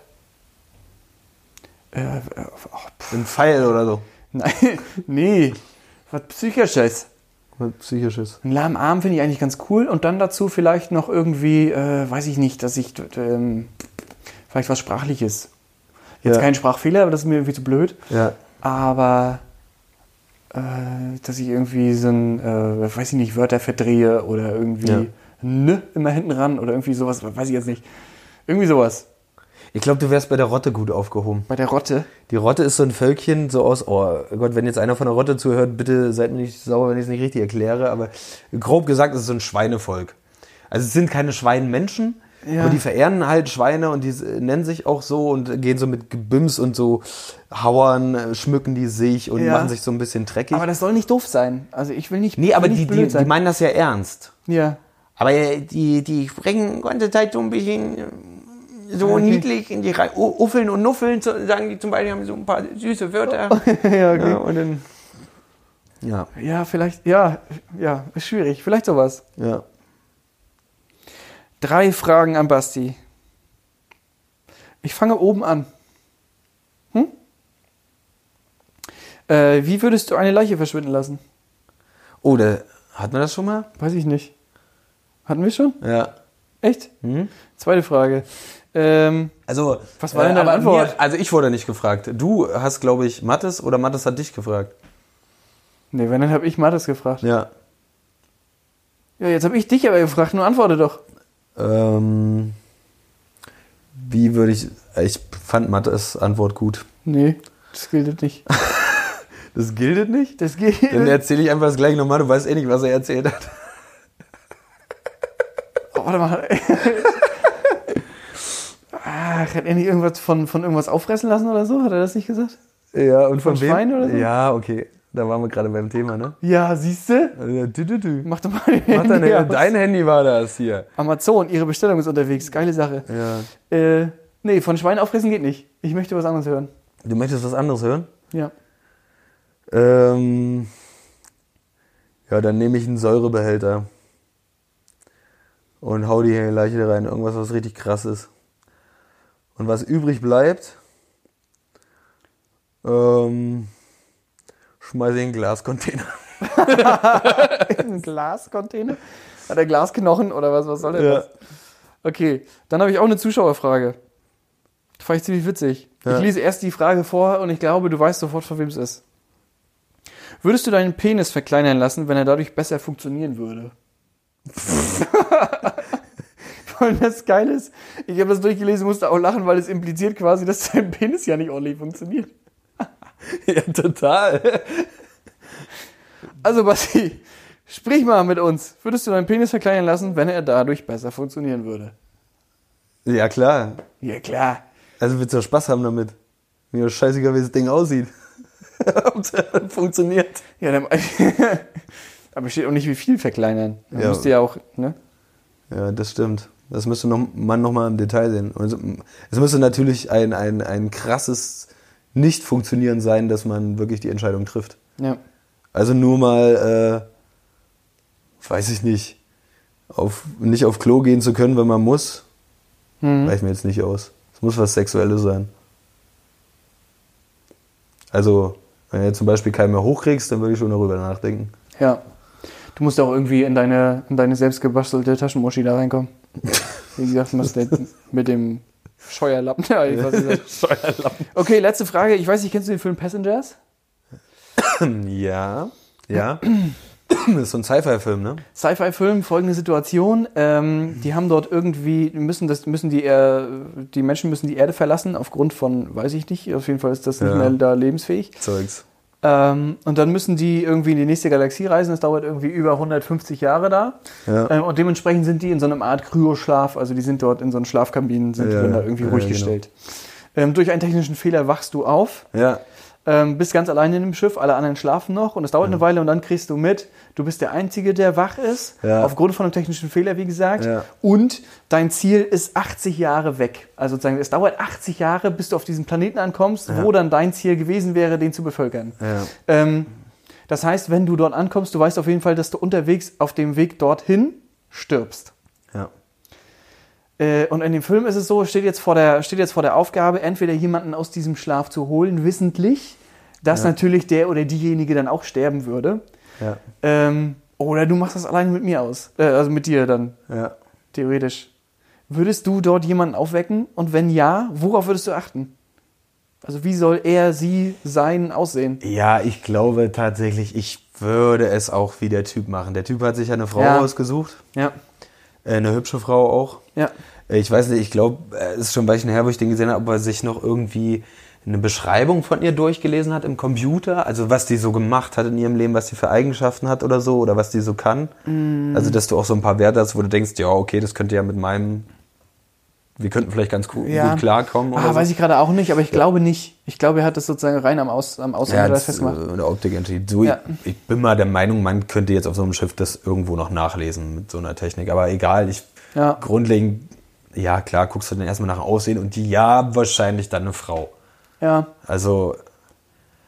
[SPEAKER 3] Äh, äh, oh, pff,
[SPEAKER 5] Ein Pfeil oder so.
[SPEAKER 3] nein, nee, was Psychisches.
[SPEAKER 5] Psychisches.
[SPEAKER 3] Einen lahmen Arm finde ich eigentlich ganz cool und dann dazu vielleicht noch irgendwie, äh, weiß ich nicht, dass ich ähm, vielleicht was Sprachliches. Jetzt
[SPEAKER 5] Ja.
[SPEAKER 3] kein Sprachfehler, aber das ist mir irgendwie zu blöd.
[SPEAKER 5] Ja.
[SPEAKER 3] Aber äh, dass ich irgendwie so ein, äh, weiß ich nicht, Wörter verdrehe oder irgendwie
[SPEAKER 5] Ja.
[SPEAKER 3] ne immer hinten ran oder irgendwie sowas, weiß ich jetzt nicht. Irgendwie sowas.
[SPEAKER 5] Ich glaube, du wärst bei der Rotte gut aufgehoben.
[SPEAKER 3] Bei der Rotte.
[SPEAKER 5] Die Rotte ist so ein Völkchen, so aus, oh Gott, wenn jetzt einer von der Rotte zuhört, bitte seid mir nicht sauer, wenn ich es nicht richtig erkläre, aber grob gesagt ist es so ein Schweinevolk. Also es sind keine Schweinmenschen, aber die verehren halt Schweine und die s- nennen sich auch so und gehen so mit Gebims und so Hauern, äh, schmücken die sich und
[SPEAKER 3] Ja.
[SPEAKER 5] machen sich so ein bisschen dreckig.
[SPEAKER 3] Aber das soll nicht doof sein. Also ich will nicht.
[SPEAKER 5] nee, aber
[SPEAKER 3] will
[SPEAKER 5] die,
[SPEAKER 3] nicht
[SPEAKER 5] die,
[SPEAKER 3] blöd
[SPEAKER 5] die
[SPEAKER 3] sein.
[SPEAKER 5] meinen das ja ernst.
[SPEAKER 3] ja.
[SPEAKER 5] Aber äh, die, die sprechen die ganze Zeit so ein bisschen äh, so niedlich in die Reihe. Uffeln und Nuffeln so- sagen die zum Beispiel, haben so ein paar süße Wörter.
[SPEAKER 3] ja, okay.
[SPEAKER 5] Ja, und dann. Ja,
[SPEAKER 3] ja, vielleicht. Ja, ja, ist schwierig. Vielleicht sowas.
[SPEAKER 5] ja.
[SPEAKER 3] Drei Fragen an Basti. Ich fange oben an. Hm? Äh, wie würdest du eine Leiche verschwinden lassen?
[SPEAKER 5] Oh, da hatten wir das schon mal?
[SPEAKER 3] Weiß ich nicht. Hatten wir schon?
[SPEAKER 5] Ja. Hm?
[SPEAKER 3] Echt? Zweite Frage. Ähm,
[SPEAKER 5] Also,
[SPEAKER 3] Was war denn deine
[SPEAKER 5] aber
[SPEAKER 3] Antwort?
[SPEAKER 5] Mir, also, ich wurde nicht gefragt. Du hast, glaube ich, Mattes oder Mattes hat dich gefragt.
[SPEAKER 3] nee, wenn, dann habe ich Mathis gefragt.
[SPEAKER 5] Ja.
[SPEAKER 3] Ja, jetzt habe ich dich aber gefragt, nur antworte doch.
[SPEAKER 5] Ähm, wie würde ich. äh, Ich fand Mattes Antwort gut.
[SPEAKER 3] Nee, das gilt nicht.
[SPEAKER 5] Das giltet nicht?
[SPEAKER 3] Das gilt.
[SPEAKER 5] Dann erzähle ich einfach das gleiche nochmal. Du weißt eh nicht, was er erzählt hat.
[SPEAKER 3] Oh, warte mal. Ach, hat er nicht irgendwas von, von irgendwas auffressen lassen oder so? Hat er das nicht gesagt?
[SPEAKER 5] Ja, und von,
[SPEAKER 3] Von Schwein oder so?
[SPEAKER 5] Ja, okay. Da waren wir gerade beim Thema, ne?
[SPEAKER 3] Ja, siehste.
[SPEAKER 5] Also, dü, dü, dü.
[SPEAKER 3] Mach doch mal den
[SPEAKER 5] Mach deine-
[SPEAKER 3] Handy aus.
[SPEAKER 5] Dein Handy war das hier.
[SPEAKER 3] Amazon, ihre Bestellung ist unterwegs. Geile Sache.
[SPEAKER 5] Ja.
[SPEAKER 3] Äh, nee, von Schwein auffressen geht nicht. Ich möchte was anderes hören.
[SPEAKER 5] Du möchtest was anderes hören?
[SPEAKER 3] Ja.
[SPEAKER 5] Ähm, ja, dann nehme ich einen Säurebehälter und hau die Leiche da rein. Irgendwas, was richtig krass ist. Und was übrig bleibt, ähm, schmeiße ich in einen Glascontainer.
[SPEAKER 3] Ein Glascontainer? Hat er Glasknochen oder was? Was soll denn das? Okay, dann habe ich auch eine Zuschauerfrage. Das fand ich ziemlich witzig.
[SPEAKER 5] Ja.
[SPEAKER 3] Ich lese erst die Frage vor und ich glaube, du weißt sofort, von wem es ist. Würdest du deinen Penis verkleinern lassen, wenn er dadurch besser funktionieren würde? und das Geile ist, ich habe das durchgelesen, musste auch lachen, weil es impliziert quasi, dass dein Penis ja nicht ordentlich funktioniert.
[SPEAKER 5] ja, total.
[SPEAKER 3] Also Basti, sprich mal mit uns. Würdest du deinen Penis verkleinern lassen, wenn er dadurch besser funktionieren würde?
[SPEAKER 5] Ja, klar.
[SPEAKER 3] Ja klar.
[SPEAKER 5] Also willst du ja Spaß haben damit. Mir ist scheißegal, wie das Ding aussieht. Ob das funktioniert.
[SPEAKER 3] Ja, dann, aber steht auch nicht, wie viel verkleinern. Man
[SPEAKER 5] Ja.
[SPEAKER 3] müsste ja auch, ne?
[SPEAKER 5] Ja, das stimmt. Das müsste noch, man nochmal im Detail sehen. Und es- es müsste natürlich ein, ein, ein krasses Nicht-Funktionieren sein, dass man wirklich die Entscheidung trifft.
[SPEAKER 3] Ja.
[SPEAKER 5] Also nur mal, äh, weiß ich nicht, auf, nicht auf Klo gehen zu können, wenn man muss, reicht mir jetzt nicht aus. Es muss was Sexuelles sein. Also, wenn du jetzt zum Beispiel keinen mehr hochkriegst, dann würde ich schon darüber nachdenken.
[SPEAKER 3] Ja. Du musst auch irgendwie in deine, in deine selbstgebastelte Taschenmuschi da reinkommen. Wie gesagt, machst du das mit dem Scheuerlappen. Ja, ich weiß nicht. Scheuerlappen. Okay, letzte Frage. Ich weiß nicht, kennst du den Film Passengers?
[SPEAKER 5] Hm, Ja. Ja. Das ist so ein Sci-Fi-Film, ne?
[SPEAKER 3] Sci-Fi-Film, folgende Situation. Ähm, die haben dort irgendwie, müssen das, müssen die, äh, die Menschen müssen die Erde verlassen, aufgrund von, weiß ich nicht, auf jeden Fall ist das nicht
[SPEAKER 5] Ja.
[SPEAKER 3] mehr da lebensfähig.
[SPEAKER 5] Zeugs.
[SPEAKER 3] Ähm, und dann müssen die irgendwie in die nächste Galaxie reisen. Das dauert irgendwie über 150 Jahre da.
[SPEAKER 5] Ja.
[SPEAKER 3] Ähm, und dementsprechend sind die in so einer Art Kryoschlaf. Also die sind dort in so einen Schlafkabinen, sind
[SPEAKER 5] Ja,
[SPEAKER 3] die da
[SPEAKER 5] ja.
[SPEAKER 3] irgendwie
[SPEAKER 5] Ja,
[SPEAKER 3] ruhig
[SPEAKER 5] genau.
[SPEAKER 3] gestellt. Ähm, durch einen technischen Fehler wachst du auf,
[SPEAKER 5] Ja.
[SPEAKER 3] ähm, bist ganz allein in dem Schiff, alle anderen schlafen noch und es dauert eine Weile und dann kriegst du mit, du bist der Einzige, der wach ist,
[SPEAKER 5] Ja.
[SPEAKER 3] aufgrund von einem technischen Fehler, wie gesagt.
[SPEAKER 5] Ja.
[SPEAKER 3] Und dein Ziel ist 80 Jahre weg. Also sozusagen, es dauert 80 Jahre, bis du auf diesen Planeten ankommst, wo dann dein Ziel gewesen wäre, den zu bevölkern.
[SPEAKER 5] Ja.
[SPEAKER 3] Ähm, das heißt, wenn du dort ankommst, du weißt auf jeden Fall, dass du unterwegs auf dem Weg dorthin stirbst.
[SPEAKER 5] Ja.
[SPEAKER 3] Äh, und in dem Film ist es so, steht jetzt vor der, steht jetzt vor der Aufgabe, entweder jemanden aus diesem Schlaf zu holen, wissentlich, dass natürlich der oder diejenige dann auch sterben würde.
[SPEAKER 5] Ja.
[SPEAKER 3] Ähm, oder du machst das alleine mit mir aus. Äh, also mit dir dann,
[SPEAKER 5] Ja.
[SPEAKER 3] theoretisch. Würdest du dort jemanden aufwecken? Und wenn ja, worauf würdest du achten? Also wie soll er, sie, sein aussehen?
[SPEAKER 5] Ja, ich glaube tatsächlich, ich würde es auch wie der Typ machen. Der Typ hat sich ja eine Frau
[SPEAKER 3] Ja.
[SPEAKER 5] ausgesucht.
[SPEAKER 3] Ja.
[SPEAKER 5] Äh, eine hübsche Frau auch.
[SPEAKER 3] Ja.
[SPEAKER 5] Äh, Ich weiß nicht, ich glaube, es ist schon ein Weilchen her, wo ich den gesehen habe, ob er sich noch irgendwie eine Beschreibung von ihr durchgelesen hat im Computer, also was die so gemacht hat in ihrem Leben, was die für Eigenschaften hat oder so, oder was die so kann. Also, dass du auch so ein paar Werte hast, wo du denkst, ja, okay, das könnte ja mit meinem, wir könnten vielleicht ganz gut,
[SPEAKER 3] Ja.
[SPEAKER 5] gut klarkommen.
[SPEAKER 3] Ah,
[SPEAKER 5] oder
[SPEAKER 3] weiß
[SPEAKER 5] so.
[SPEAKER 3] ich gerade auch nicht, aber ich glaube nicht. Ich glaube, er hat das sozusagen rein am, Aus, am Aussehen
[SPEAKER 5] Ja,
[SPEAKER 3] oder was
[SPEAKER 5] das
[SPEAKER 3] festgemacht.
[SPEAKER 5] äh, in der Optik entschieden. So,
[SPEAKER 3] Ja.
[SPEAKER 5] ich, ich bin mal der Meinung, man könnte jetzt auf so einem Schiff das irgendwo noch nachlesen mit so einer Technik. Aber egal, ich
[SPEAKER 3] Ja.
[SPEAKER 5] grundlegend, ja klar, guckst du dann erstmal nach dem Aussehen und die ja wahrscheinlich dann eine Frau.
[SPEAKER 3] Ja.
[SPEAKER 5] Also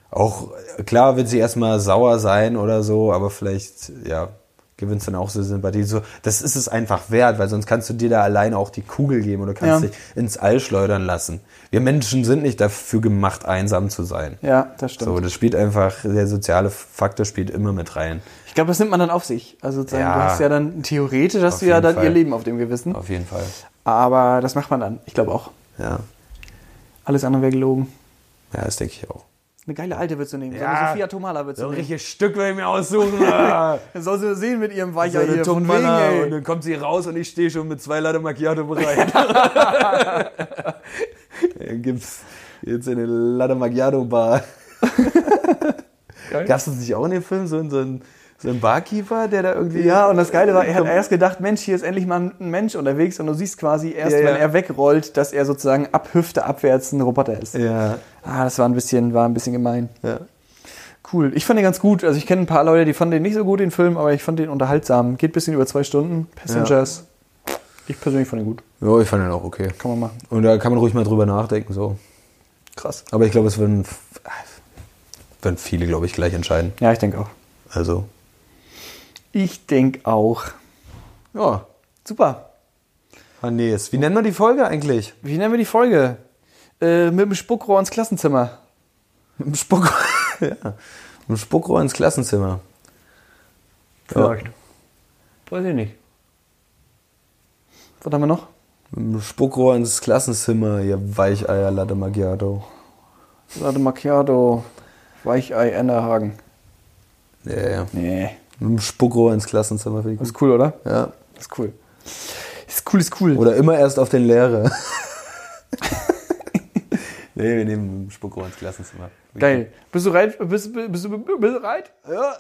[SPEAKER 5] auch äh, klar wird sie erstmal sauer sein oder so, aber vielleicht, ja, gewinnst dann auch so Sympathie. So, das ist es einfach wert, weil sonst kannst du dir da alleine auch die Kugel geben oder kannst
[SPEAKER 3] Ja.
[SPEAKER 5] dich ins All schleudern lassen. Wir Menschen sind nicht dafür gemacht, einsam zu sein.
[SPEAKER 3] Ja, das stimmt.
[SPEAKER 5] So, das spielt einfach, der soziale Faktor spielt immer mit rein.
[SPEAKER 3] Ich glaube, das nimmt man dann auf sich. Also sozusagen,
[SPEAKER 5] Ja.
[SPEAKER 3] du hast ja dann theoretisch hast
[SPEAKER 5] Auf
[SPEAKER 3] du ja
[SPEAKER 5] jeden
[SPEAKER 3] dann
[SPEAKER 5] Fall.
[SPEAKER 3] ihr Leben auf dem Gewissen.
[SPEAKER 5] Auf jeden Fall.
[SPEAKER 3] Aber das macht man dann. Ich glaube auch.
[SPEAKER 5] Ja.
[SPEAKER 3] Alles andere wäre gelogen.
[SPEAKER 5] Ja, das denke ich auch.
[SPEAKER 3] Eine geile Alte wird zu nehmen. So
[SPEAKER 5] Ja.
[SPEAKER 3] eine Sophia Tomala wird zu nehmen.
[SPEAKER 5] richtiges Stück will ich mir aussuchen. Ah,
[SPEAKER 3] Soll sie sehen mit ihrem
[SPEAKER 5] so
[SPEAKER 3] Weicher
[SPEAKER 5] eine
[SPEAKER 3] hier. Von wegen,
[SPEAKER 5] Tomala.
[SPEAKER 3] ey.
[SPEAKER 5] und dann kommt sie raus und ich stehe schon mit zwei Latte Macchiato bereit. Dann gibt's jetzt eine Latte Macchiato Bar. Gab's das nicht auch in dem Film? So, ein- so, ein, so ein Barkeeper, der da irgendwie.
[SPEAKER 3] Ja, und das Geile war, er hat erst gedacht, Mensch, hier ist endlich mal ein Mensch unterwegs und du siehst quasi erst,
[SPEAKER 5] Ja, ja.
[SPEAKER 3] wenn er wegrollt, dass er sozusagen ab Hüfte abwärts ein Roboter ist.
[SPEAKER 5] Ja,
[SPEAKER 3] Ah, das war ein bisschen, war ein bisschen gemein.
[SPEAKER 5] ja.
[SPEAKER 3] Cool. Ich fand den ganz gut. Also ich kenne ein paar Leute, die fanden den nicht so gut, den Film, aber ich fand den unterhaltsam. Geht ein bisschen über zwei Stunden. Passengers. Ich persönlich fand den gut.
[SPEAKER 5] Ja, ich fand den auch okay.
[SPEAKER 3] Kann man machen.
[SPEAKER 5] Und da kann man ruhig mal drüber nachdenken, so.
[SPEAKER 3] Krass.
[SPEAKER 5] Aber ich glaube, es würden, würden viele, glaube ich, gleich entscheiden.
[SPEAKER 3] Ja, ich denke auch.
[SPEAKER 5] Also.
[SPEAKER 3] Ich denke auch.
[SPEAKER 5] Ja.
[SPEAKER 3] Super.
[SPEAKER 5] Hannes, wie nennen wir die Folge eigentlich?
[SPEAKER 3] Wie nennen wir die Folge? Äh, mit dem Spuckrohr ins Klassenzimmer.
[SPEAKER 5] Mit dem Spuckrohr. ja. Mit dem Spuckrohr ins Klassenzimmer.
[SPEAKER 3] Vielleicht.
[SPEAKER 5] Ja.
[SPEAKER 7] Weiß ich nicht.
[SPEAKER 3] Was haben wir noch?
[SPEAKER 5] Mit dem Spuckrohr ins Klassenzimmer, ihr Weicheier Latte Macchiato.
[SPEAKER 3] Latte Macchiato, Weichei, Enderhagen.
[SPEAKER 5] Ja, ja.
[SPEAKER 3] Nee.
[SPEAKER 5] Mit dem Spuckrohr ins Klassenzimmer finde ich gut.
[SPEAKER 3] Ist cool, oder?
[SPEAKER 5] Ja.
[SPEAKER 3] Ist cool. Ist cool, ist cool.
[SPEAKER 5] Oder immer erst auf den Lehrer. nee, wir nehmen mit dem Spuckrohr ins Klassenzimmer.
[SPEAKER 3] Geil. Bist du bereit? Bist, bist, bist, bist du bereit? Ja.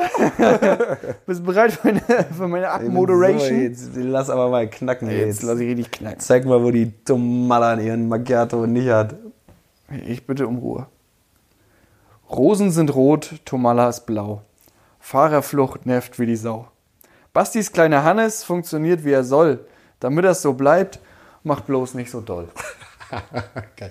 [SPEAKER 3] bist du bereit für meine, für meine
[SPEAKER 5] So,
[SPEAKER 3] Abmoderation?
[SPEAKER 5] jetzt lass aber mal knacken.
[SPEAKER 3] Jetzt lass ich richtig knacken.
[SPEAKER 5] Zeig mal, wo die Tomala an ihren Macchiato nicht hat.
[SPEAKER 3] Ich bitte um Ruhe. Rosen sind rot, Tomala ist blau. Fahrerflucht nervt wie die Sau. Bastis kleiner Hannes funktioniert wie er soll. Damit das so bleibt, macht bloß nicht so doll.
[SPEAKER 5] Geil.